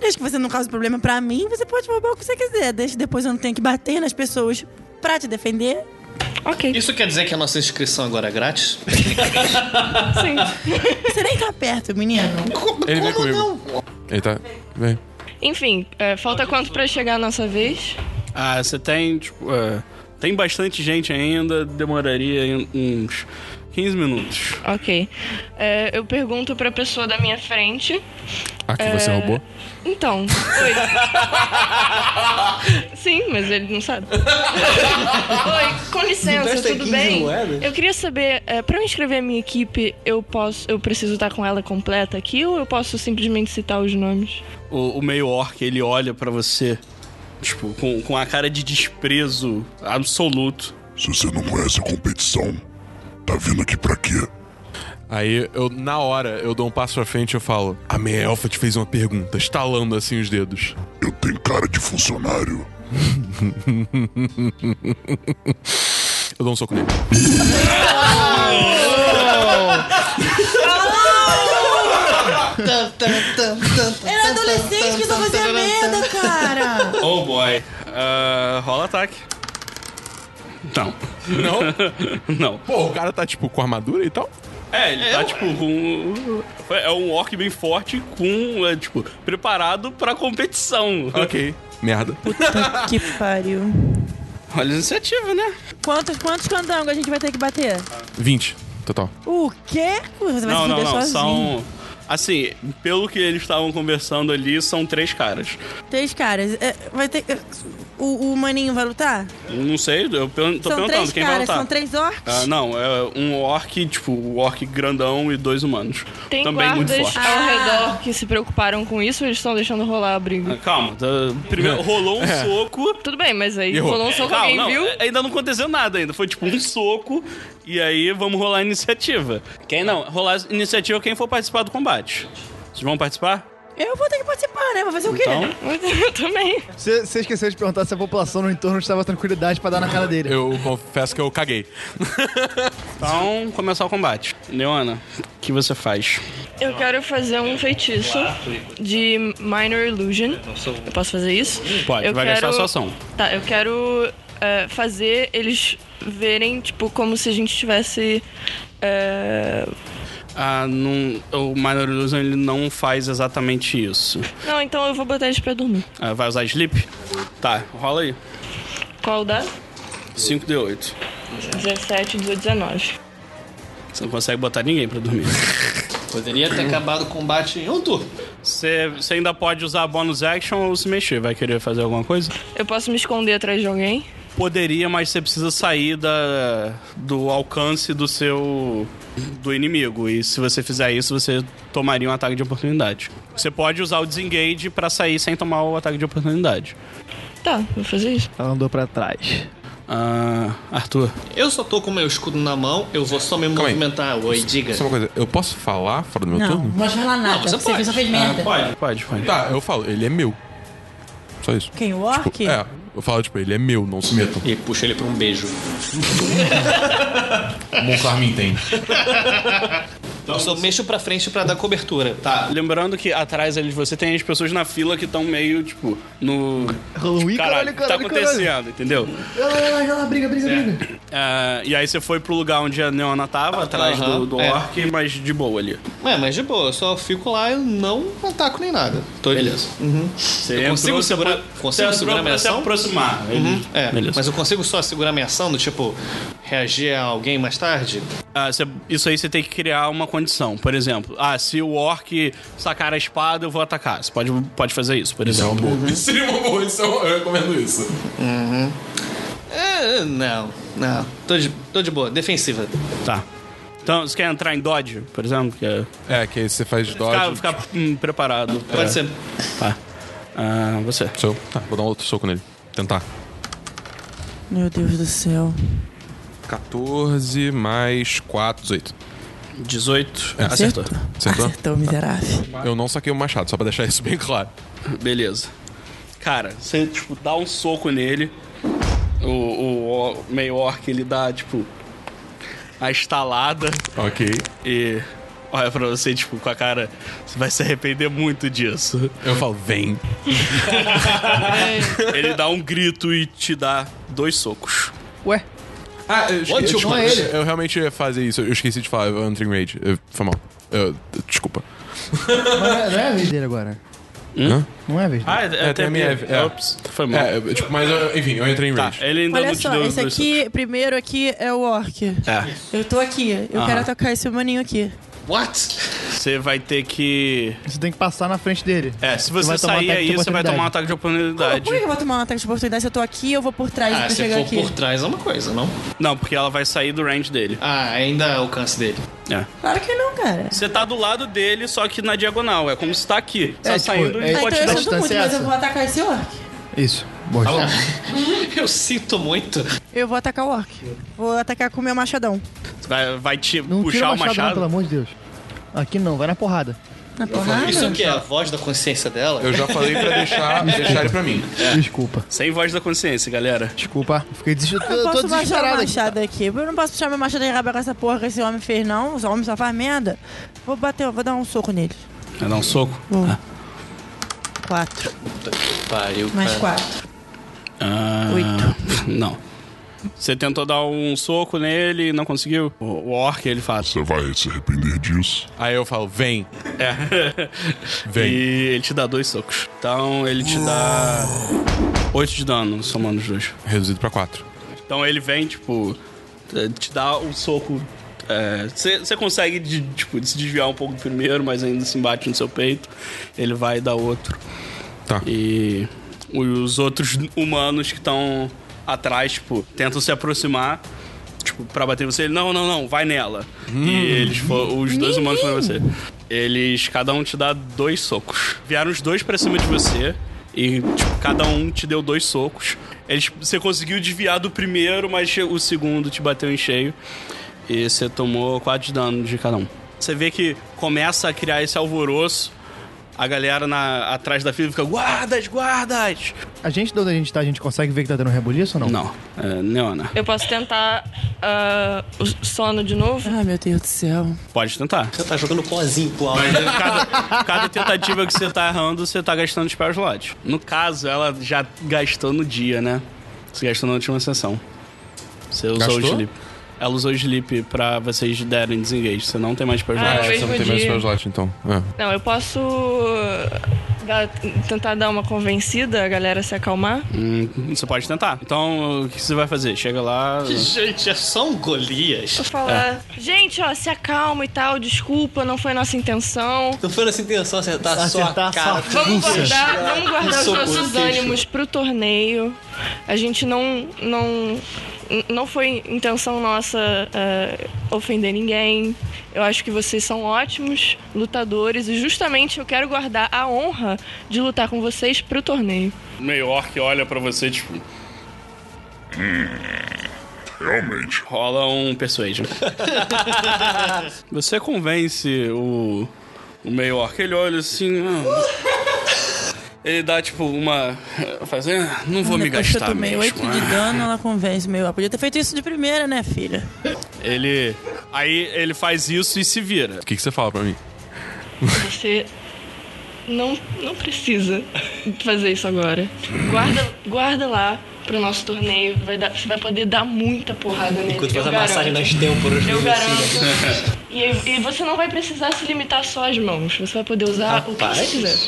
Desde que você não cause problema pra mim, você pode roubar o que você quiser. Desde que depois eu não tenha que bater nas pessoas pra te <laughs> defender. Ok. Isso quer dizer que a nossa inscrição agora é grátis? Sim. Você nem tá perto, <laughs> menino. Ele vem comigo. Ele tá. Vem. Enfim, é, falta quanto pra chegar a nossa vez? Ah, você tem, tipo, é, tem bastante gente ainda, demoraria em- uns 15 minutos. Ok. É, eu pergunto pra pessoa da minha frente. Ah, que você É, roubou? Então, oi. <laughs> Sim, mas ele não sabe. oi, com licença, Investe tudo 15 bem? moedas. Eu queria saber, é, pra eu inscrever a minha equipe, eu posso, eu preciso estar com ela completa aqui ou eu posso simplesmente citar os nomes? O, o meio orc, ele olha pra você, tipo, com, com a cara de desprezo absoluto. Se você não conhece a competição, tá vindo aqui pra quê? Aí eu, na hora, eu dou um passo pra frente e eu falo: A meia elfa te fez uma pergunta, estalando assim <laughs> os dedos. Eu tenho cara de funcionário. eu dou um soco nele. Oh. Era é adolescente que só fazia merda, cara. Oh boy. Ah, rola ataque. Não. Não? <laughs> Não. Pô, o cara tá tipo com armadura e tal? É, ele tá tipo com. É um orc bem forte com. é, tipo, preparado pra competição. Ok. Merda. Puta que pariu. Olha a iniciativa, né? Quantos, quantos candangos a gente vai ter que bater? 20 total. O quê? Você vai não, se não, fuder não. sozinho. São. Assim, pelo que eles estavam conversando ali, são três caras. Três caras. É, vai ter. é, O, o maninho vai lutar? Não sei, eu pe- tô são perguntando três quem vai caras, lutar. são três orcs. Ah, não, é um orc, tipo, um orc grandão e dois humanos. Tem Também muito guardas forte. ao redor que se preocuparam com isso, eles estão deixando rolar a briga. Ah, Calma, tá- primeiro rolou um É. soco. Tudo bem, mas aí Errou. rolou um soco, Calma, alguém não, é, viu? Ainda não aconteceu nada ainda. Foi tipo um soco e aí vamos rolar a iniciativa. Quem não? Rolar a iniciativa quem for participar do combate. Vocês vão participar? Eu vou ter que participar, né? Vou fazer o quê? Então? Eu <laughs> também. Você você esqueceu de perguntar se a população no entorno estava tranquilidade pra dar na cara dele. Eu confesso que eu caguei. Então, começar o combate. Leona, o que você faz? Eu quero fazer um feitiço de Minor Illusion. Eu posso fazer isso? Pode, eu vai quero... gastar a sua ação. Tá, eu quero é, fazer eles verem, tipo, como se a gente tivesse. é, Ah, não, o Minor Illusion ele não faz exatamente isso. Não, então eu vou botar eles pra dormir. Ah, vai usar Sleep? Tá, rola aí. Qual dá? 5D8. 17, 18, 19. Você não consegue botar ninguém pra dormir. Poderia ter acabado o combate em um turno. Você você ainda pode usar bônus action ou se mexer. Vai querer fazer alguma coisa? Eu posso me esconder atrás de alguém? Poderia, mas você precisa sair da, do alcance do seu. do inimigo. E se você fizer isso, você tomaria um ataque de oportunidade. Você pode usar o disengage pra sair sem tomar o ataque de oportunidade. Tá, vou fazer isso. Ela andou pra trás. Ah, Arthur. Eu só tô com meu escudo na mão, eu vou só me Calma aí. movimentar. Oi, diga. Só uma coisa, eu posso falar fora do meu Não, turno? não pode falar nada, Não, você você pode. só fez merda. pode, pode, pode. Tá, eu falo, ele é meu. Só isso. Quem, o <laughs> orc? Tipo, é, eu falo, tipo, ele é meu, não se metam. E puxa ele pra um beijo. Moncar me entende. Então, eu só mexo pra frente pra dar cobertura. Tá, lembrando que atrás ali de você tem as pessoas na fila que estão meio, tipo, no. Halloween, caralho, Caralho, o que tá caralho, caralho. acontecendo, entendeu? Vai lá, vai lá, vai lá, briga, briga, briga. Ah, e aí você foi pro lugar onde a Neona tava, atrás Ah, Aham, do, do é. orc, mas de boa ali. É, mas de boa, eu só fico lá e não ataco nem nada. Tô Beleza. Uhum. Você Eu consigo entrou, segurar, você pode- consigo você segurar entrou minha pra se ação? aproximar. né? Uhum. É, Beleza. mas eu consigo só segurar minha ação, do tipo, reagir a alguém mais tarde? Ah, você- isso aí você tem que criar uma condição. Por exemplo, ah, se o orc sacar a espada, eu vou atacar. Você pode, pode fazer isso, por Isso é uma exemplo. boa. Isso <laughs> seria uma boa, isso é uma- eu recomendo isso. Uhum. É, não, não. Tô de, tô de boa, defensiva. Tá. Então, você quer entrar em dodge, por exemplo? Que é... É, que aí você faz Ficar, dodge. ficar, hum, preparado. Pode É. ser. Tá. Ah, você. Sou eu. Tá, vou dar um outro soco nele. Tentar. Meu Deus do céu. 14 mais 4, 18. 18. É, acertou. Acertou, Acertou? miserável. Eu não saquei o machado, só pra deixar isso bem claro. Beleza. Cara, você, tipo, dá um soco nele. O, o, o meio orc, ele dá, tipo, a estalada. Ok. E olha pra você, tipo, com a cara... Você vai se arrepender muito disso. Eu falo, <laughs> vem. ele dá um grito e te dá dois socos. Ué? Ah, eu Onde desculpa, chamou ele? Eu realmente ia fazer isso. Eu esqueci de falar, eu entrei em rage. Eu- Foi mal. Eu- desculpa. Mas não é- não é a vez dele agora. Hã? Não é a vez dele. Ah, é, até a minha... é. Ops, foi mal. É, eu- tipo, mas eu- enfim, eu entrei em rage. Tá, ele ainda Olha não te só, deu esse dois aqui, primeiro aqui é o orc. É. Ah. Eu tô aqui, eu Aham. quero atacar esse maninho aqui. What? Você vai ter que... Você tem que passar na frente dele. É, se vai tomar você sair ataque de aí, você vai tomar oportunidade. um ataque de oportunidade. Como é que eu vou tomar um ataque de oportunidade se eu tô aqui eu vou por trás Ah, pra se chegar for aqui? por trás é uma coisa, não? Não, porque ela vai sair do range dele. Ah, ainda é o alcance dele. É. Claro que não, cara. Você tá do lado dele, só que na diagonal. É como se tá aqui. Você É, tá tipo, saindo é- e Ah, pode então eu dar. sinto muito, distância é mas essa? Tá Ah, <laughs> eu vou atacar esse orc. Isso. Boa. Eu sinto muito. Eu vou atacar o orc. Vou atacar com o meu machadão. Tu Vai, vai te Não tira puxar não, o machado. pelo amor de Deus. Aqui não, vai na porrada. Na Isso aqui é a voz da consciência dela? É. Eu já falei pra <laughs> deixar- deixar ele pra mim. Desculpa. Sem voz da consciência, galera. Desculpa. Fiquei Eu desesperado. não Eu tô posso baixar o desesperado aqui. machado aqui. Eu não posso puxar meu machado e rabar com essa porra que esse homem fez, não. Os homens só fazem merda. Vou bater, vou dar um soco nele. Vai dar um soco? Hum. Quatro. Pariu, Mais É. cara. quatro. Ah, <laughs> Não. Você tentou dar um soco nele e não conseguiu? O, o orc, ele fala. Você vai se arrepender disso. Aí eu falo, vem. <laughs> É. Vem. E ele te dá dois socos. Então ele te dá. Tá. Oito de dano, somando os dois. Reduzido pra quatro. Então ele vem, tipo, te dá um soco. Você consegue de- tipo, se desviar um pouco do primeiro, mas ainda se embate no seu peito. Ele vai dar outro. Tá. E os outros humanos que estão atrás, tipo, tentam se aproximar. Tipo, pra bater em você, ele, não, não, não, vai nela. E eles fo- os dois humanos foram em você. Eles, cada um te dá dois socos. Vieram os dois pra cima de você. E, tipo, cada um te deu dois socos. Eles, você conseguiu desviar do primeiro, mas o segundo te bateu em cheio. E você tomou quatro de dano de cada um. Você vê que começa a criar esse alvoroço. A galera na- atrás da fila fica, guardas, guardas! A gente, de onde a gente tá, a gente consegue ver que tá dando rebuliço ou não? Não. É, Neona. Eu posso tentar ah, o sono de novo? Ah, meu Deus do céu. Pode tentar. Você tá jogando pozinho pro alto. Cada, cada tentativa que você tá errando, você tá gastando spell slot. No caso, ela já gastou no dia, né? Você gastou na última sessão. Você usou Gastou? o sleep. Ela usou o sleep pra vocês derem desengage. Você não tem mais spell Ah, slot. é o você mesmo dia. slot, então. É. Não, eu posso eh, dar- tentar dar uma convencida, a galera se acalmar. Hum, você pode tentar. Então, o que você vai fazer? Chega lá. Gente, é só um Golias. Vou <laughs> falar, gente, ó, se acalma e tal, desculpa, não foi nossa intenção. Não foi nessa intenção acertar, Acertar assim, só a cara. Vamos guardar, Tira vamos guardar os soco nossos no queixo. ânimos pro torneio. A gente não. não não foi intenção nossa eh, ofender ninguém. Eu acho que vocês são ótimos lutadores e justamente eu quero guardar a honra de lutar com vocês pro torneio. Meio orc olha pra você, tipo. realmente. Rola um persuasion. você convence o, o meio orc. Ele olha assim. ah, ele dá tipo uma. Fazendo. Não vou me Depois que gastar eu tomei mesmo. <laughs> oito de ah." dano, ela convence meu. Ela podia ter feito isso de primeira, né, filha? Ele. Aí ele faz isso e se vira. O que, que você fala <laughs> pra mim? Você não, não precisa fazer isso agora. Guarda, guarda lá pro nosso torneio. Vai dar- você vai poder dar muita porrada nele. Enquanto faz eu a massagem garanto. nas têmporas. Eu do garanto. Messias. E, e você não vai precisar se limitar só às mãos. Você vai poder usar o que você Rapaz. quiser.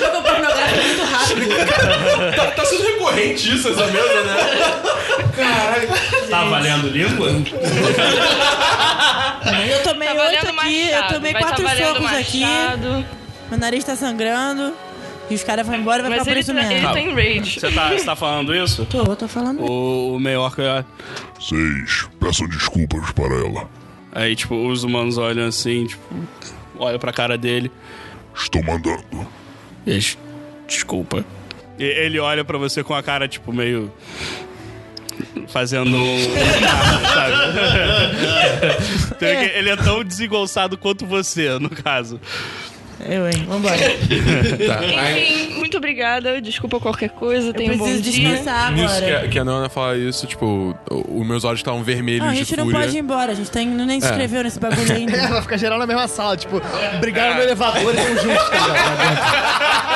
Jogou pornográfico muito rápido. tá, tá sendo recorrente isso, essa mesa, né? Caralho. Tá valendo língua? Eu tomei Tá valendo oito aqui, machado, eu tomei vai tá quatro valendo socos machado. aqui. Meu nariz tá sangrando. E os caras vão embora, vai Mas ficar por ele isso tá- mesmo. ele tá em rage. Você tá, você tá falando isso? Tô, tô falando. O, o meio orc olha. Vocês peçam desculpas para ela. Aí, tipo, os humanos olham assim, tipo, olham pra cara dele. Estou mandando. Eles, desculpa. E ele olha pra você com a cara, tipo, meio. Fazendo um. <laughs> <laughs> sabe? Então, é que Ele é tão desengonçado quanto você, no caso. Tá. Eu, hein? <laughs> Vambora. Enfim, muito obrigada. Desculpa qualquer coisa. Tenha um bom preciso dia. descansar Nisso que agora. a, que a Nana fala isso, tipo, o- os meus olhos estavam vermelhos Não, Ah, a de gente não fúria. pode ir embora, a gente tá indo, nem se É. inscreveu <laughs> nesse bagulho ainda. É, vai ficar geral na mesma sala, tipo, brigaram no elevador e vão juntos, tá ligado?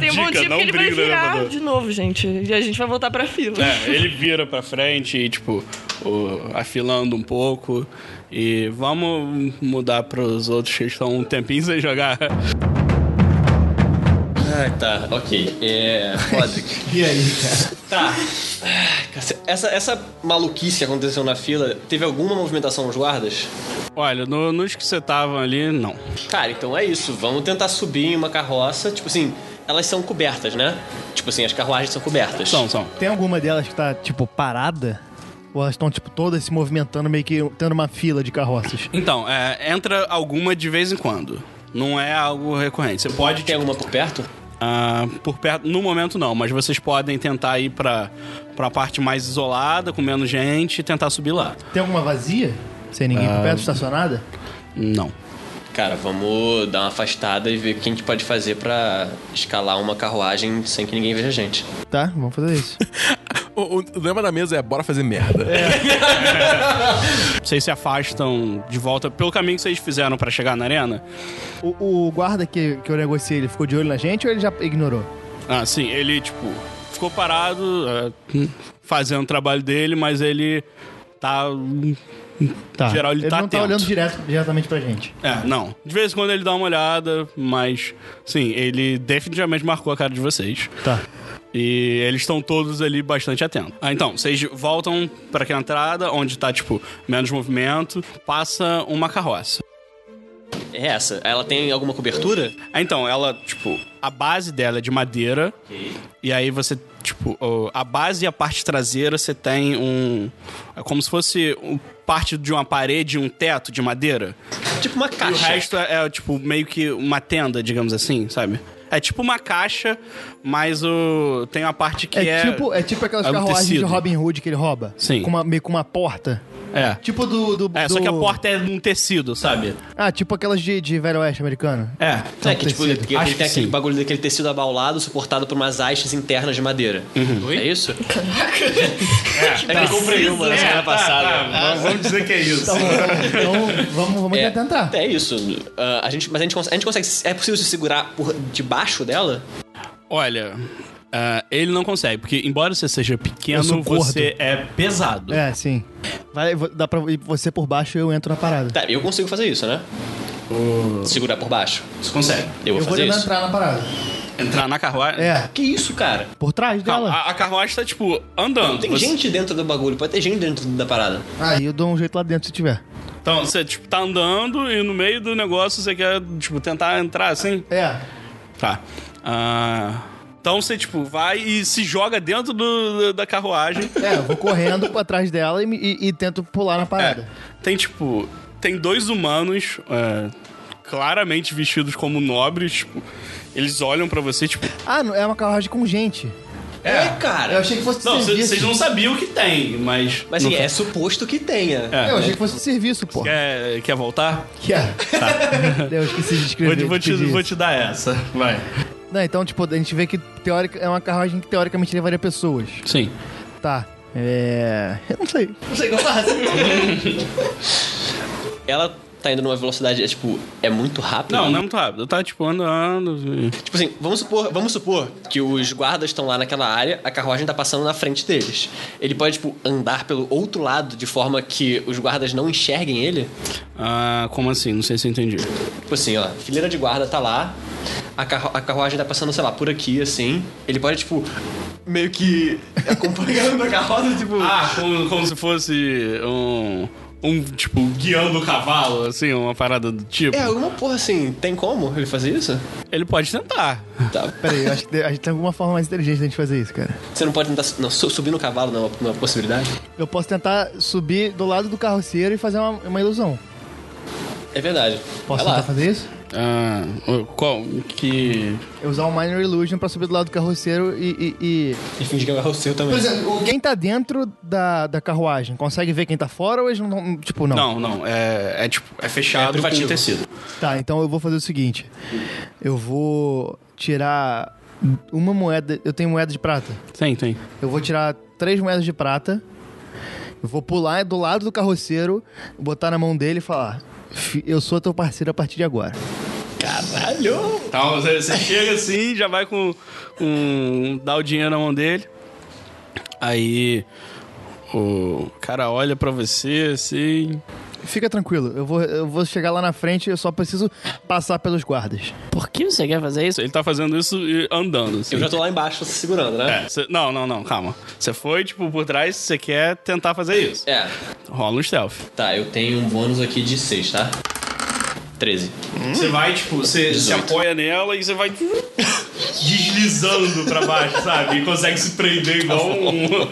Tenha um bom Dica, dia, não porque ele vai briga no virar elevador. de novo, gente. E a gente vai voltar pra fila. É, ele vira pra frente e, tipo, o- afilando um pouco. E vamos mudar pros outros que estão um tempinho sem jogar. Ah, tá, ok. É. Roderick. E aí, cara? Tá. Ah, cacete. Essa, essa maluquice que aconteceu na fila, teve alguma movimentação nos guardas? Olha, no- nos que você tava ali, não. Cara, então é isso. Vamos tentar subir em uma carroça. Tipo assim, elas são cobertas, né? Tipo assim, as carruagens são cobertas. São, são. Tem alguma delas que tá, tipo, parada? Ou elas estão, tipo, todas se movimentando, meio que tendo uma fila de carroças? Então, é, entra alguma de vez em quando. Não é algo recorrente. Você pode. Tem alguma por perto? por perto, no momento não, mas vocês podem tentar ir pra, pra parte mais isolada, com menos gente, e tentar subir lá. Tem alguma vazia? Sem ninguém por Ah. perto, estacionada? Não. Cara, vamos dar uma afastada e ver o que a gente pode fazer pra escalar uma carruagem sem que ninguém veja a gente. Tá, vamos fazer isso. O, o lema da mesa é bora fazer merda. É. <laughs> Vocês se afastam de volta pelo caminho que vocês fizeram pra chegar na arena. O, o guarda que, que eu negociei, ele ficou de olho na gente ou ele já ignorou? Ah, sim, ele, tipo, ficou parado, é, fazendo o trabalho dele, mas ele tá. Tá. Geral, ele, ele tá não tá atento. olhando direto, diretamente pra gente. É, não. De vez em quando ele dá uma olhada, mas sim, ele definitivamente marcou a cara de vocês. Tá. E eles estão todos ali bastante atentos. Ah, então, vocês voltam para aquela entrada, onde tá, tipo, menos movimento, passa uma carroça. É essa. Ela tem alguma cobertura? Ah, então, ela, tipo, a base dela é de madeira. E aí você, tipo, o- a base e a parte traseira você tem um. É como se fosse um- parte de uma parede e um teto de madeira. Tipo uma caixa. E o resto é, é, tipo, meio que uma tenda, digamos assim, sabe? É tipo uma caixa, mas o. Tem uma parte que é. é, tipo, é tipo aquelas é um carruagens de tecido. Robin Hood que ele rouba. Sim. Com uma, meio com uma porta. É. Tipo do. do É, só que a do- porta é um tecido, sabe? Ah, tipo aquelas de, de Velho Oeste americano. É. É, que tipo, Tecido. que ele Acho que tem aquele sim. bagulho daquele tecido abaulado suportado por umas hastes internas de madeira. Uhum. É isso? É, que eu comprei uma na tá, É, semana passada. tá, Vamos dizer que é isso. Tá então, vamos, vamos é, tentar. É isso. Ah, a gente, mas a gente, cons- a gente consegue. É possível se segurar por debaixo dela? Olha, ah, ele não consegue, porque embora você seja Eu pequeno, sou gordo. você é pesado. É, sim. Vai, vo- dá pra ir você por baixo e eu entro na parada. Tá, eu consigo fazer isso, né? Segurar por baixo. Você consegue. eu Eu vou vou fazer tentar isso. entrar na parada. Entrar na carruagem? É. Que isso, cara? Por trás Calma, a, a carruagem tá, tipo, andando. Não, tem Você- gente dentro do bagulho, pode ter gente dentro da parada. Aí eu dou um jeito lá dentro se tiver. Então, você, tipo, tá andando e no meio do negócio você quer, tipo, tentar entrar assim? É. Tá. Ah, então você, tipo, vai e se joga dentro do- da carruagem. É, eu vou correndo pra trás dela e, me- e- e tento pular na É. parada. Tem, tipo, tem dois humanos é, claramente vestidos como nobres, tipo, eles olham pra você, tipo, Ah, não, é uma carruagem com gente. É, cara. Eu achei que fosse Não, serviço. cê- vocês não sabiam o que tem, mas. Mas assim, é suposto que tenha. É. eu achei que fosse de serviço, pô. Quer, <laughs> quer voltar? Quer. Tá. Eu esqueci de escrever. Vou te- vou de te- pedir vou isso. te dar essa. Vai. Não, então, tipo, a gente vê que teórica, é uma carruagem que teoricamente levaria pessoas. Sim. Tá. É. Eu não sei. Não sei o que eu faço. Ela tá indo numa velocidade, é, tipo, é muito rápida. Não, não é muito rápido. Tá, tipo, andando. Tipo assim, vamos supor, vamos supor que os guardas estão lá naquela área, a carruagem tá passando na frente deles. Ele pode, tipo, andar pelo outro lado de forma que os guardas não enxerguem ele? Ah, como assim? Não sei se eu entendi. Tipo assim, ó, fileira de guarda tá lá, a, carru- a carruagem tá passando, sei lá, por aqui, assim. Ele pode, tipo, meio <laughs> que acompanhando a carroça, tipo. Ah, como, como se fosse um. Um, tipo, guiando o cavalo, assim, uma parada do tipo. É, alguma porra assim, tem como ele fazer isso? Ele pode tentar. Tá. Peraí, eu acho que a gente tem alguma forma mais inteligente da gente fazer isso, cara. Você não pode tentar. su- Não, su- subir no cavalo não é uma- uma possibilidade? Eu posso tentar subir do lado do carroceiro e fazer uma, uma ilusão. É verdade. Posso Vai tentar lá. fazer isso? Ah, qual? Que. Eu usar o Minor Illusion pra subir do lado do carroceiro e. e, e... E fingir que é o seu também. Por exemplo, quem tá dentro da, da carruagem consegue ver quem tá fora ou eles não. não- Tipo, não. Não, não. É, é tipo, é fechado com privativo. tecido. Tá, então eu vou fazer o seguinte: eu vou tirar uma moeda. Eu tenho moeda de prata. Tem, tem. Eu vou tirar três moedas de prata. Eu vou pular do lado do carroceiro, botar na mão dele e falar: "Fi- Eu sou teu parceiro a partir de agora. Caralho! Então você, você chega assim, já vai com, com. dá o dinheiro na mão dele. Aí o cara olha pra você assim. Fica tranquilo, eu vou, eu vou chegar lá na frente, eu só preciso passar pelos guardas. Por que você quer fazer isso? Ele tá fazendo isso e andando. Assim. Eu já tô lá embaixo se segurando, É, né? você- não, não, não, calma. Você foi, tipo, por trás, você quer tentar fazer isso. É. Rola um stealth. Tá, eu tenho um bônus aqui de 6, tá? 13. Você Hum? vai, tipo, você se 18. apoia nela e você vai. deslizando pra baixo, sabe? E consegue se prender igual <laughs> um.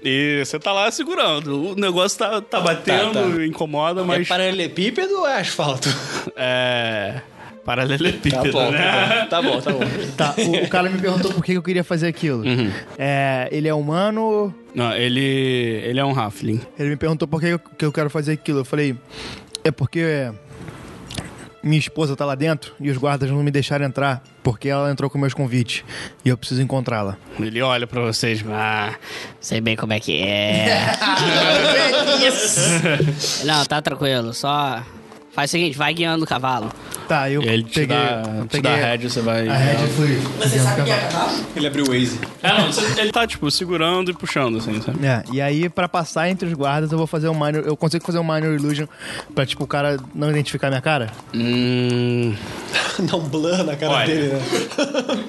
e você tá lá segurando. O negócio tá, tá batendo, Tá, tá. incomoda, mas. É paralelepípedo ou é asfalto? É. Paralelepípedo, Tá bom, né? tá bom, tá bom. Tá, o, o cara me perguntou por que eu queria fazer aquilo. Uhum. Hum. É, ele é humano. Não, ele, ele é um halfling. Ele me perguntou por que eu, que eu quero fazer aquilo. Eu falei, é porque minha esposa tá lá dentro e os guardas não me deixaram entrar porque ela entrou com meus convites e eu preciso encontrá-la. Ele olha pra vocês, ah, sei bem como é que <laughs> é. <laughs> Não, tá tranquilo, só faz o seguinte, vai guiando o cavalo. Tá, eu Ele te dá, te dá a rédea, você vai. A É, rédea foi. Você sabe que é Ele abriu o Waze. Ah, não, você- ele tá, tipo, segurando e puxando, assim, sabe? É, e aí, pra passar entre os guardas, eu vou fazer um minor. Eu consigo fazer um minor illusion pra, tipo, o cara não identificar minha cara? <laughs> Hum. Dá um blur na cara Olha. dele, né?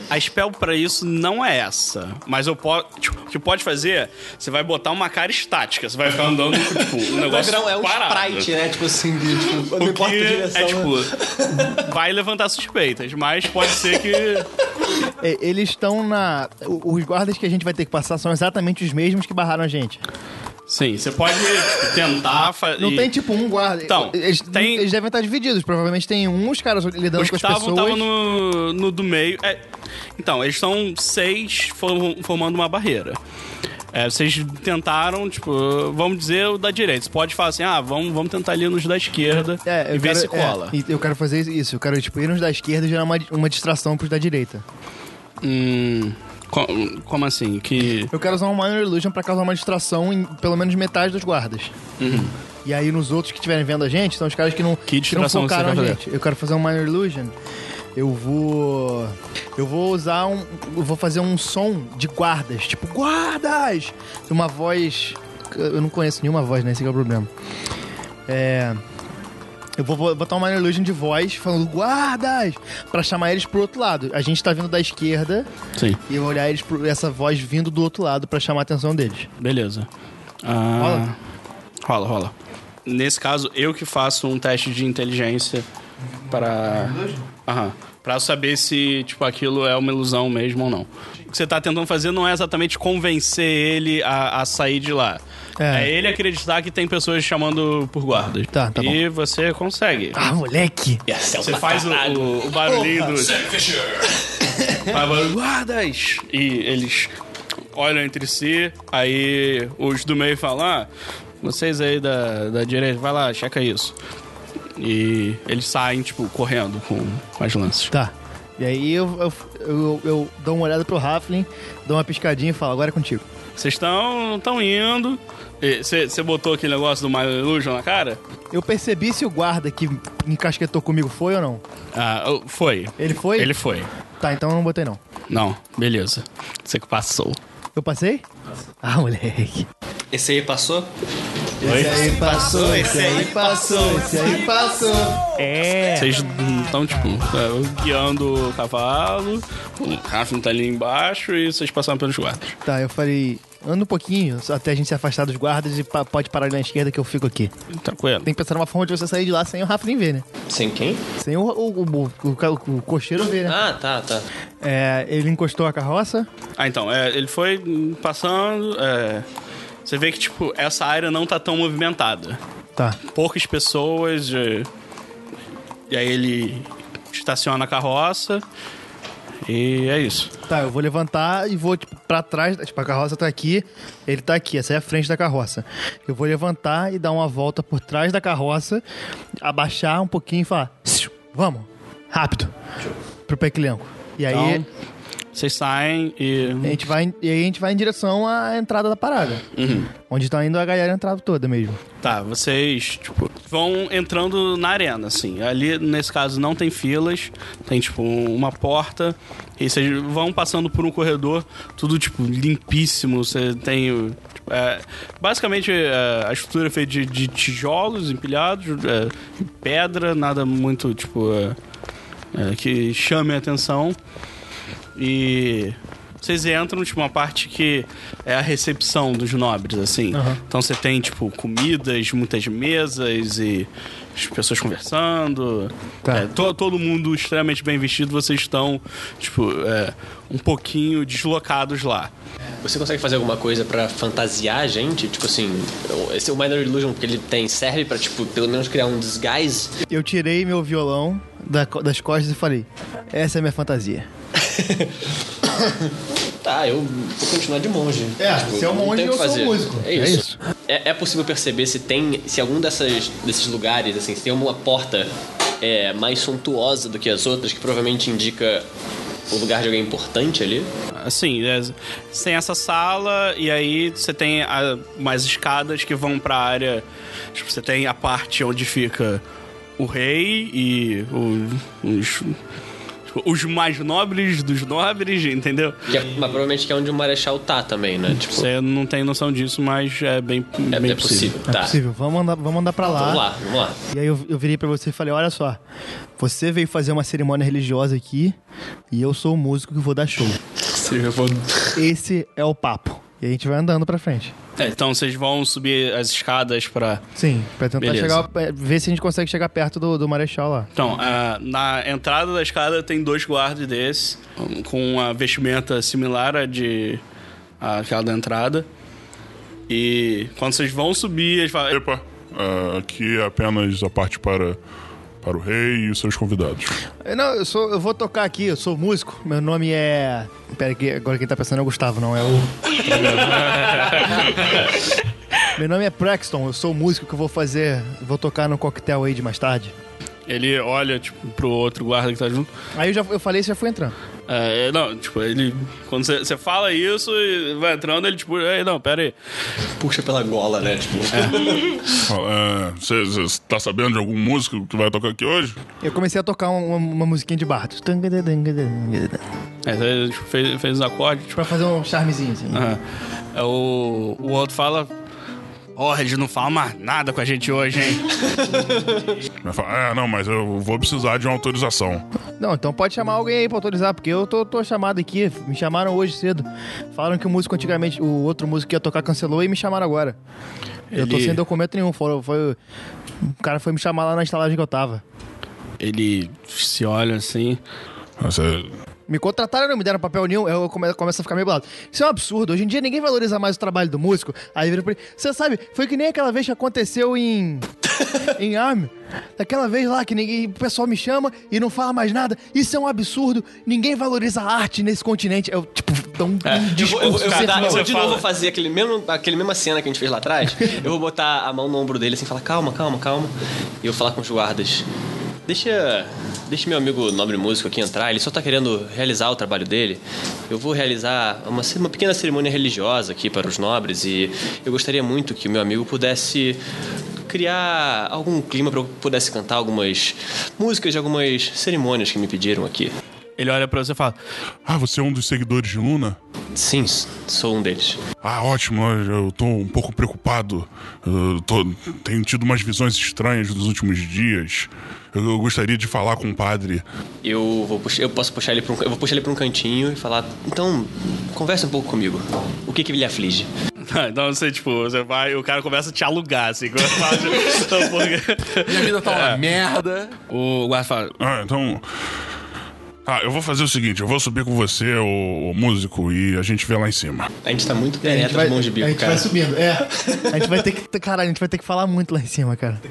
A spell pra isso não é essa. Mas eu posso. Tipo, o que pode fazer, você vai botar uma cara estática. Você vai ficar andando, tipo, um <laughs> Vai negócio. virar um- é um parado. sprite, né? Tipo assim, de, tipo, não O importa a que direção. é né? tipo, <laughs> vai levantar suspeitas, mas pode ser que. É, Eles estão na. o- Os guardas que a gente vai ter que passar são exatamente os mesmos que barraram a gente. Sim, você pode tipo, tentar fazer. Não tem tipo um guarda. Então, eles, tem- eles devem estar divididos. Provavelmente tem uns caras lidando Os com que as pessoas. estavam estavam no, no do meio. É, então, eles são seis form- formando uma barreira. É, vocês tentaram, tipo, vamos dizer o da direita. Você pode falar assim, ah, vamos, vamos tentar ali nos da esquerda É, eu e ver quero- se cola. é, e eu quero fazer isso. Eu quero tipo, ir nos da esquerda e gerar uma, uma distração pros da direita. Hum, co- como, assim? Que. Eu quero usar um Minor Illusion pra causar uma distração em pelo menos metade dos guardas. Uhum. E aí nos outros que estiverem vendo a gente, são os caras que não, que não distração focaram você quer a fazer? gente. Eu quero fazer um Minor Illusion. Eu vou. Eu vou usar um. Eu vou fazer um som de guardas. Tipo, guardas! Uma voz. Eu não conheço nenhuma voz, né? Esse que é o problema. É. Eu vou vou botar uma illusion de voz falando guardas pra chamar eles pro outro lado. A gente tá vindo da esquerda. Sim. E eu vou olhar eles pro, essa voz vindo do outro lado pra chamar a atenção deles. Beleza. Ah, Rola? Rola, rola. Nesse caso, eu que faço um teste de inteligência para. Aham. Pra saber se, tipo, aquilo é uma ilusão mesmo ou não. O que você tá tentando fazer não é exatamente convencer ele a, a sair de lá. É. ele acreditar que tem pessoas chamando por guardas. Tá, tá bom. E você consegue. Ah, moleque! Você faz o, o, o barulhinho do. <laughs> Faz barulho, guardas! E eles olham entre si, aí os do meio falam: ah, vocês aí da, da direita, vai lá, checa isso. E eles saem, tipo, correndo com, com as lanças. Tá. E aí eu, eu, eu, eu dou uma olhada pro Raflin, dou uma piscadinha e falo, agora é contigo. Vocês estão tão indo. Você botou aquele negócio do Mario Illusion na cara? Eu percebi se o guarda que encasquetou comigo foi ou não. Ah, foi. Ele foi? Ele foi. Tá, então eu não botei não. Não, beleza. Você que passou. Eu passei? Ah, moleque. Esse aí passou? Oi? aí passou, esse aí passou, esse aí passou. É. Vocês estão, tipo, é, guiando o cavalo, o Rafa tá ali embaixo e vocês passaram pelos guardas. Tá, eu falei, anda um pouquinho até a gente se afastar dos guardas e pa- pode parar ali na esquerda que eu fico aqui. Tranquilo. Tem que pensar numa forma de você sair de lá sem o Raflin ver, né? Sem quem? Sem o, o, o, o, ca- o cocheiro ver, né? Ah, tá, tá. É, ele encostou a carroça. Ah, então, é, ele foi hum, passando. é, você vê que, tipo, essa área não tá tão movimentada. Tá. Poucas pessoas. é, e aí ele estaciona a carroça. E é isso. Tá, eu vou levantar e vou, tipo, pra trás. Tipo, a carroça tá aqui, ele tá aqui, essa é a frente da carroça. Eu vou levantar e dar uma volta por trás da carroça, abaixar um pouquinho e falar: "Siu, Vamos, rápido, pro Pequilenco. E aí, Então, vocês saem e. a gente vai, em- e aí a gente vai em direção à entrada da parada. Uhum. Onde tá indo a galera entrada toda mesmo. Tá, vocês, tipo, vão entrando na arena, assim. Ali, nesse caso, não tem filas, tem, tipo, uma porta. E vocês vão passando por um corredor, tudo, tipo, limpíssimo. Você tem. tipo, é, basicamente, é, a estrutura é feita de, de tijolos empilhados, é, e pedra, nada muito, tipo, é, é, que chame a atenção. E. Vocês entram, tipo, uma parte que é a recepção dos nobres, assim. Aham. Então você tem, tipo, comidas, muitas mesas e, as pessoas conversando. É, to- todo mundo extremamente bem vestido, vocês estão, tipo, é, um pouquinho deslocados lá. Você consegue fazer alguma coisa pra fantasiar a gente? Tipo assim, esse é o Minor Illusion que ele tem serve pra, tipo, pelo menos criar um disguise? Eu tirei meu violão da co- das costas e falei: essa é minha fantasia. Tá, eu vou continuar de monge. Tipo, É, você é um não monge tem o e que eu sou fazer. um músico. É É isso. isso. É, é possível perceber se tem. Se algum dessas, desses lugares, assim, se tem alguma porta é, mais suntuosa do que as outras, que provavelmente indica o lugar de alguém importante ali. Assim, é, você tem essa sala e aí você tem a, umas escadas que vão pra área. Tipo, você tem a parte onde fica o rei e o- os, tipo, os mais nobres dos nobres, entendeu? Que é- mas provavelmente que é onde o Marechal tá também, né? Tipo, Você não tem noção disso, mas é bem, é, bem é possível. É possível, vamos andar, vamos andar pra lá. Vamos lá, vamos lá. E aí eu, eu virei pra você e falei: olha só, você veio fazer uma cerimônia religiosa aqui e eu sou o músico que vou dar show. Esse é o papo. E a gente vai andando pra frente. É, então vocês vão subir as escadas pra. Sim, pra tentar Beleza. chegar, é, ver se a gente consegue chegar perto do, do Marechal lá. Então, ah, na entrada da escada tem dois guardas desses, um com uma vestimenta similar à de aquela da entrada. E quando vocês vão subir, eles falam. Epa. Ah, aqui é apenas a parte para, para o rei e os seus convidados. Eu É, Não, eu sou, eu vou tocar aqui, eu sou músico. Meu nome é. Pera que agora quem tá pensando é o Gustavo, não é <laughs> <laughs> o. Meu nome é Prexton, eu sou músico que eu vou fazer. Vou tocar no coquetel aí de mais tarde. Ele olha, tipo, pro outro guarda que tá junto. Aí eu já eu falei e já fui entrando. Ah, é, não, tipo, ele. Quando você você fala isso e vai entrando, ele, tipo, "Ei, não, pera aí. Puxa pela gola, né? Tipo. Você tá sabendo de algum músico que vai tocar aqui hoje? Eu comecei a tocar um, uma, uma musiquinha de bardo. É, ele, tipo, fez, fez os acordes, Pra fazer um charmezinho, assim. Ah, é, o, o outro fala. Ó, eles não falam mais nada com a gente hoje, hein? Vai falar, é, não, mas eu vou precisar de uma autorização. Não, então pode chamar alguém aí pra autorizar, porque eu tô, tô chamado aqui. Me chamaram hoje cedo. Falaram que o músico antigamente, o outro músico que ia tocar cancelou e me chamaram agora. Eu tô Ele- sem documento nenhum. Foi, foi- o cara foi me chamar lá na estalagem que eu tava. Ele se olha assim. Me contrataram, não me deram papel nenhum, eu come- começo a ficar meio bolado. Isso é um absurdo. Hoje em dia ninguém valoriza mais o trabalho do músico. Aí vira pra ele. Você sabe, foi que nem aquela vez que aconteceu em. <laughs> em Arm. Daquela vez lá que ninguém, o pessoal me chama e não fala mais nada. Isso é um absurdo. Ninguém valoriza a arte nesse continente. Eu, tipo, dou um, É. um Eu vou, eu vou- discurso. eu vou dar- eu vou de fala. novo fazer aquele mesmo, aquele mesma cena que a gente fez lá atrás. eu vou botar a mão no ombro dele assim, e falar calma, calma, calma. E eu vou falar com os guardas. Deixa, deixa meu amigo nobre músico aqui entrar. Ele só tá querendo realizar o trabalho dele. Eu vou realizar uma, ce- uma pequena cerimônia religiosa aqui para os nobres e eu gostaria muito que o meu amigo pudesse criar algum clima para eu pudesse cantar algumas músicas de algumas cerimônias que me pediram aqui. Ele olha pra você e fala: Ah, você é um dos seguidores de Luna? Sim, sou um deles. Ah, ótimo, eu tô um pouco preocupado. Eu tô- tenho tido umas visões estranhas nos últimos dias. Eu, eu gostaria de falar com o padre. Eu vou puxar, eu posso puxar ele para um, eu vou puxar ele para um cantinho e falar, então conversa um pouco comigo. O que que ele aflige? <laughs> Ah, Então você, tipo, você vai, o cara começa a te alugar, assim. Quando fala <laughs> de hambúrguer. Minha vida tá uma merda. O guarda fala. Ah, então. Ah, eu vou fazer o seguinte: eu vou subir com você, o, o músico, e a gente vê lá em cima. A gente tá muito É, a gente vai, a gente vai subindo, é. A gente vai ter que. Caralho, a gente vai ter que falar muito lá em cima, cara.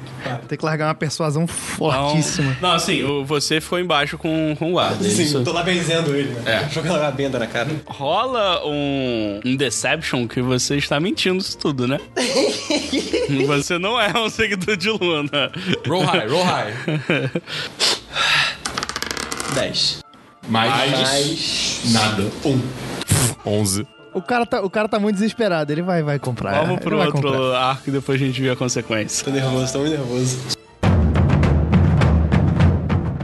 Tem que largar uma persuasão fortíssima. Não, assim, o- você ficou embaixo com, com o guarda. isso. lá benzendo ele, né? Jogando uma benda na cara. Rola um, um Deception que você está mentindo isso <laughs> tudo, né? você não é um seguidor de Luna. Roll high, roll high. 10. Mais, nada. Um. 11. O cara, tá, o cara tá muito desesperado, ele vai, vai comprar. Vamos ele pro é vai outro comprar. arco e depois a gente vê a consequência. Tô nervoso, tô muito nervoso.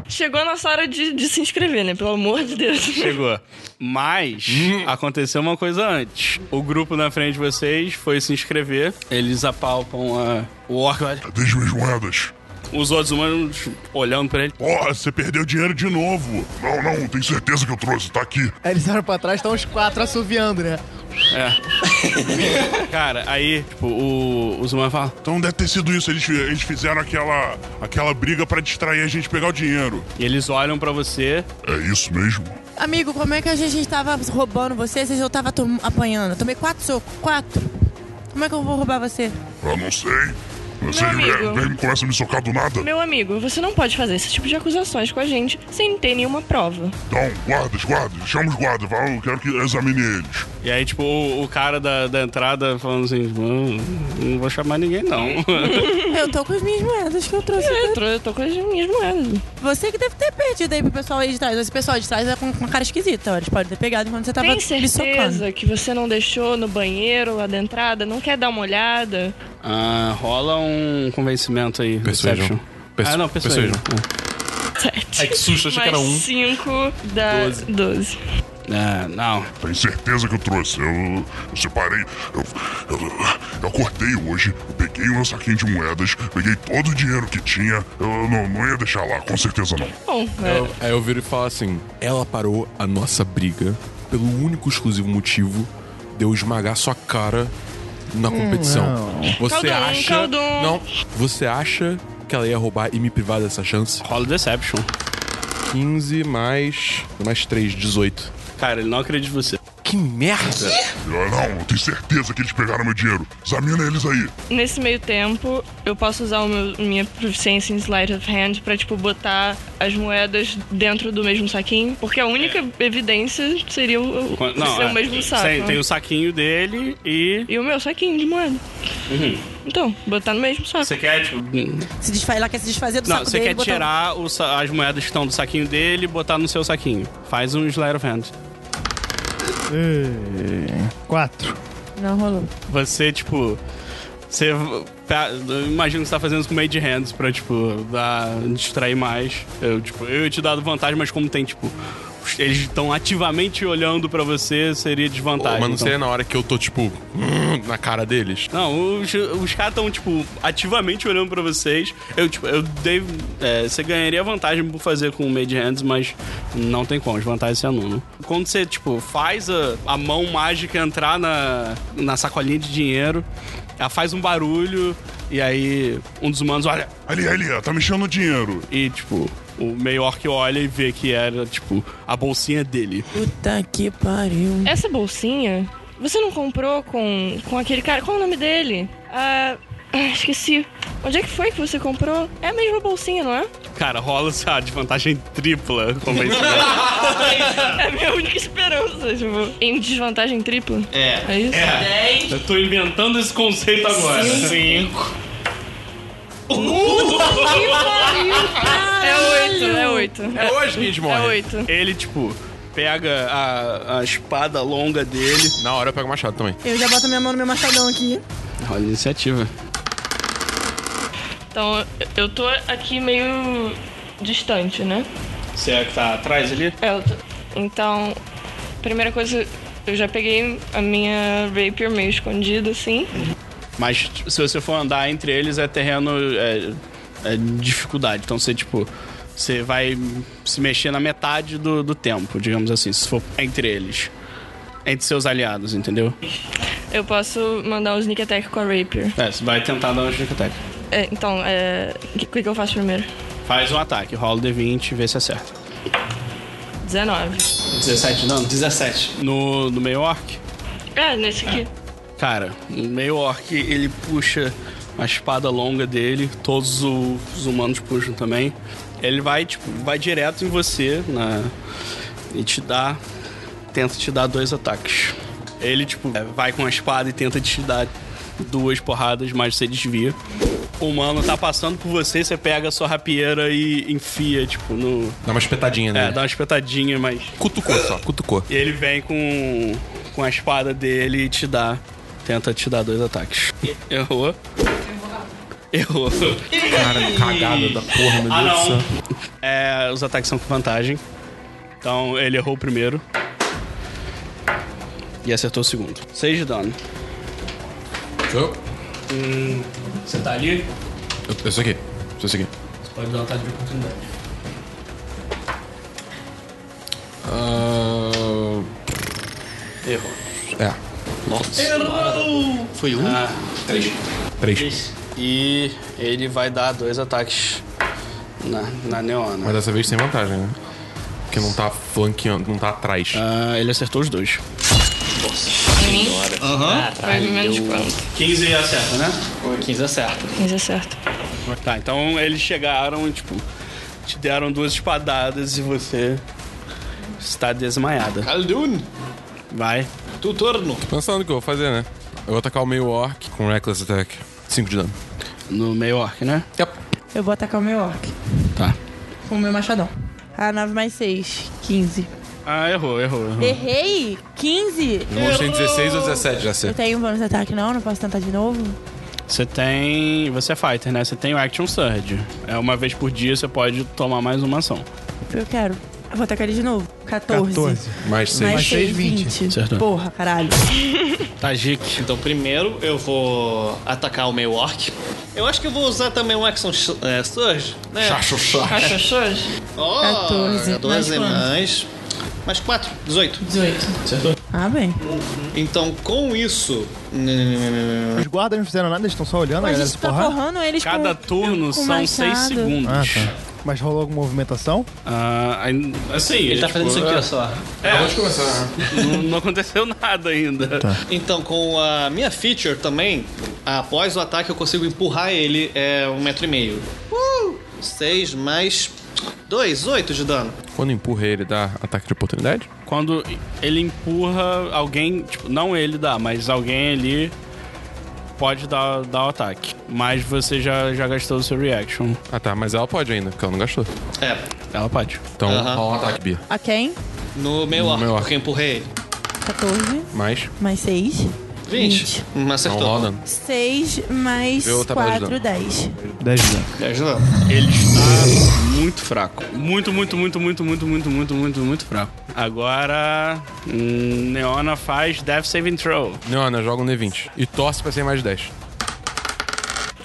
Chegou a nossa hora de, de se inscrever, né? Pelo amor de Deus. Chegou. Mas Hum. aconteceu uma coisa antes. O grupo na frente de vocês foi se inscrever. Eles apalpam a, o orc. olha, Cadê minhas moedas? Os outros humanos tipo, olhando pra ele. Porra, você perdeu dinheiro de novo. Não, não, tenho certeza que eu trouxe, tá aqui. É, Aí eles olham pra trás, estão os quatro assoviando, né? <laughs> É. Cara, aí, tipo, o, o Zumar fala. Então deve ter sido isso. Eles, eles fizeram aquela, aquela briga pra distrair a gente pegar o dinheiro. E eles olham pra você. É isso mesmo? <laughs> Amigo, como é que a gente tava roubando você se eu tava tom- apanhando? Eu tomei quatro socos. Quatro. Como é que eu vou roubar você? Eu não sei. Vocês amigo. vêm vêm e começam a me socar do nada. Meu amigo, você não pode fazer esse tipo de acusações com a gente sem ter nenhuma prova. Então, guardas, guardas. Chama os guardas. Fala, eu quero que examine eles. E aí, tipo, o, o cara da, da entrada falando assim: "Hum, não vou chamar ninguém, não. <laughs> <laughs> eu tô com as minhas moedas que eu trouxe. Eu, tô com as minhas moedas. Você que deve ter perdido aí pro pessoal aí de trás. Esse pessoal de trás é com uma cara esquisita. ó. Eles podem ter pegado enquanto você tava Tem me socando. certeza que você não deixou no banheiro lá da entrada? Não quer dar uma olhada? ah, rola um convencimento aí. Persuasion. Perception. Persu- ah, não, persuasion. Sete. Ai, que susto, achei que Mais era um. cinco dá Doze. doze. É, não. Tem certeza que eu trouxe. Eu, eu separei. Eu, eu, eu acordei hoje, eu peguei o meu saquinho de moedas, peguei todo o dinheiro que tinha. Eu não, não ia deixar lá, com certeza não. Bom, Eu- aí eu viro e falo assim: ela parou a nossa briga pelo único e exclusivo motivo de eu esmagar sua cara na Hum, competição. não. Você Caldum, acha. Caldum. Não, você acha que ela ia roubar e me privar dessa chance? Rola Deception. 15 mais. mais 3, 18. Cara, ele não acredita em você. Que merda! Eu, não, eu tenho certeza que eles pegaram meu dinheiro. Examina eles aí. Nesse meio tempo, eu posso usar o meu- minha proficiência em Sleight of Hand pra, tipo, botar as moedas dentro do mesmo saquinho. Porque a única evidência seria o, Quan- ser é, o mesmo saco. Tem, né? tem o saquinho dele e. E o meu saquinho de moeda. Então, botar no mesmo saco. Você quer, tipo. Se desfaz, ela quer se desfazer do Não, saco você dele. quer botar- um tirar o sa- as moedas que estão do saquinho dele e botar no seu saquinho. Faz um Slayer of Hand. É. Quatro. Não rolou. Você, tipo. Você. Tá, eu imagino que você tá fazendo isso com Made Hands pra, tipo, dar, distrair mais. Eu, tipo, eu ia te dar vantagem, mas como tem, tipo. Eles estão ativamente olhando pra você, seria desvantagem. Mas não então. seria na hora que eu tô, tipo, <laughs> na cara deles? Não, os, os caras estão, tipo, ativamente olhando pra vocês. Eu, tipo, eu dei. é, você ganharia vantagem por fazer com o Made Hands, mas não tem como, as vantagens é nulo. Quando você, tipo, faz a, a mão mágica entrar na, na sacolinha de dinheiro, ela faz um barulho, e aí um dos humanos olha. Ali, ali, ó, tá mexendo no dinheiro. E, tipo, o meio orc olha e vê que era, tipo, a bolsinha dele. Puta que pariu. Essa bolsinha, você não comprou com, com aquele cara? Qual o nome dele? Ah, ah, esqueci. Onde é que foi que você comprou? É a mesma bolsinha, não é? Cara, rola a desvantagem tripla, como é isso? né? é a minha única esperança, tipo. Em desvantagem tripla? É. É isso? É. Eu tô inventando esse conceito agora. Cinco. Puta que pariu, É oito, é oito. É hoje que a gente morre. É oito. Ele, tipo, pega a, a espada longa dele. Na hora eu pego o machado também. Eu já boto minha mão no meu machadão aqui. Olha a iniciativa. Então, eu tô aqui meio distante, né? Você é que tá atrás ali? É, eu tô... Então, primeira coisa, eu já peguei a minha rapier meio escondida, assim. Mas tipo, se você for andar entre eles, é terreno. É, é dificuldade. Então você, tipo. Você vai se mexer na metade do, do tempo, digamos assim, se for entre eles. Entre seus aliados, entendeu? Eu posso mandar um sneak attack com a rapier. É, você vai tentar dar uma attack. É, então, é... o que, que eu faço primeiro? Faz um ataque, rola o D20 e vê se acerta. 19. 17 não? 17. No, no meio orc? É, nesse aqui. Cara, o meio orc ele puxa a espada longa dele, todos os humanos puxam também. Ele vai, tipo, vai direto em você na... e te dá. Tenta te dar dois ataques. Ele, tipo, é, vai com a espada e tenta te dar duas porradas, mas você desvia. O humano tá passando por você, você pega a sua rapieira e enfia, tipo, no. Dá uma espetadinha É, nele. dá uma espetadinha, mas. né? Cutucou só, cutucou. E ele vem com, com a espada dele e te dá. Tenta te dar dois ataques. Errou. Errou. Cara, cagada da porra, meu Ah, Deus não. do céu. É, os ataques são com vantagem. Então ele errou o primeiro. E acertou o segundo. Seis de dano. Eu? Hum, você tá ali? Eu, eu sei aqui. Eu sei aqui. Você pode dar um ataque de oportunidade. Ah, Errou. É. Nossa. Errou! Foi um? três. Três. E ele vai dar dois ataques na, na Neona. Mas dessa vez sem vantagem, né? Porque não tá flanqueando, não tá atrás. Ah, ele acertou os dois. Ah, Aham. Faz Tá, menos de quanto. é 15 acerta, né? 15 acerta. 15 acerta. Tá, então eles chegaram e, tipo, te deram duas espadadas e você está desmaiada. Khaldun! Vai. Tu turno. Pensando o que eu vou fazer, né? Eu vou atacar o meio orc com Reckless Attack. 5 de dano. No meio orc, né? Yep. Eu vou atacar o meu orc. Tá. Com o meu machadão. Ah, 9 mais 6, 15. Ah, errou, errou, errou. Errei! 15! Eu mostrei 16 ou 17 já Eu acerta. tenho um bônus de ataque, não? Não posso tentar de novo? Você tem. Você é fighter, né? Você tem o Action Surge. É uma vez por dia você pode tomar mais uma ação. Eu quero. Eu vou atacar ele de novo. 14. 14. Mais Mais seis. Mais seis, 6, 20. Acertou. Porra, caralho. Tajik. Então, primeiro eu vou atacar o meio orc. Eu acho que eu vou usar também um Action Sh- é, Surge, né? Chacho Surge. Action Surge? Oh, 14, 12 mais quanto? mais. Mais 4, 18. 18. Acertou? Ah, bem. Então, com isso. Os guardas não fizeram nada, eles estão só olhando, né, a a galera gente se tá porrar. forrando eles Cada com... turno com são 6 machado. segundos. Ah, tá. Mas rolou alguma movimentação? Ah, aí- assim. Ele tá fazendo isso aqui, ó, só. É, Acabou de começar. né? Não, não aconteceu nada ainda. Tá. Então, com a minha feature também, após o ataque eu consigo empurrar ele é, um metro e meio. Uh! 6 mais 2, 8 de dano. Quando empurra ele, dá ataque de oportunidade? Quando ele empurra alguém, tipo, não ele dá, mas alguém ali pode dar, dar o ataque. Mas você já, já gastou o seu reaction. Ah tá, mas ela pode ainda, porque ela não gastou. É. Ela pode. Então, Aham. rola um ataque, Bia. A quem? No meu No arco, meu orc. porque eu empurrei ele. 14. Mais. Mais 6. 20. Hum, Então, Acertou. rola dano. 6 mais Eu tava 4, ajudando. 10. 10 de dano. 10 de dano. Ele está muito fraco. Muito, muito, muito, muito, muito, muito, muito, muito, muito fraco. Agora, hum, Neona faz Death Saving Throw. Não, Ana, joga um D20. E torce pra ser mais 10.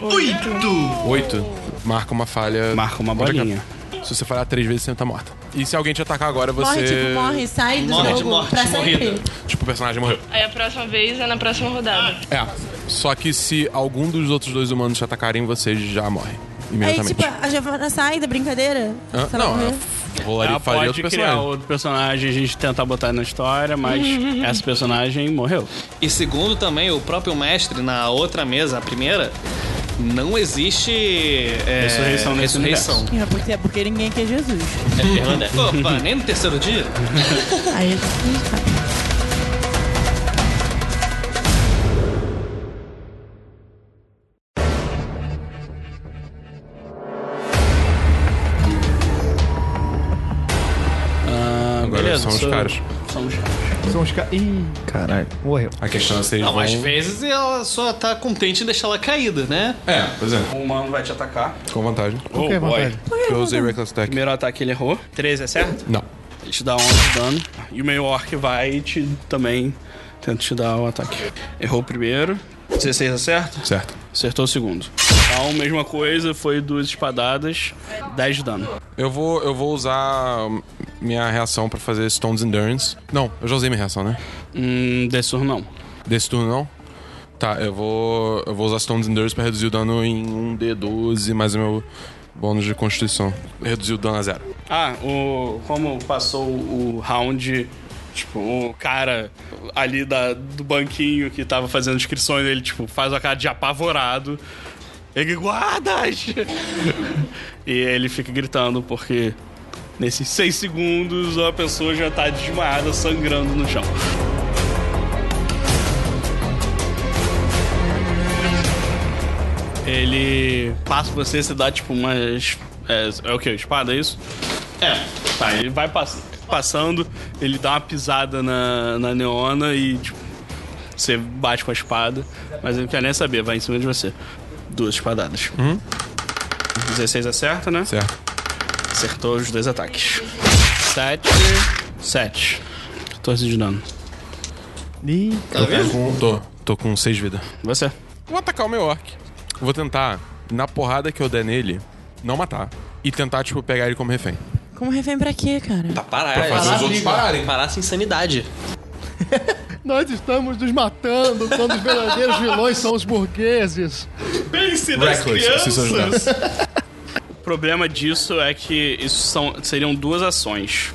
Oito! 8. Marca uma falha. Marca uma Contra bolinha. cap- Se você falhar três vezes, você tá morta. E se alguém te atacar agora, você. Morre, tipo, morre, sai do Morre, jogo morte, pra sempre. morrida. Tipo, o personagem morreu. Aí a próxima vez é na próxima rodada. É. Só que se algum dos outros dois humanos te atacarem, você já morre. Aí, Imediatamente. tipo, a Giovanna sai da brincadeira. né? Hã? Se ela não, é morrer. eu rolaria Ah, Ela e faria É, pode outro criar personagem. outro personagem, a gente tentar botar na história, mas essa personagem morreu. E segundo também, o próprio mestre na outra mesa, a primeira, não existe. é, Ressurreição nesse ressurreição. É porque, é porque ninguém quer Jesus. É Fernandes. <laughs> Opa, nem no terceiro dia? Aí eu tô- Ah, Agora beleza, são os sou- caras. São os São os caras. Ih, caralho. Morreu. A questão é se eles Não, vão... às vezes ela só tá contente em deixar ela caída, né? É, pois é. Um humano vai te atacar. Com vantagem. Oh, Ok, boy. vantagem. Porque eu usei Reckless Attack. Primeiro ataque ele errou. 13 é certo? Não. Ele te dá 11 de dano. E o meio orc vai te também tenta te dar o ataque. Errou o primeiro. 16 acerta? Certo. Acertou o segundo. Então, mesma coisa, foi duas espadadas, 10 de dano. Eu vou, eu vou usar minha reação pra fazer Stones Endurance. Não, eu já usei minha reação, né? Hum, desse turno não. Desse turno não? Tá, eu vou. Eu vou usar Stones Endurance pra reduzir o dano em 1D12 mais o meu bônus de constituição. Reduzir o dano a zero. Ah, o, como passou o round, tipo, o cara ali da, do banquinho que tava fazendo inscrições, ele, tipo, faz uma cara de apavorado. Ele, guardas! <laughs> e ele fica gritando porque nesses seis segundos a pessoa já tá desmaiada, sangrando no chão. Ele passa por você, você dá tipo umas. É, é o que? Espada, é isso? É. Tá, ele vai pass- passando, ele dá uma pisada na, na neona e tipo, você bate com a espada, mas ele não quer nem saber, vai em cima de você. Duas espadadas. 16 acerta, né? Uhum. Certo. Acertou os dois ataques. 7. 7. 14 de dano. Ih, Tá vendo? Com, tô, tô com 6 vida. Você. Vou atacar o meu orc. Vou tentar, na porrada que eu der nele, não matar. E tentar, tipo, pegar ele como refém. Como refém pra quê, cara? Pra Tá. parar. Pra fazer os outros parar, pararem. parar essa insanidade. Nós estamos nos matando quando os verdadeiros vilões são os burgueses. Pense nas Reckless, crianças. esses são os o problema disso é que isso são, seriam duas ações.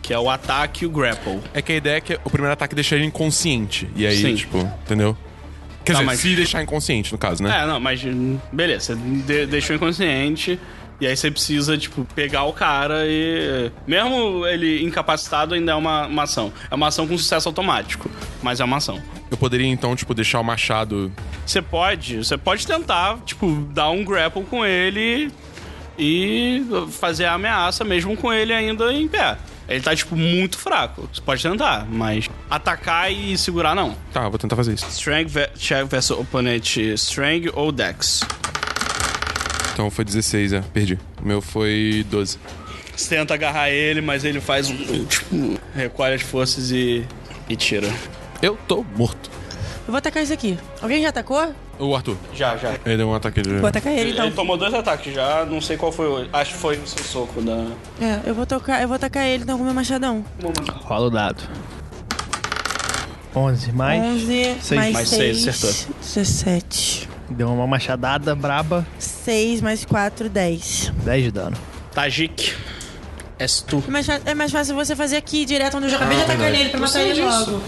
Que é o ataque e o grapple. É que a ideia é que o primeiro ataque deixa ele inconsciente. E aí, Sim. tipo, entendeu? Quer Tá, dizer, mas- se deixar inconsciente, no caso, né? É, não, mas hum, beleza, você de- deixou inconsciente. E aí você precisa, tipo, pegar o cara e. Mesmo ele incapacitado, ainda é uma, uma ação. É uma ação com sucesso automático, mas é uma ação. Eu poderia, então, tipo, deixar o machado... Você pode, você pode tentar, tipo, dar um grapple com ele e fazer a ameaça mesmo com ele ainda em pé. Ele tá, tipo, muito fraco. Você pode tentar, mas atacar e segurar não. Tá, vou tentar fazer isso. Strength ve- check versus oponente Strength ou Dex. Então foi 16, é. Perdi. O meu foi 12. Você tenta agarrar ele, mas ele faz um. Tipo, recolhe as forças e. e tira. Eu tô morto. Eu vou atacar isso aqui. Alguém já atacou? O Arthur. Já, já. Ele deu um ataque de... Vou atacar ele, então. Ele tomou dois ataques já, não sei qual foi o. Acho que foi o seu soco da. É, eu vou tocar, eu vou atacar ele então com meu machadão. Rola o dado. 11 mais... 11 seis. mais Mais seis, seis, acertou. 17. Deu uma machadada braba. 6 mais 4, 10. 10 de dano. Tajik. És tu. É mais, fa- é mais fácil você fazer aqui, direto onde eu já acabei de Ah, atacar verdade. nele, pra Eu matar sei ele disso. logo.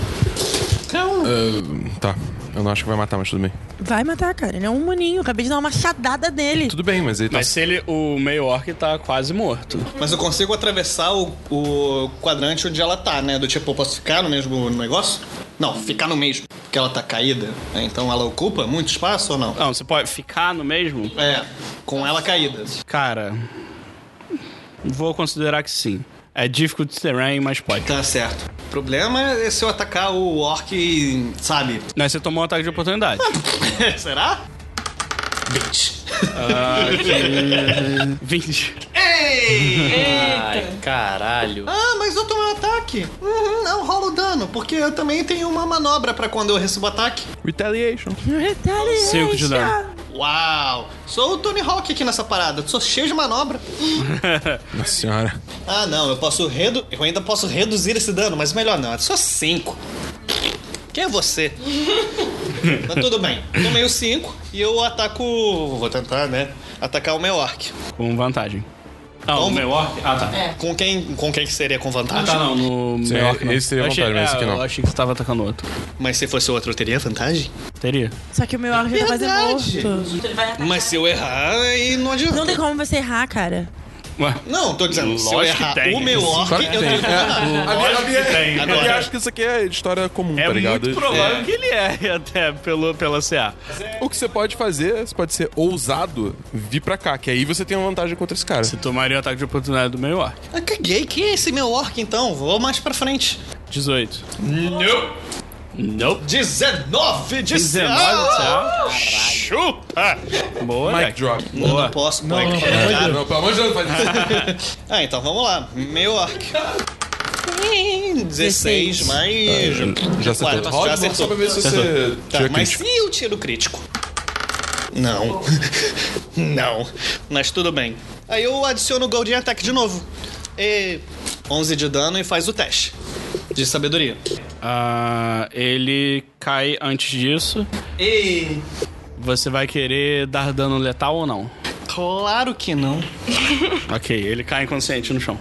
Ah, tá. Eu não acho que vai matar, mas tudo <laughs> bem. Vai matar, cara. Ele é um humaninho. Acabei de dar uma machadada nele. Tudo bem, mas ele tá... Mas se ele. O meio orc tá quase morto. Mas eu consigo atravessar o, o quadrante onde ela tá, né? Do tipo, eu posso ficar no mesmo negócio? Não, ficar no mesmo. Porque ela tá caída, né? Então ela ocupa muito espaço ou não? Não, você pode ficar no mesmo? É, <laughs> com ela caída. Cara. Vou considerar que sim. É difficult terrain, mas pode. Tá certo. O problema é se eu atacar o orc, sabe? Mas você tomou um ataque de oportunidade. Será? Bitch. Ah, que- 20. Ei! Ai, caralho. Tá Ah, mas eu tomei um ataque. Uhum, não, rola o dano, porque eu também tenho uma manobra pra quando eu recebo ataque. Retaliation. Retaliation. Cinco de dano. Uau! Sou o Tony Hawk aqui nessa parada, sou cheio de manobra. Nossa senhora. Ah, não, eu posso redu... eu ainda posso reduzir esse dano, mas melhor não, é só 5. Quem é <laughs> você? mas tudo bem, tomei o 5 e eu ataco. Vou tentar, né? Atacar o meu orc. Com vantagem. Ah, o meu orc? Ah, tá. Com quem, com quem que seria com Ah, vantagem? tá, não. No Sim, meu orc não. esse seria Eu vantagem, mas é, esse aqui não. Eu achei que você tava atacando o outro. Mas se fosse outro, eu teria vantagem? Teria. Só que o meu arco já tá quase Verdade. morto. Ele vai atacar. Mas se eu errar, aí não adianta. Não tem como você errar, cara. Não, tô dizendo, se eu Lógico errar que tem. o meu orc, Claro eu que tenho tem. vantagem. É, o- a minha- a minha- a minha- Agora- acho que isso aqui é história comum, É tá ligado? muito provável que ele erre até pelo, pela CA. O que você pode fazer, você pode ser ousado, vir pra cá, que aí você tem uma vantagem contra esse cara. Você tomaria o ataque de oportunidade do meio orc. Ah, caguei, que é esse meu orc então? Vou mais pra frente. 18. Não! Nope. 19 19 de de CA. CA. Chupa! Boa, Mic Dex. drop. Não, Boa. não posso, Ah, Não, não, pode. pelo amor de Cara. Não, pelo amor de Deus, não faz isso. <laughs> Ah, então vamos lá. Meu orc. 16 16. mais. Ah, já acertou. Quatro, Roda, já vamos só pra ver se Acertou. você Tá, tira mas se crítico. eu tiro crítico? Não. <laughs> não. Mas tudo bem. Aí eu adiciono o Golden Attack de novo. E 11 de dano e faz o teste. De sabedoria. Ah, ele cai antes disso. E. Você vai querer dar dano letal ou não? Claro que não. ok, ele cai inconsciente no chão.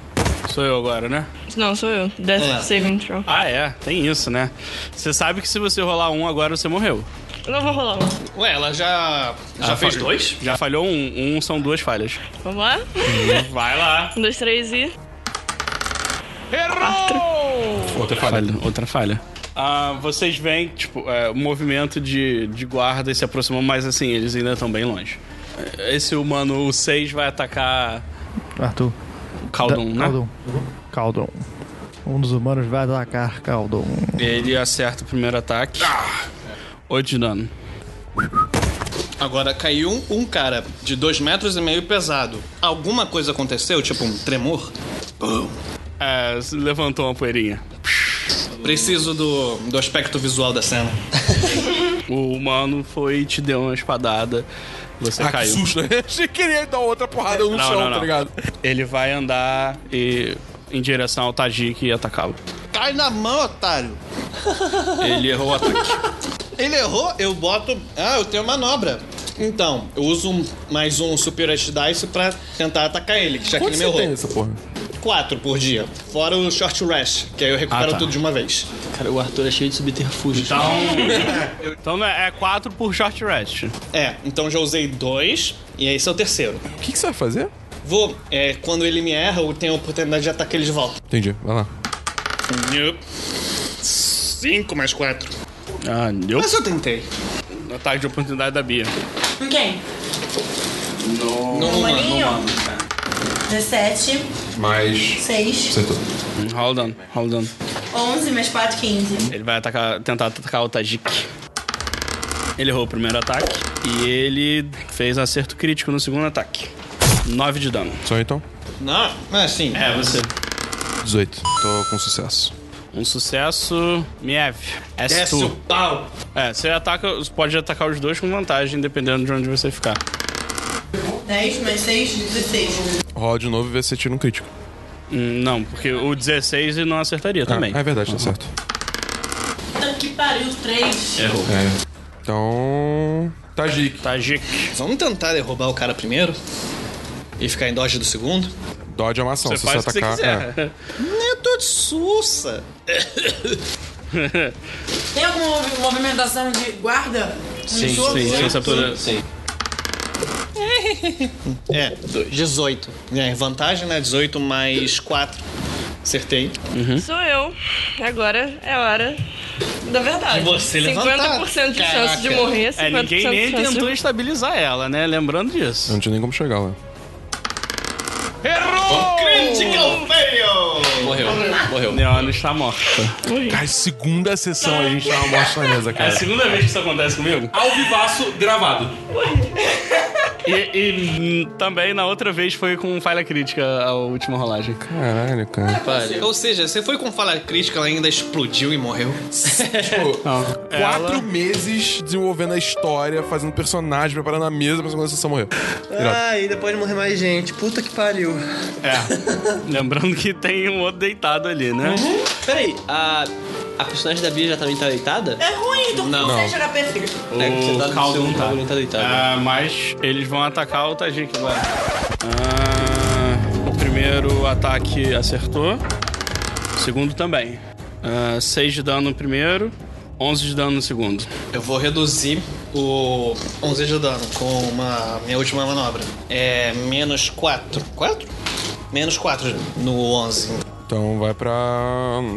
Sou eu agora, né? Não, sou eu. Death É. Saving Throw. Ah, é. Tem isso, né? Você sabe que se você rolar um agora, você morreu. Eu não vou rolar um. Ué, ela já. Já Ah, fez fa- dois? Já falhou um. Um são duas falhas. Vamos lá? Uhum. Vai lá. Um, dois, três e. Outra falha. Outra falha. Ah, vocês veem, tipo, é, o movimento de, de guarda se aproximando, mas assim, eles ainda estão bem longe. Esse humano, o 6, vai atacar Arthur. o Caldon, né? Caldon. Caldon. Um dos humanos vai atacar Caldon. Ele acerta o primeiro ataque. Ah. 8 de dano. Agora caiu um, um cara de dois metros e meio pesado. Alguma coisa aconteceu? Tipo um tremor? Bum. É, se levantou uma poeirinha. Preciso do, do aspecto visual da cena. <laughs> O humano foi e te deu uma espadada. Você Ah, que caiu. susto. <laughs> Achei que ele ia dar outra porrada no Não, chão, não, não. tá ligado? Ele vai andar e, em direção ao Tajik e atacá-lo. Sai na mão, otário. <laughs> Ele errou o ataque. Ele errou, eu boto. Ah, eu tenho manobra. Então, eu uso um- mais um Superiority Dice pra tentar atacar ele, que já que ele me Quanto você errou. tem nessa porra? Quatro por dia. Fora o Short Rest, que aí eu recupero Ah, tá. tudo de uma vez. Cara, o Arthur é cheio de subterfúgios. Então. <laughs> então é 4 por short rest. É, então já usei dois, e esse é o terceiro. O que, que você vai fazer? Vou, é, quando ele me erra, eu tenho a oportunidade de atacar ele de volta. Entendi, vai lá. Cinco mais quatro. Ah, deu. Mas eu tentei. Ataque de oportunidade da Bia. Com quem? No, No maninho? 17, Mais. 6, Hold on, hold on. 11 mais 4, 15. Ele vai atacar, tentar atacar o Tajik. Ele errou o primeiro ataque e ele fez acerto crítico no segundo ataque. 9 de dano. Só então? Não, assim. mas sim. É, você. 18. Tô com sucesso. Um sucesso, Miev. É Desce tu. o pau. É, você ataca, você pode atacar os dois com vantagem, dependendo de onde você ficar. 10 mais 6, 16. Rola de novo e vê se você tira um crítico. Hum, Não, porque o 16 ele não acertaria também. Uhum. Ah, é verdade, tá certo. Puta que pariu, 3. Errou. É. Então. Tajik. Tajik. Vamos tentar derrubar o cara primeiro? E ficar em dodge do segundo? Dodge é uma ação. Você se faz você o que você atacar. quiser. <laughs> é. Eu tô de sussa. Tem alguma movi- movimentação de guarda? <coughs> Sim, Um sim, né? soco? sim, sim, É, do- 18. É, vantagem, né? 18 mais 4. Acertei. Uhum. Sou eu. Agora é hora da verdade. De Tá, você 50% levantar. de chance de Caraca. morrer, 50% É, ninguém de nem chance de tentou estabilizar ela, né? Lembrando disso. Eu não tinha nem como chegar lá. Errou! Critical fail! Morreu, morreu. Neon está morta. Cara, segunda sessão a gente tava morto na mesa, É a cara. segunda vez que isso acontece comigo. Ao vivaço gravado. E, e, hum, também na outra vez foi com falha crítica a última rolagem. Caralho, cara. Ou seja, você foi com falha crítica, ela ainda explodiu <laughs> e morreu. Tipo, quatro meses desenvolvendo a história, fazendo personagem, preparando a mesa pra segunda sessão morrer. Irado. Ah, e depois de morrer mais gente. Puta que pariu. É. Lembrando que tem um outro deitado ali, né? Uhum. Peraí, a, a personagem da Bia já também tá deitada? É ruim, tô com Não. 6 HP. É, que você tá O no Caldo seu não tá. bagulho, tá deitado. Ah, mas eles vão atacar o Tajik agora. Ah, o primeiro ataque acertou. O segundo também. 6 de dano no primeiro, 11 de dano no segundo. Eu vou reduzir o 11 de dano com uma minha última manobra. É menos 4. 4? Menos 4 no 11. Então vai pra.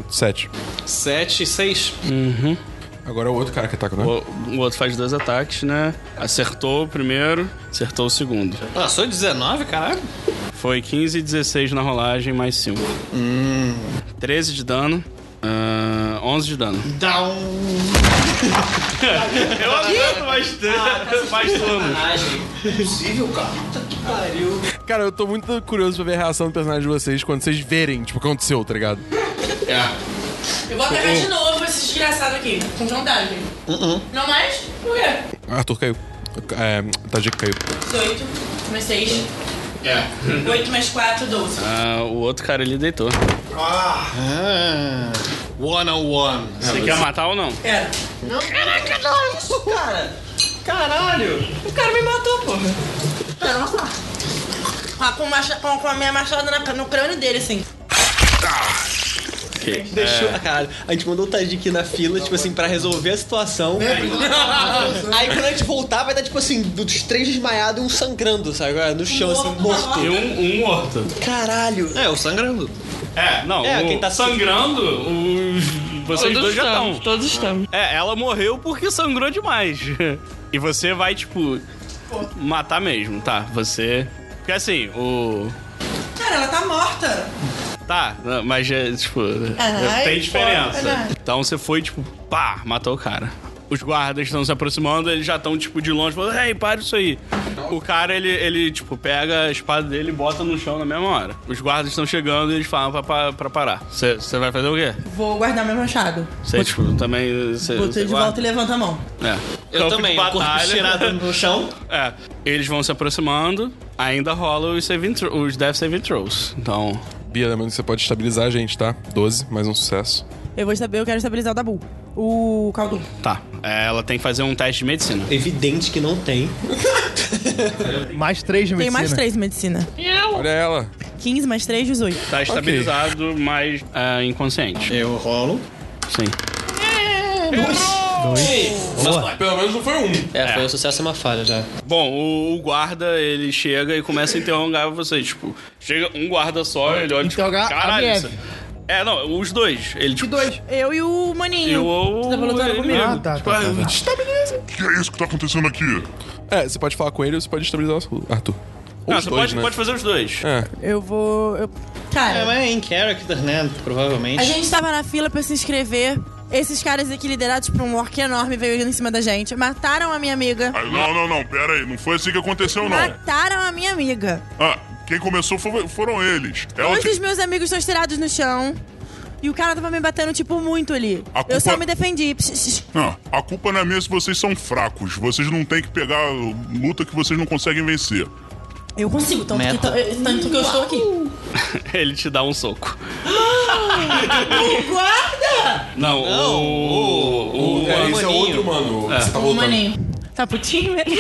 sete. 7 e 6. Uhum. Agora é o outro cara que ataca, né? O, o outro faz dois ataques, né? Acertou o primeiro, acertou o segundo. Ah, sou 19, caralho. Foi 15 e 16 na rolagem, mais 5. Hum. 13 de dano. ah, 11 de dano. Dá um. <laughs> Eu aguento Ah, mais, tá mais turnos. Cara, eu tô muito curioso pra ver a reação do personagem de vocês quando vocês verem, tipo, o que aconteceu, tá ligado? Eu vou atacar de novo esse desgraçado aqui, com vantagem. Uh-uh. Não mais? Por quê? Arthur caiu. É, Tajik caiu. 18 mais 6. É. 8 mais 4, 12. Ah, o outro cara ali deitou. Ah, one on one. Você quer matar ou não? É Quero. Não, caraca, não isso, cara. é Caralho. O cara me matou, porra. Quero matar. Ah, com, macha- com- com a minha machada na- no crânio dele, assim. <laughs> Deixou, caralho. A gente mandou o Tajik na fila, tipo assim, pra resolver a situação. Aí quando a gente voltar, vai dar, tipo assim, dos três desmaiados, um sangrando, sabe? Agora, No chão, assim, morto. E um, um morto. Caralho. É, eu sangrando. É, não. É, o- quem tá sangrando, o- vocês Todos dois já estamos, estão. todos estamos. É, ela morreu porque sangrou demais. <laughs> E você vai, tipo, matar mesmo, tá? Você. Porque assim, o. Cara, ela tá morta. Tá, mas é, tipo, Ai, tem foda, diferença. né? Então você foi, tipo, pá, matou o cara. Os guardas estão se aproximando, eles já estão, tipo, de longe, falando, ei, para isso aí. O cara, ele, ele, tipo, pega a espada dele e bota no chão na mesma hora. Os guardas estão chegando e eles falam pra, pra, pra parar. Você você vai fazer o quê? Vou guardar meu machado. Você, tipo, também. Você Botei de volta e levanta a mão. É. Eu Campo de também, o corpo batalha. cheirado no chão. <laughs> É. Eles vão se aproximando, ainda rola os, saving thro- os Death Saving Throws. Então, Bia, lembrando que você pode estabilizar a gente, tá? 12, mais um sucesso. Eu vou saber, eu quero estabilizar o Dabu. O Caldum. Tá. É, Ela tem que fazer um teste de medicina. Evidente que não tem. Mais três de Tem medicina. mais três de medicina. Olha ela. 15 mais 3, 18. Tá estabilizado, mas ah, inconsciente. Eu rolo. Sim. Mas pelo menos não foi um. É, foi um sucesso e uma falha já. Bom, o, o guarda, ele chega e começa a interrogar vocês. Tipo, chega um guarda só, ele olha tipo, Interrogar a caralho. Mieve. Isso... É, não, os dois. Ele, tipo, dois? Eu e o Maninho. Eu ou Você tava lutando ele comigo. mesmo. Ah, tá, Tipo, tá, ah, tá, tá. estabiliza. O que é isso que tá acontecendo aqui? É, você pode falar com ele ou você pode estabilizar o Arthur. Ou Não, os você dois, pode, né? pode fazer os dois. É. Eu vou. eu- Cara, É, mas é em character, né? Provavelmente. a gente tava na fila pra se inscrever. Esses caras aqui, liderados por um orc enorme, veio em cima da gente. Mataram a minha amiga. Ah, não, não, não, pera aí. Não foi assim que aconteceu, não. Mataram a minha amiga. Ah, quem começou foi- foram eles. É Ela Todos te... os meus amigos estão estirados no chão. E o cara tava me batendo, tipo, muito ali. A Eu só culpa- me defendi. Psh, psh, psh. Não, a culpa não é minha se vocês são fracos. Vocês não têm que pegar luta que vocês não conseguem <laughs> vencer. Eu consigo, tanto, que, Meta. ta- tanto que eu estou aqui. Ele te dá um soco. Guarda! Não, o. o- o- É, esse é outro humano. Você tá voltando. Tá putinho, velho?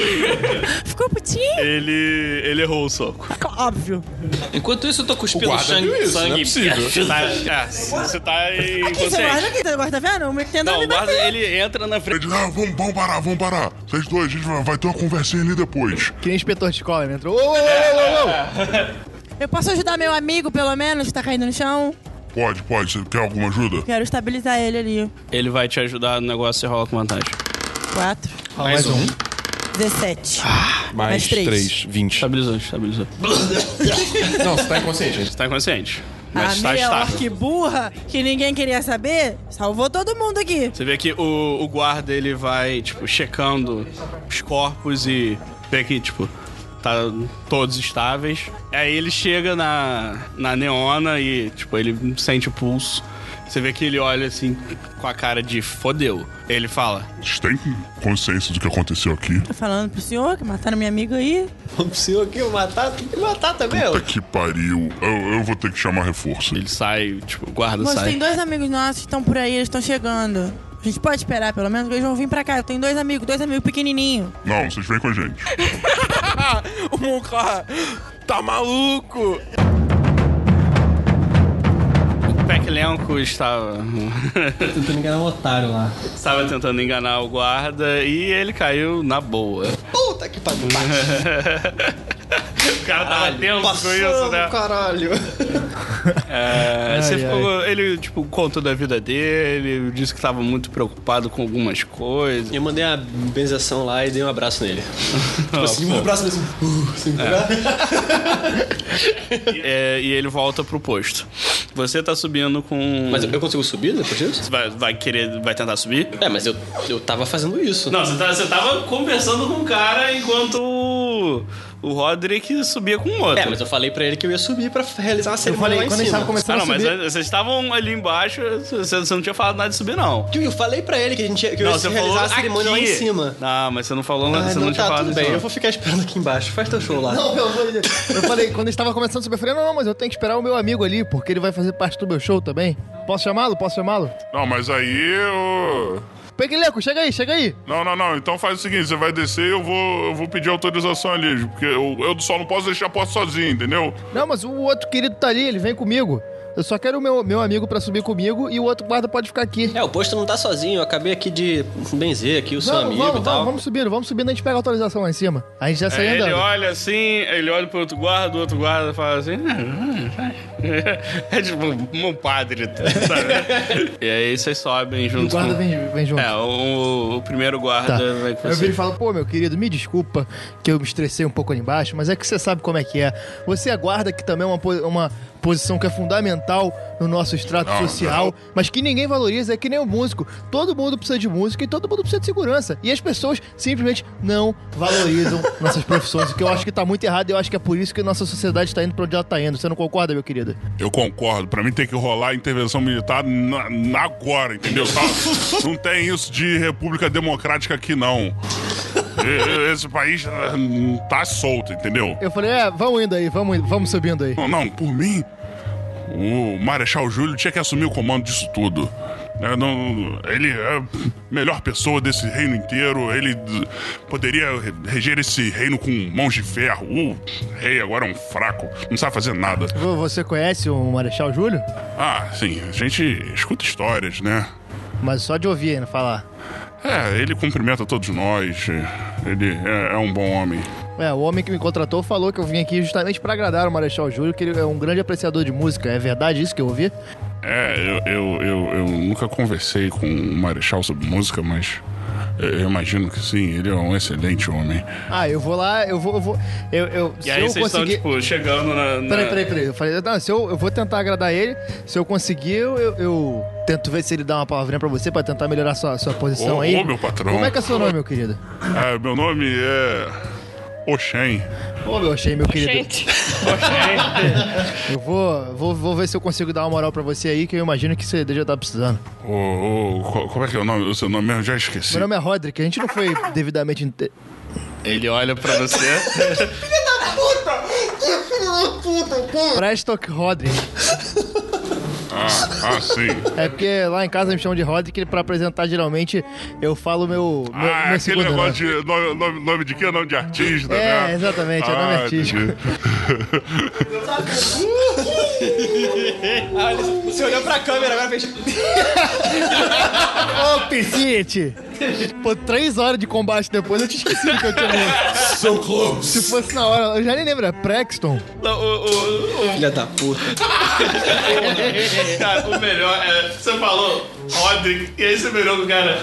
Ficou putinho? Ele. ele errou o soco. Óbvio. Enquanto isso, eu tô O cuspindo guarda sangue. viu isso, não é sangue. possível. Tá, é, você tá Aqui, seu guarda inconsciente. aqui, seu guarda, tá vendo? Me tentando Não, me o guarda bater. ele entra na frente. Eles, ah, vamos, vamos parar, vamos parar. Vocês dois, a gente vai, vai ter uma conversinha ali depois. Que nem inspetor de escola, ele entrou. Ô, ô, ô, ô, ô, ô. <laughs> Eu posso ajudar meu amigo, pelo menos, que tá caindo no chão? Pode, pode. Você quer alguma ajuda? Quero estabilizar ele ali. Ele vai te ajudar no negócio e rola com vantagem. 4, Mais um. 17. Mais Ah, Mais três. <laughs> 3, 20. Estabilizou, estabilizou. Não, você tá inconsciente. Você tá inconsciente. A Mas tá minha estável. orc burra, Ah, que ninguém queria saber, salvou todo mundo aqui. Você vê que o, o guarda ele vai, tipo, checando os corpos e vê que, tipo, tá todos estáveis. Aí ele chega na, na neona e, tipo, ele sente o pulso. Você vê que ele olha assim com a cara de fodeu. Ele fala: Vocês têm consciência do que aconteceu aqui? Tô falando pro senhor que mataram minha amiga <laughs> aí. Não precisa aqui matar, tem que matar também, ó. Puta que pariu. Eu, eu vou ter que chamar reforço. Ele sai, tipo, o guarda Moço, sai. tem dois amigos nossos que estão por aí, eles estão chegando. A gente pode esperar, pelo menos, que eles vão vir pra cá. Eu tenho dois amigos, dois amigos pequenininhos. Não, vocês vêm com a gente. O Monclar tá maluco! O Peck Lenko estava, Tentando enganar um otário lá. estava tentando enganar o guarda e ele caiu na boa. Puta que pariu. O cara tava tenso com isso, Passando, né? caralho. <laughs> É, você ficou- ele, tipo, contou da vida dele, disse que tava muito preocupado com algumas coisas. Eu mandei uma benzação lá e dei um abraço <laughs> nele. tipo assim, um abraço mesmo. Uh, assim. sem curar. É, e ele volta pro posto. Você tá subindo com. Mas eu, eu consigo subir depois disso? Você vai, vai querer. Vai tentar subir? É, mas eu, eu tava fazendo isso. Não, você, tá- você tava conversando com o cara enquanto o, o Roderick subia com o Um outro. É, mas eu falei pra ele que eu ia subir pra realizar a Eu cerimônia falei, lá quando em a gente cima. tava começando Ah, a não, mas subir... vocês estavam ali embaixo, você, você não tinha falado nada de subir, não. Que Eu falei pra ele que, a gente, ia- É que eu Não, ia você falou realizar a aqui. cerimônia lá em cima. Ah, mas você não falou, Ah, você não, tinha tá, falado tudo isso, bem. não. Eu vou ficar esperando aqui embaixo. Faz teu show lá. Não, pelo amor de Deus. Eu falei, quando a gente tava começando a subir, eu falei, não, não, mas eu tenho que esperar o meu amigo ali, porque ele vai fazer parte do meu show também. Posso chamá-lo? Posso chamá-lo? Não, mas aí eu. Pegueleco, chega aí, chega aí. Não, não, não. Então faz o seguinte: você vai descer e eu vou, eu vou pedir autorização ali. Porque eu, eu só não posso deixar a porta sozinho, entendeu? Não, mas o outro querido tá ali, ele vem comigo. Eu só quero o meu, meu amigo pra subir comigo e o outro guarda pode ficar aqui. É, o posto não tá sozinho. Eu acabei aqui de benzer aqui o seu Vamos, amigo vamos, e tal. vamos, vamos subindo, vamos subindo, a gente pega a autorização lá em cima. A gente já sai Aí É, ele andando. olha assim, ele olha pro outro guarda, o outro guarda fala assim. "Ah, vai." <laughs> É tipo um padre, sabe? e aí vocês sobem E o junto guarda com... vem, vem junto. É, o, o primeiro guarda Tá. vai com Eu é você. viro e <laughs> falo, pô, meu querido, me desculpa que eu me estressei um pouco ali embaixo, mas é que você sabe como é que é. Você aguarda que também é uma, po- uma posição que é fundamental no nosso extrato Não, social, mas que ninguém valoriza, é que nem o músico. Todo mundo precisa de música e todo mundo precisa de segurança. E as pessoas simplesmente não valorizam nossas profissões, o que eu acho que tá muito errado e eu acho que é por isso que nossa sociedade tá indo pra onde ela tá indo. Você não concorda, meu querido? Eu concordo. Pra mim tem que rolar intervenção militar na- na- agora, entendeu? <laughs> Tá? Não tem isso de República Democrática aqui, não. E- e- Esse país ah, tá solto, entendeu? Eu falei, é, vamos indo aí, vamos, indo, vamos subindo aí. Não, não, por mim, o Marechal Júlio tinha que assumir o comando disso tudo. né, não- ele é a melhor pessoa desse reino inteiro. Ele d- poderia re- reger esse reino com mãos de ferro. O rei agora é um fraco. Não sabe fazer nada. Vo- Você conhece o Marechal Júlio? Ah, sim, a gente escuta histórias, né? Mas só de ouvir ainda falar. É, ele cumprimenta todos nós. Ele é, é um bom homem. É, o homem que me contratou falou que eu vim aqui justamente pra agradar o Marechal Júlio, que ele é um grande apreciador de música. É verdade isso que eu ouvi? É, eu, eu, eu, eu nunca conversei com o Marechal sobre música, mas eu, eu imagino que sim, ele é um excelente homem. Ah, eu vou lá, eu vou. Eu vou eu, eu, E aí eu vocês estão, tipo, chegando na. na... Peraí, peraí, peraí. Eu falei, não, se eu, eu vou tentar agradar ele. Se eu conseguir, eu, eu- eu tento ver se ele dá uma palavrinha pra você pra tentar melhorar sua, sua posição Ô, aí. ô, meu patrão. Como é que é seu nome, meu querido? Ah, meu nome é. Oxen. Ô, meu achei, meu querido. Gente. Eu vou, vou, vou ver se eu consigo dar uma moral pra você aí, que eu imagino que você já tá precisando. Ô, ô, co- como é que é o nome? O seu nome mesmo? Já esqueci. Meu nome é Roderick, a gente não foi devidamente. inte- Ele olha pra você. Puta! Que filho da puta, cara! Prestock Roderick. Ah, ah, sim. É porque lá em casa me chamam de Roderick pra apresentar geralmente eu falo meu. meu, meu <laughs> Ah, aquele segundo nome. negócio de nome, nome- nome de quê? Nome de artista, É, né? exatamente, é nome artístico. Ah, ele- você olhou pra câmera agora fez. Ô, Piscite! Pô, três horas de combate depois eu tinha esquecido que eu tinha lido. So close. Se fosse na hora, eu já nem lembro, é Prexton. Não, o, o, o- Filha da puta. Cara, o melhor é. Você falou Roderick, e aí você melhorou o cara.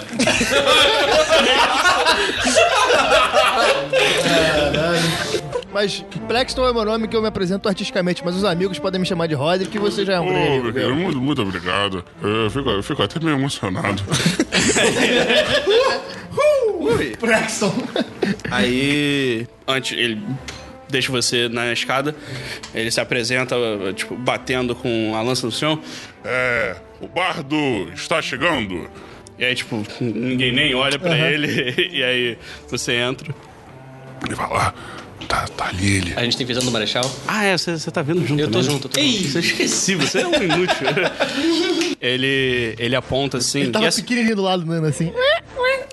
Mas Prexton é meu nome que eu me apresento artisticamente, mas os amigos podem me chamar de Roderick que você já é um <laughs> Ô, grande amigo meu meu. querido, muito, muito obrigado. Eu fico, eu fico até meio emocionado. Ui. Prexton. Aí. Antes, ele deixa você na escada. Ele se apresenta, tipo, batendo com a lança no chão. É. O bardo está chegando. E aí, tipo, ninguém nem olha pra Aham. ele. <laughs> E aí você entra. Ele vai lá. Tá, tá ali ele. A gente tem visão do Marechal? Ah, é, você você tá vendo junto. Eu tô né? junto, eu tô Ei, eu esqueci, você é um <laughs> inútil. ele, ele aponta assim. Ele tava e assim, pequenininho do lado, mano, assim.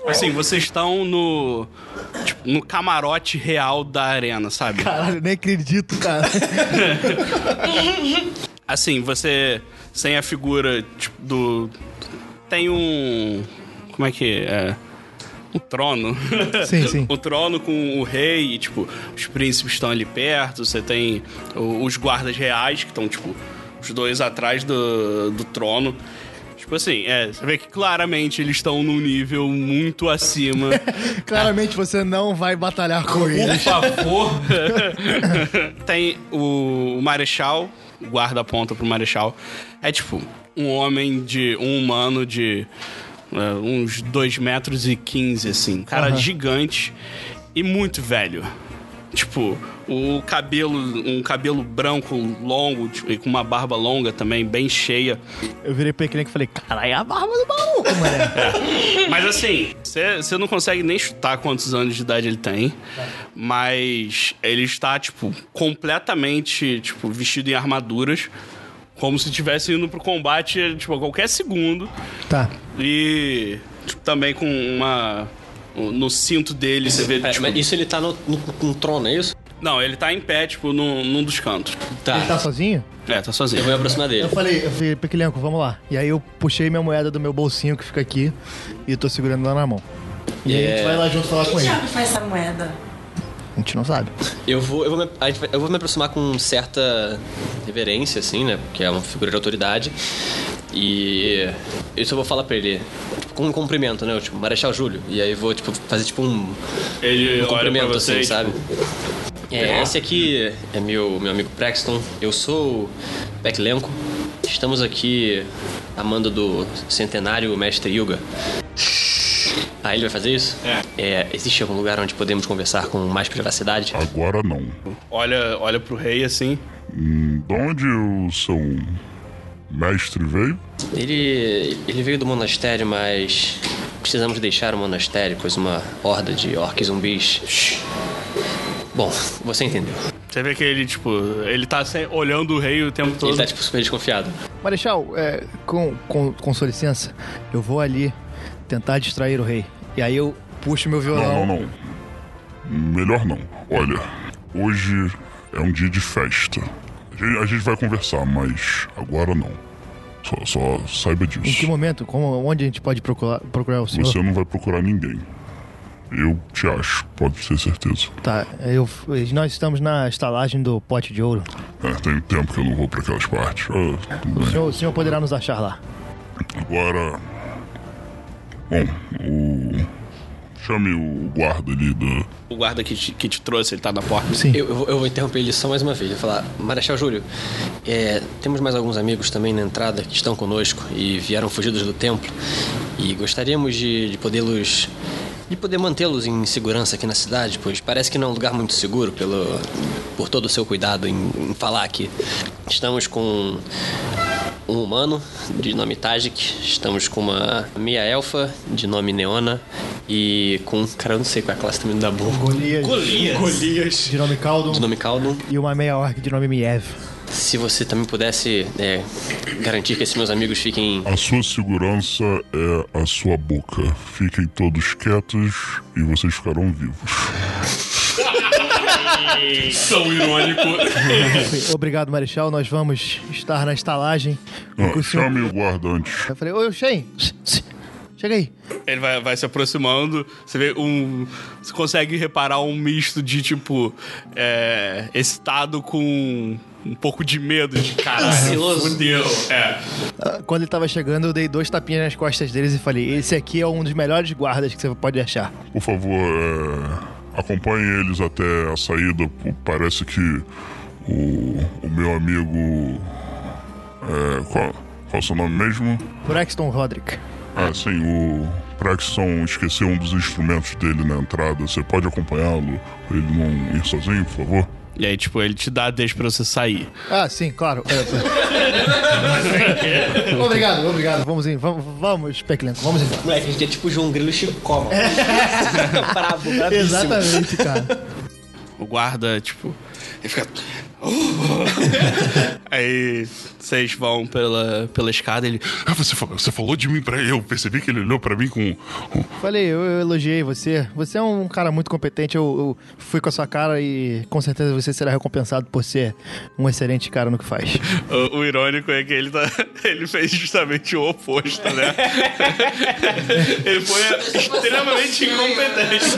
assim, vocês estão no. Tipo, no camarote real da arena, sabe? Caralho, eu nem acredito, cara. Assim, você sem a figura tipo, do. Tem um. Como é que é? Um trono. <laughs> Sim, sim. o trono com o rei e, tipo, os príncipes estão ali perto. Você tem o- os guardas reais que estão, tipo, os dois atrás do, do trono. Tipo assim, é, você vê que claramente eles estão num nível muito acima. <laughs> Claramente você não vai batalhar com Por eles. favor. <laughs> Tem o, o marechal, o guarda aponta pro marechal. É tipo um homem de. um humano de é, uns 2 metros e 15, assim. Cara Aham. gigante e muito velho. Tipo, o cabelo, um cabelo branco longo, tipo, e com uma barba longa também, bem cheia. Eu virei pra ele e falei, caralho, é a barba do maluco, mano. É. <laughs> Mas assim, você não consegue nem chutar quantos anos de idade ele tem. Mas ele está, tipo, completamente, tipo, vestido em armaduras. Como se estivesse indo pro combate, tipo, a qualquer segundo. Tá. E tipo, também com uma... No cinto dele, você vê, Pera, tipo... mas isso ele tá no, no, no trono, é isso? Não, ele tá em pé, tipo, num, num dos cantos. Ele tá sozinho? É, tá sozinho. Eu vou me aproximar dele. Eu falei, eu falei, Pequilenco, vamos lá. E aí eu puxei minha moeda do meu bolsinho que fica aqui e tô segurando ela na mão. E aí a gente vai lá junto falar com Quem ele. diabo faz essa moeda? A gente não sabe. Eu vou, eu, vou me, a gente vai- eu vou me aproximar com certa reverência, assim, né? Porque é uma figura de autoridade. E eu só vou falar pra ele, tipo, com um cumprimento, né? Eu, tipo, Marechal Júlio. E aí eu vou, tipo, fazer tipo um. Ele um olha pra cumprimento, você assim, e, sabe? tipo, É, esse aqui é meu, meu amigo Prexton. Eu sou o Becklenko. Estamos aqui a mando do centenário mestre Yuga. Ah, ele vai fazer isso? É. Existe algum lugar onde podemos conversar com mais privacidade? Agora não. Olha, olha pro rei, assim... Hum, De onde o seu mestre veio? Ele, ele veio do monastério, mas precisamos deixar o monastério, pois uma horda de orcs zumbis. Bom, você entendeu. Você vê que ele, tipo, ele tá se- olhando o rei o tempo todo. Ele tá, tipo, super desconfiado. Marechal, é, com, com, com sua licença, eu vou ali tentar distrair o rei. E aí eu puxo meu violão. Não, não, não. Melhor não. Olha, hoje é um dia de festa. A gente, a gente vai conversar, mas agora não. Só, só saiba Em que disso. momento? Como, onde a gente pode procurar, procurar o senhor? Você é um não vai procurar ninguém. Eu te acho, pode ter certeza. Tá, eu, nós estamos na estalagem do pote de ouro. É, tem tempo que eu não vou pra aquelas partes. Ah, tudo O bem. senhor, o senhor poderá nos achar lá. Agora. Bom, o. Chame o guarda ali da. O guarda que te, que te trouxe, ele tá na porta. Sim. Eu, eu vou- eu vou interromper ele só mais uma vez. Eu vou falar, Marechal Júlio, é, temos mais alguns amigos também na entrada que estão conosco e vieram fugidos do templo. E gostaríamos de, de podê-los. de poder mantê-los em segurança aqui na cidade, pois parece que não é um lugar muito seguro pelo, por todo o seu cuidado em, em falar aqui. Estamos com um humano de nome Tajik, estamos com uma meia elfa de nome Neona e com, cara, eu não sei qual é a classe também da boa. Golias. Golias. Golias. De nome Caldon. De nome Caldon. E uma meia orc de nome <laughs> Miev. Se você também pudesse é, garantir que esses meus amigos fiquem. A sua segurança é a sua boca. Fiquem todos quietos e vocês ficarão vivos. <laughs> São irônico. Obrigado, Marechal. Nós vamos estar na estalagem. Ah, chame o guarda antes. Eu falei, ô Shane, chega aí. Ele vai, vai se aproximando, você vê um. Você consegue reparar um misto de, tipo, é, excitado com um pouco de medo de caralho. Ansioso. Fudeu. É. Ah, Quando ele tava chegando, eu dei dois tapinhas nas costas deles e falei, esse aqui é um dos melhores guardas que você pode achar. Por favor, é, acompanhe eles até a saída. P- Parece que o, o meu amigo. É, qual, qual é o seu nome mesmo? Braxton Roderick. Ah, sim, o Praxton esqueceu um dos instrumentos dele na entrada. Você pode acompanhá-lo pra ele não ir sozinho, por favor? E aí, tipo, ele te dá a deixa pra você sair. Ah, sim, claro. <laughs> É, obrigado, obrigado. Vamos em, vamos, vamos, Peclenco, vamos embora. Moleque, a gente é tipo João Grilo e Chicó, É. <laughs> mano. Bravo, bravíssimo. Exatamente, cara. O guarda, tipo. Ele fica. "Oh." <laughs> Aí vocês vão pela, pela escada ele. Ah, você falou, você falou de mim pra eu. Percebi que ele olhou pra mim com. Falei, eu, eu elogiei você. Você é um cara muito competente. Eu, eu fui com a sua cara e com certeza você será recompensado por ser um excelente cara no que <laughs> faz. O, o irônico é que ele, tá, <laughs> ele fez justamente o oposto, <laughs> né? ele foi extremamente incompetente.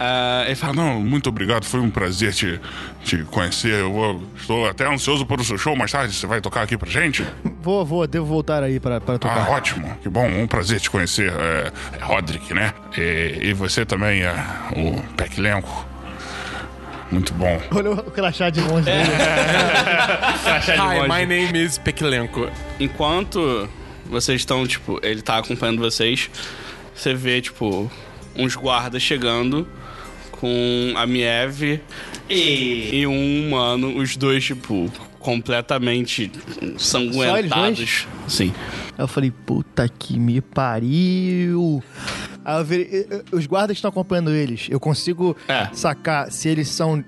Ah, ele fala: Não, muito obrigado, foi um prazer te, te conhecer. Eu vou- estou até ansioso para o seu show mais tarde. Você vai tocar aqui pra gente? Vou, vou, devo voltar aí pra, pra Ah, tocar. ótimo, que bom, um prazer te conhecer, é, é Roderick, né? E, e você também, é, o Peclenco. Muito bom. Olha o crachá de longe É. dele. <laughs> Hi, my name is Pequilenco. Enquanto vocês estão, tipo, ele tá acompanhando vocês, você vê, tipo, uns guardas chegando com a Miev e... um humano, os dois, tipo, completamente sanguentados. Sim. Aí eu falei, puta que me pariu. Aí eu virei, eh, eh, os guardas que estão acompanhando eles. Eu consigo sacar se eles são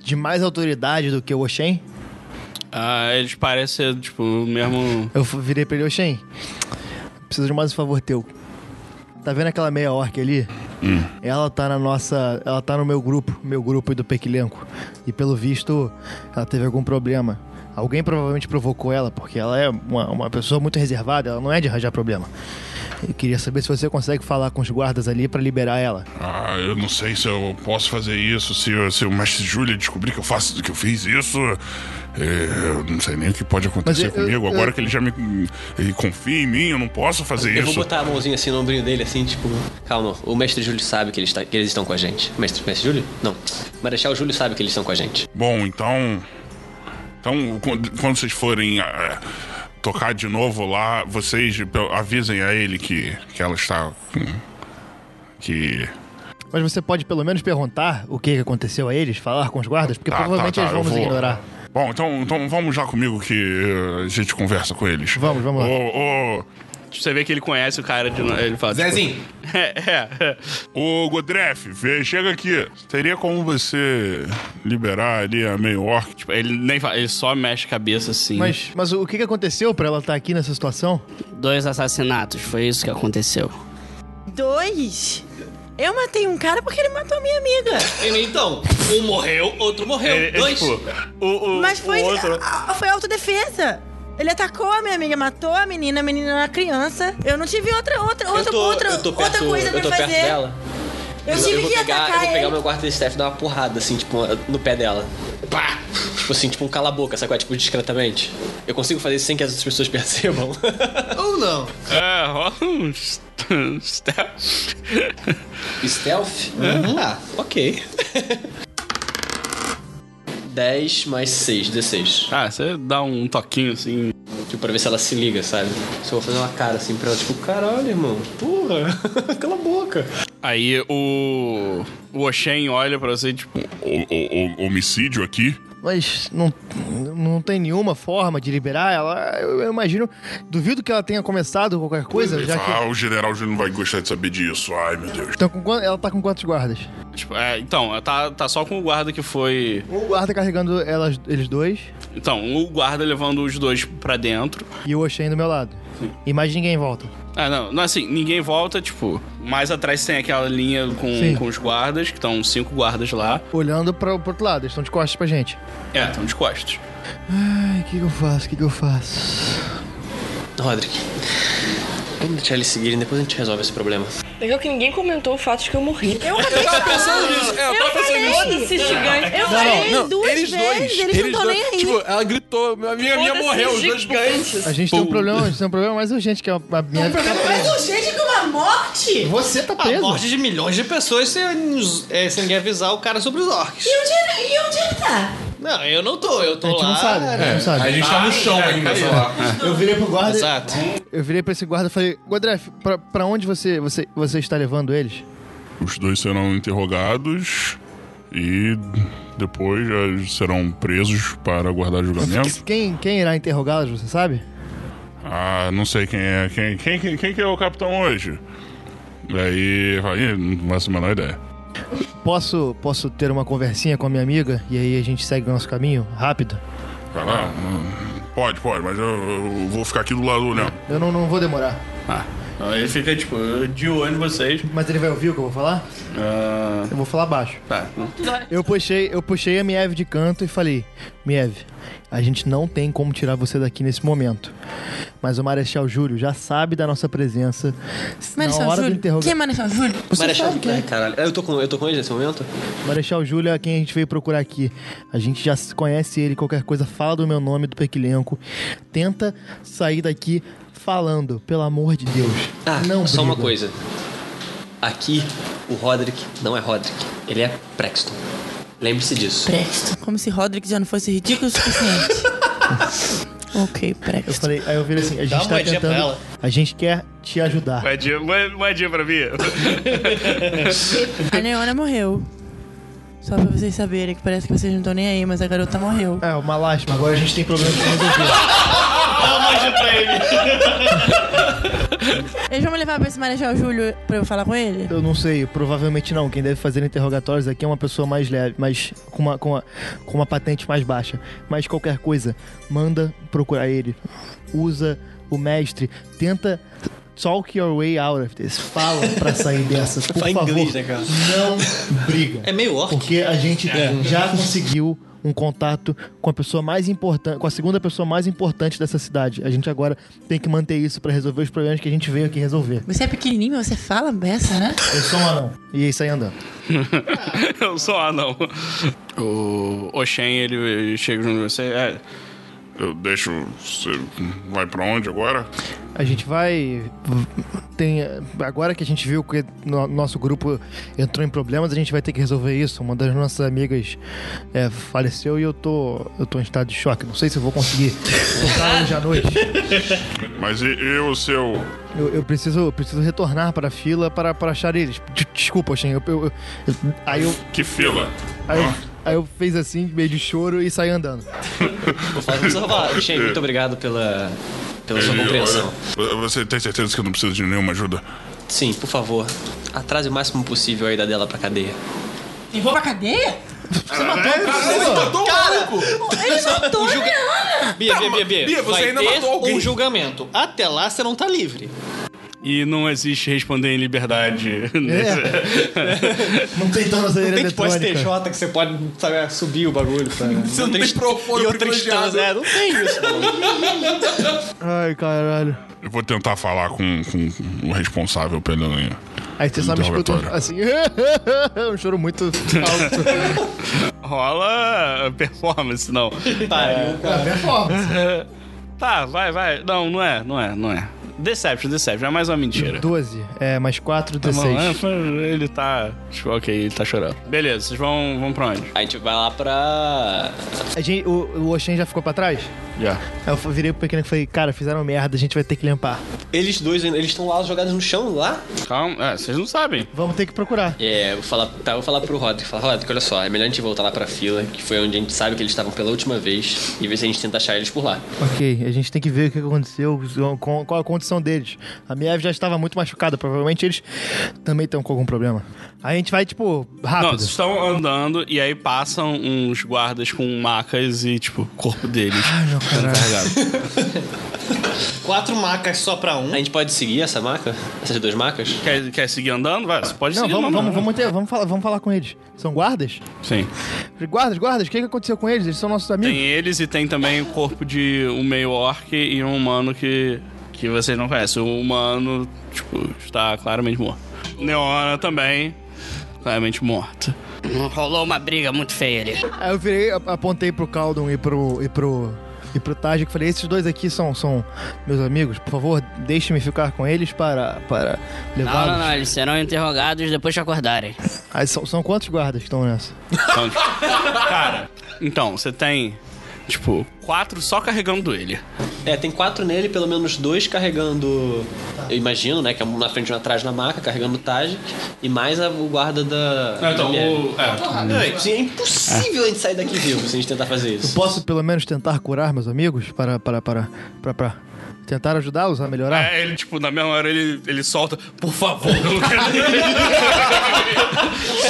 de mais autoridade do que o Oshen? Ah, eles parecem, tipo, mesmo. Eu fu- virei pra ele, Oshen, preciso de mais um favor teu. Tá vendo aquela meia orc ali? hum." Ela tá na nossa. Ela tá no meu grupo, meu grupo e do Pequilenco. E pelo visto, ela teve algum problema. Alguém provavelmente provocou ela, porque ela é uma, uma pessoa muito reservada, ela não é de arranjar problema. Eu queria saber se você consegue falar com os guardas ali pra liberar ela. Ah, eu não sei se eu posso fazer isso, se, eu- se o mestre Júlio descobrir que eu faço que eu fiz isso. é, eu não sei nem o que pode acontecer eu- comigo. eu- Agora eu- que ele já me ele confia em mim, eu não posso fazer Eu isso. vou botar a mãozinha assim no ombrinho dele, assim, tipo. Calma, o mestre Júlio sabe que, ele está, que eles estão com a gente. Mestre, mestre Júlio? Não. Marechal Júlio sabe que eles estão com a gente. Bom, então. Então, quando quando vocês forem eh, tocar de novo lá, vocês pe- avisem a ele que, que ela está. com- Que. Mas você pode pelo menos perguntar o que aconteceu a eles, falar com os guardas, porque Tá, provavelmente tá, tá, eles vão eu nos vou. ignorar. Bom, então, então vamos já comigo que eh, a gente conversa com eles. Vamos, vamos lá. Ô, ô, Tipo, Você vê que ele conhece o cara de novo. Ele fala, tipo, <laughs> é, é. Ô, Godref, vê, chega aqui. Teria como você liberar ali a meio orc? Tipo, ele nem fala, ele só mexe a cabeça assim. Mas, mas o que que aconteceu pra ela estar aqui nessa situação? Dois assassinatos, foi isso que aconteceu. Dois? Eu matei um cara porque ele matou a minha amiga. Então, um morreu, outro morreu. Ele- é, dois. tipo, o, o, Mas foi, o outro. a- foi autodefesa. Ele atacou a minha amiga, matou a menina, a menina era criança. Eu não tive outra, outra, outra, outra, outra coisa pra eu tô fazer. perto dela. Eu tive vou que pegar, atacar Eu vou pegar ele. meu quarto de staff e dar uma porrada, assim, tipo, no pé dela. Pá! Tipo assim, tipo um cala-boca, sacou? Tipo, discretamente. Eu consigo fazer isso sem que as outras pessoas <laughs> percebam. Ou não. É, rola um stealth. Stealth? Uhum. Ah, ok. 10 mais 6, 16. Ah, você dá um toquinho assim. Tipo, pra ver se ela se liga, sabe? Só vou fazer uma cara assim pra ela, tipo, caralho, irmão. Porra, cala a boca. Aí o. O Oshen olha pra você, tipo. O, homicídio aqui? Mas não, não tem nenhuma forma de liberar ela. Eu, eu imagino. Duvido que ela tenha começado qualquer coisa, já que. Ah, o general já não vai gostar de saber disso. Ai, meu Deus. Então, com quan- ela tá com quantos guardas? tipo, é, então, tá, tá só com o guarda que foi. Um guarda carregando elas, eles dois Então, o guarda levando os dois pra dentro. e o Oxen do meu lado. E mais ninguém em volta. Ah, não, não, assim, ninguém volta, tipo. Mais atrás tem aquela linha com, Sim. com os guardas, que estão cinco guardas lá. Olhando pra, pro outro lado, eles estão de costas pra gente. É, estão de costas. Ai, o que, que eu faço? O que, que eu faço? Roderick, vamos deixar eles seguirem, depois a gente resolve esse problema. Legal que ninguém comentou o fato de que eu morri. Eu tava pensando nisso, é, eu tava pensando nisso. Foda-se, gigante. Eu falei duas <laughs> eles vezes, dois, eles não tão dois, nem aí. Tipo, ela gritou, minha minha, minha Foda-se, morreu, os dois gigantes. A gente tem um problema, a gente tem um problema mais urgente, que é a minha. Mas o gente com uma morte? Você tá A morte de milhões de pessoas sem, é, sem ninguém avisar o cara sobre os orcs. E onde, ele- e onde ele tá? Não, eu não tô, eu tô A gente lá. né? não sabe, a gente não sabe. A gente tá no chão ainda, sei lá. Eu virei pro guarda. Exato. Eu virei pra esse guarda e falei, Godref, pra, pra onde você, você, você está levando eles? Os dois serão interrogados e depois já serão presos para aguardar julgamento. Quem, quem irá interrogá-los, você sabe? Ah, não sei quem é. Quem, quem, quem, quem que é o capitão hoje? Daí, aí, não faço a menor ideia. Posso, posso ter uma conversinha com a minha amiga e aí a gente segue o nosso caminho rápido? Vai Tá lá. Hum, Pode, pode, mas eu, eu vou ficar aqui do lado olhando. Eu não, não vou demorar. Ah. Então ele fica, tipo, de olho em vocês. Mas ele vai ouvir o que eu vou falar? Ah, Eu vou falar baixo. tá. Eu puxei, eu puxei a Mieve de canto e falei: Mieve, a gente não tem como tirar você daqui nesse momento. Mas o Marechal Júlio já sabe da nossa presença. na Marechal hora do Júlio? interrogatório. Quem é Marechal Júlio? Você Marechal, sabe quem é. Ai, caralho. Eu tô, com, eu tô com eles nesse momento? Marechal Júlio é quem a gente veio procurar aqui. A gente já se conhece ele, qualquer coisa, fala do meu nome, do Pequilenco. Tenta sair daqui falando, pelo amor de Deus. Ah, não só uma briga. coisa. Aqui, o Roderick não é Roderick. Ele é Prexton. Lembre-se disso. Presto. Como se Roderick já não fosse ridículo o suficiente. <laughs> ok, Eu presto. falei, aí eu virei assim, a Dá gente uma tá moedinha pra tentando. ela. A gente quer te ajudar. Moedinha, moedinha pra mim. A Neona morreu. Só pra vocês saberem que parece que vocês não estão nem aí, mas a garota morreu. É, uma lástima, agora a gente tem problema pra resolver. Dá uma moedinha pra ele. Eles vão me levar pra esse Marechal Júlio pra eu falar com ele? Eu não sei, provavelmente não. Quem deve fazer interrogatórios aqui é uma pessoa mais leve, mas com uma, com uma, com uma patente mais baixa. Mas qualquer coisa, manda procurar ele. Usa o mestre. Tenta talk your way out of this. Fala pra sair <laughs> dessa, por Fala favor. inglês, né, cara? Não briga. É meio orc. Porque a gente É. já conseguiu um contato com a pessoa mais importante, com a segunda pessoa mais importante dessa cidade. A gente agora tem que manter isso pra resolver os problemas que a gente veio aqui resolver. Você é pequenininho, mas você fala beça, né? Eu sou um anão. E aí sai <laughs> andando. Eu sou anão. O Oshen, ele chega junto com você. É, Eu deixo. Você vai pra onde agora? A gente vai. Tem, agora que a gente viu que no, nosso grupo entrou em problemas, a gente vai ter que resolver isso. Uma das nossas amigas é, faleceu e eu tô. Eu tô em estado de choque. Não sei se eu vou conseguir voltar Tá hoje à noite. <laughs> Mas e, e o seu. Eu, eu preciso, eu preciso retornar para a fila para, para achar eles. De- Desculpa, Shen. Eu, eu- eu- aí eu. Que fila? Aí eu, aí eu fiz assim, meio de choro e saí andando. Vou falar com você, vou falar, Shane, muito obrigado pela pela sua Ele, compreensão. É, olha, você tem certeza que eu não preciso de nenhuma ajuda? Sim, por favor. Atrase o máximo possível a ida dela pra cadeia. Levou pra cadeia? Você matou o Ele matou o um julga... Bia, Tá, Bia, Bia, Bia, Bia, você vai ainda ter matou alguém. um julgamento. Até lá você não tá livre. E não existe responder em liberdade. Não tem tão Não tornozeleira tem tipo eletrônica. STJ que você pode sabe, subir o bagulho. tá? Pra... Você não, tem microfone E outras trans, é, não tem isso. não. Ai, caralho. Eu vou tentar falar com, com o responsável pela Aí você só me escuta Interrogatório. assim. <laughs> um choro muito alto. <laughs> Rola performance, não. Pariu, cara. É, performance. <laughs> Tá, vai, vai. Não, não é, não é, não é. Deception, Deception, é mais uma mentira. 12. É, mais 4, Tá bom, 16. é, Ele tá. Ok, ele tá chorando. Beleza, vocês vão, vão pra onde? A gente vai lá pra. A gente, o, o Oxen já ficou pra trás? Já. Aí eu virei pro pequeno e falei, cara, fizeram merda, a gente vai ter que limpar. Eles dois, eles estão lá jogados no chão, lá? Calma, é, vocês não sabem. Vamos ter que procurar. É, eu vou falar, tá, eu vou falar pro Roderick. Falar, Roderick, olha só, é melhor a gente voltar lá pra fila, que foi onde a gente sabe que eles estavam pela última vez, e ver se a gente tenta achar eles por lá. Ok, a gente tem que ver o que aconteceu, com- qual a condição deles. A Miev já estava muito machucada, provavelmente eles também estão com algum problema. Aí a gente vai, tipo, Não, rápido. vocês estão andando e aí passam uns guardas com macas e, tipo, o corpo deles. Ai, meu Quatro macas só pra um. A gente pode seguir essa maca? Essas duas macas? Quer, quer seguir andando? Vai, você pode Não, seguir vamos, andando. vamos, vamos, ter- vamos falar, vamos falar com eles. São guardas? Sim. Guardas, guardas, o que, que aconteceu com eles? Eles são nossos amigos? Tem eles e tem também o corpo de um meio orc e um humano que, que vocês não conhecem. O humano, tipo, está claramente morto. Neona também, claramente morta. Rolou uma briga muito feia ali. Aí eu virei, ap- apontei pro Caldon e pro. e pro. e pro Taj que falei, esses dois aqui são, são meus amigos, por favor, deixe-me ficar com eles para. para Não, não, levá-los. não, eles serão interrogados depois que acordarem. Aí são, são quantos guardas que estão nessa? Então, tipo, cara, então, você tem, tipo, quatro só carregando ele. É, tem quatro nele, pelo menos dois carregando. Eu imagino, né? Que é um na frente e um atrás na maca, carregando o Taj, e mais a- o guarda da. Não, então, da Miele. o- é. Porra, não, é, impossível a gente sair daqui vivo se a gente tentar fazer isso. Posso pelo menos tentar curar meus amigos? Para. para. para. para. para tentar ajudá-los a melhorar? É, ele, tipo, na mesma hora ele, ele solta, por favor, eu não quero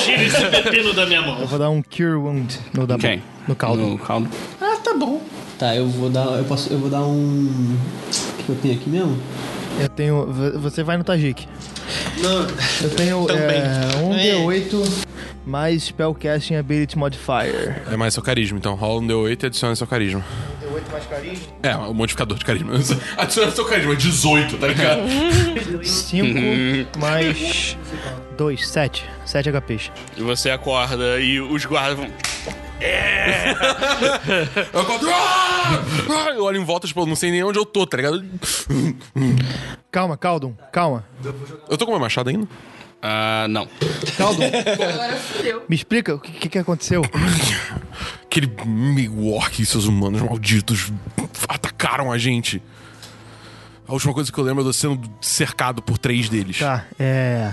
Tira esse pepino da minha mão. Eu vou dar um Cure Wound no, da, Quem? no Caldon. No Caldon. Ah, tá bom. Tá, eu vou dar. Eu posso. Eu vou dar um. O que eu tenho aqui mesmo? Eu tenho. v- Você vai no Tajik. Não. Eu tenho <laughs> Também. é, um D8 mais Spellcasting Ability Modifier. É mais seu carisma, então. Rola um D8 e adiciona seu carisma. D8 mais carisma? É, um modificador de carisma. <laughs> Adiciona seu carisma, 18, tá ligado? <laughs> Uhum. 5 mais 2, 7. 7 HPs. E você acorda e os guardas vão. É. Eu acordo. "Ah! Ah!" Eu olho em volta, tipo, eu não sei nem onde eu tô, tá ligado? Calma, Caldon, calma. Eu tô com uma machada ainda? Ah, não. <laughs> Caldon. Me explica o que, que, que <coughs> aconteceu. Aquele Miwok e seus humanos malditos atacaram a gente. A última coisa que eu lembro é eu sendo cercado por três deles. Tá, é.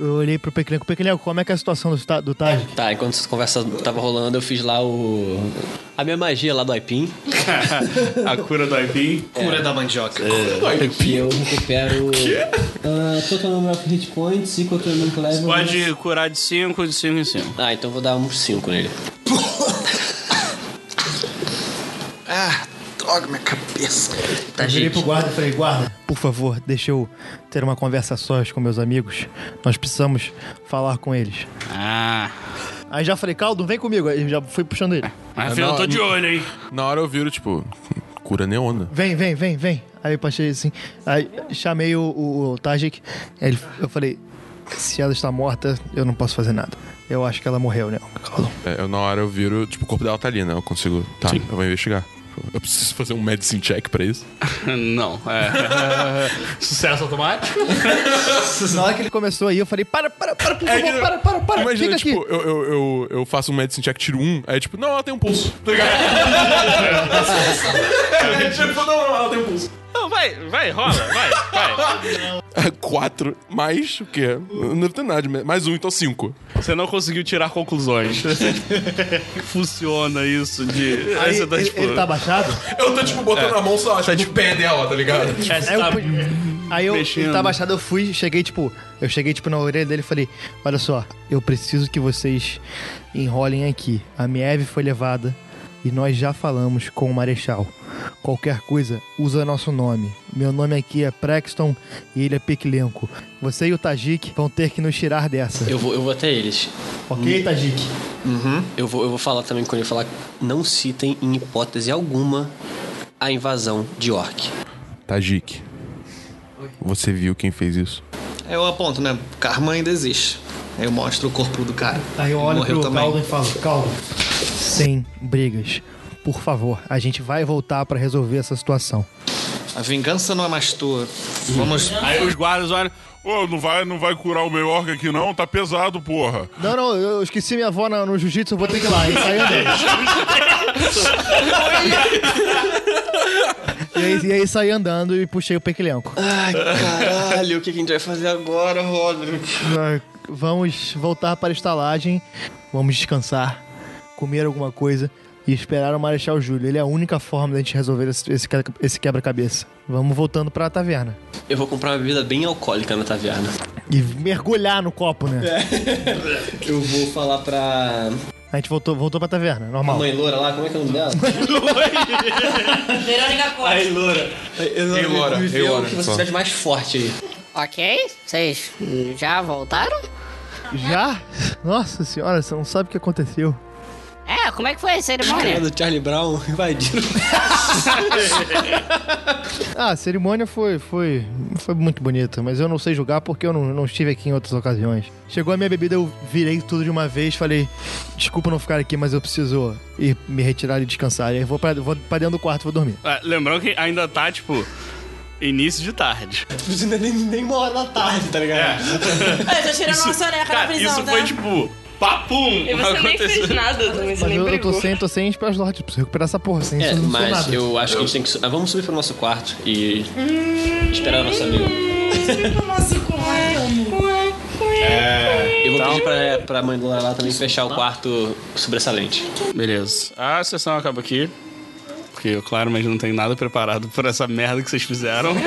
Eu olhei pro Pequelenco. Pequelenco, como é que é a situação do, ta- do Taj? Tá, enquanto essa conversa tava rolando, eu fiz lá o. A minha magia lá do Aipim. <laughs> É. A cura do Aipim. Cura da mandioca. E eu recupero. Ah, total number of hit points, equal to number level. Pode curar de 5, de 5 em 5. Ah, então eu vou dar uns 5 nele. Ah, droga, minha cabeça. Tá, eu virei pro guarda e falei: guarda, por favor, deixa eu ter uma conversa a sós com meus amigos. Nós precisamos falar com eles. Ah. Aí já falei: Caldon, vem comigo. Aí já fui puxando ele. Mas Não, afinal, Ah, eu tô de não- olho, hein? É, Na hora eu viro, tipo, cura neona. Vem, vem, vem, vem. Aí eu passei assim. Aí chamei o, o, o Tajik. Aí ele- eu falei: se ela está morta, eu não posso fazer nada. Eu acho que ela morreu, né? <laughs> Caldon. É, eu, na hora eu viro, tipo, o corpo dela tá ali, né? Eu consigo. Tá, eu vou investigar. Eu preciso fazer um medicine check pra isso. <laughs> Não, é. <laughs> Sucesso automático? Na hora que ele começou aí, eu falei: para, para, para, por É favor, que- para, para, para. Imagina, fica tipo, aqui. eu, eu, eu, eu faço um medicine check, tiro um, aí tipo, não, ela tem um pulso. Tá ligado? É, tipo, não, não, ela tem um pulso. Não, vai, vai, rola, vai, vai. <laughs> Quatro, mais o quê? Não tem nada, de me- mais um, então cinco. Você não conseguiu tirar conclusões. <laughs> Funciona isso tipo, de. tipo Aí você ele, ele tá baixado? Eu tô, tipo, botando É. a mão só, tipo, de pé dela, tá ligado? Aí É, eu, fui- aí eu ele tá baixado, eu fui, cheguei, tipo, eu cheguei, tipo, na orelha dele e falei, olha só, eu preciso que vocês enrolem aqui. A Mieve foi levada e nós já falamos com o Marechal. Qualquer coisa, usa nosso nome. Meu nome aqui é Prexton e ele é Piquilenco. Você e o Tajik vão ter que nos tirar dessa. Eu vou, eu vou até eles. Hum. Ok, Tajik? Uhum. Eu vou, eu vou falar também com ele, falar não citem em hipótese alguma a invasão de orc. Tajik. Você viu quem fez isso? Aí eu aponto, né? Karma ainda existe. Aí eu mostro o corpo do cara. Aí eu olho Morreu pro também. Caldo e falo, Caldo, sem brigas. Por favor, a gente vai voltar pra resolver essa situação. A vingança não é mais tua. Vamos. Aí os guardas olham. Ô, não vai, não vai curar o meu orc aqui não? Tá pesado, porra. Não, não, eu esqueci minha avó na- no jiu-jitsu, eu vou ter que ir lá. E saí andando. e, aí, e aí saí andando e puxei o pequilenco. Ai, caralho, o que que a gente vai fazer agora, Rodrigo? Ah, Vamos voltar para a estalagem, vamos descansar, comer alguma coisa e esperar o Marechal Júlio. Ele é a única forma da gente resolver esse, esse que- esse quebra-cabeça. Vamos voltando para a taverna. Eu vou comprar uma bebida bem alcoólica na taverna. E mergulhar no copo, né? <laughs> Eu vou falar pra A gente voltou, voltou pra taverna, normal. mãe Loura lá, como é que é o nome dela? Verônica Costa. Ai, Loura. Ei, Loura, Me ei, vê o Loura, que você só. tiver de mais forte aí. Ok, vocês já voltaram? Já? Nossa senhora, você não sabe o que aconteceu. É, como é que foi a cerimônia? <laughs> do Charlie Brown <laughs> invadiram. Ah, a cerimônia foi, foi, foi muito bonita, mas eu não sei julgar porque eu não, não estive aqui em outras ocasiões. Chegou a minha bebida, eu virei tudo de uma vez, falei: desculpa não ficar aqui, mas eu preciso ir me retirar e descansar. E aí vou pra, vou pra dentro do quarto vou dormir. Ah, Lembrando que ainda tá, tipo, início de tarde. nem, nem uma hora da tarde, tá <laughs> ligado? É, já tiraram uma soneca na Cara, prisão, isso tá? foi tipo. Papum! E você nem fez nada, não, você Mas nem eu, eu tô brigou. sem, tô sem Spell Slot, preciso recuperar essa porra, sem É, isso eu não sou mas nada. eu acho que a gente tem que. Ah, vamos subir pro nosso quarto e. esperar o nosso amigo. né? É, eu vou Então- pedir pra, pra mãe do Lala também fechar o quarto sobressalente. Beleza. A sessão acaba aqui. Porque eu, claro, mas não tenho nada preparado por essa merda que <laughs> vocês fizeram. <laughs>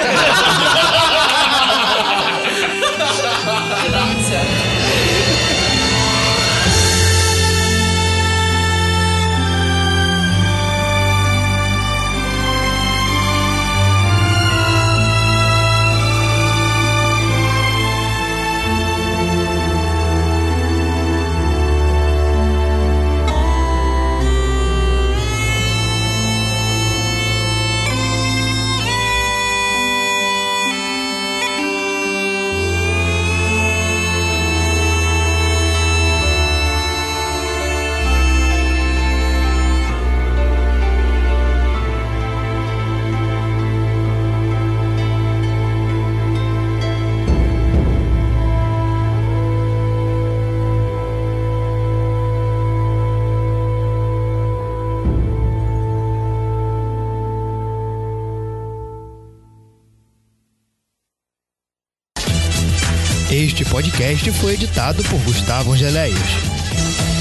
Este podcast foi editado por Gustavo Angeléias.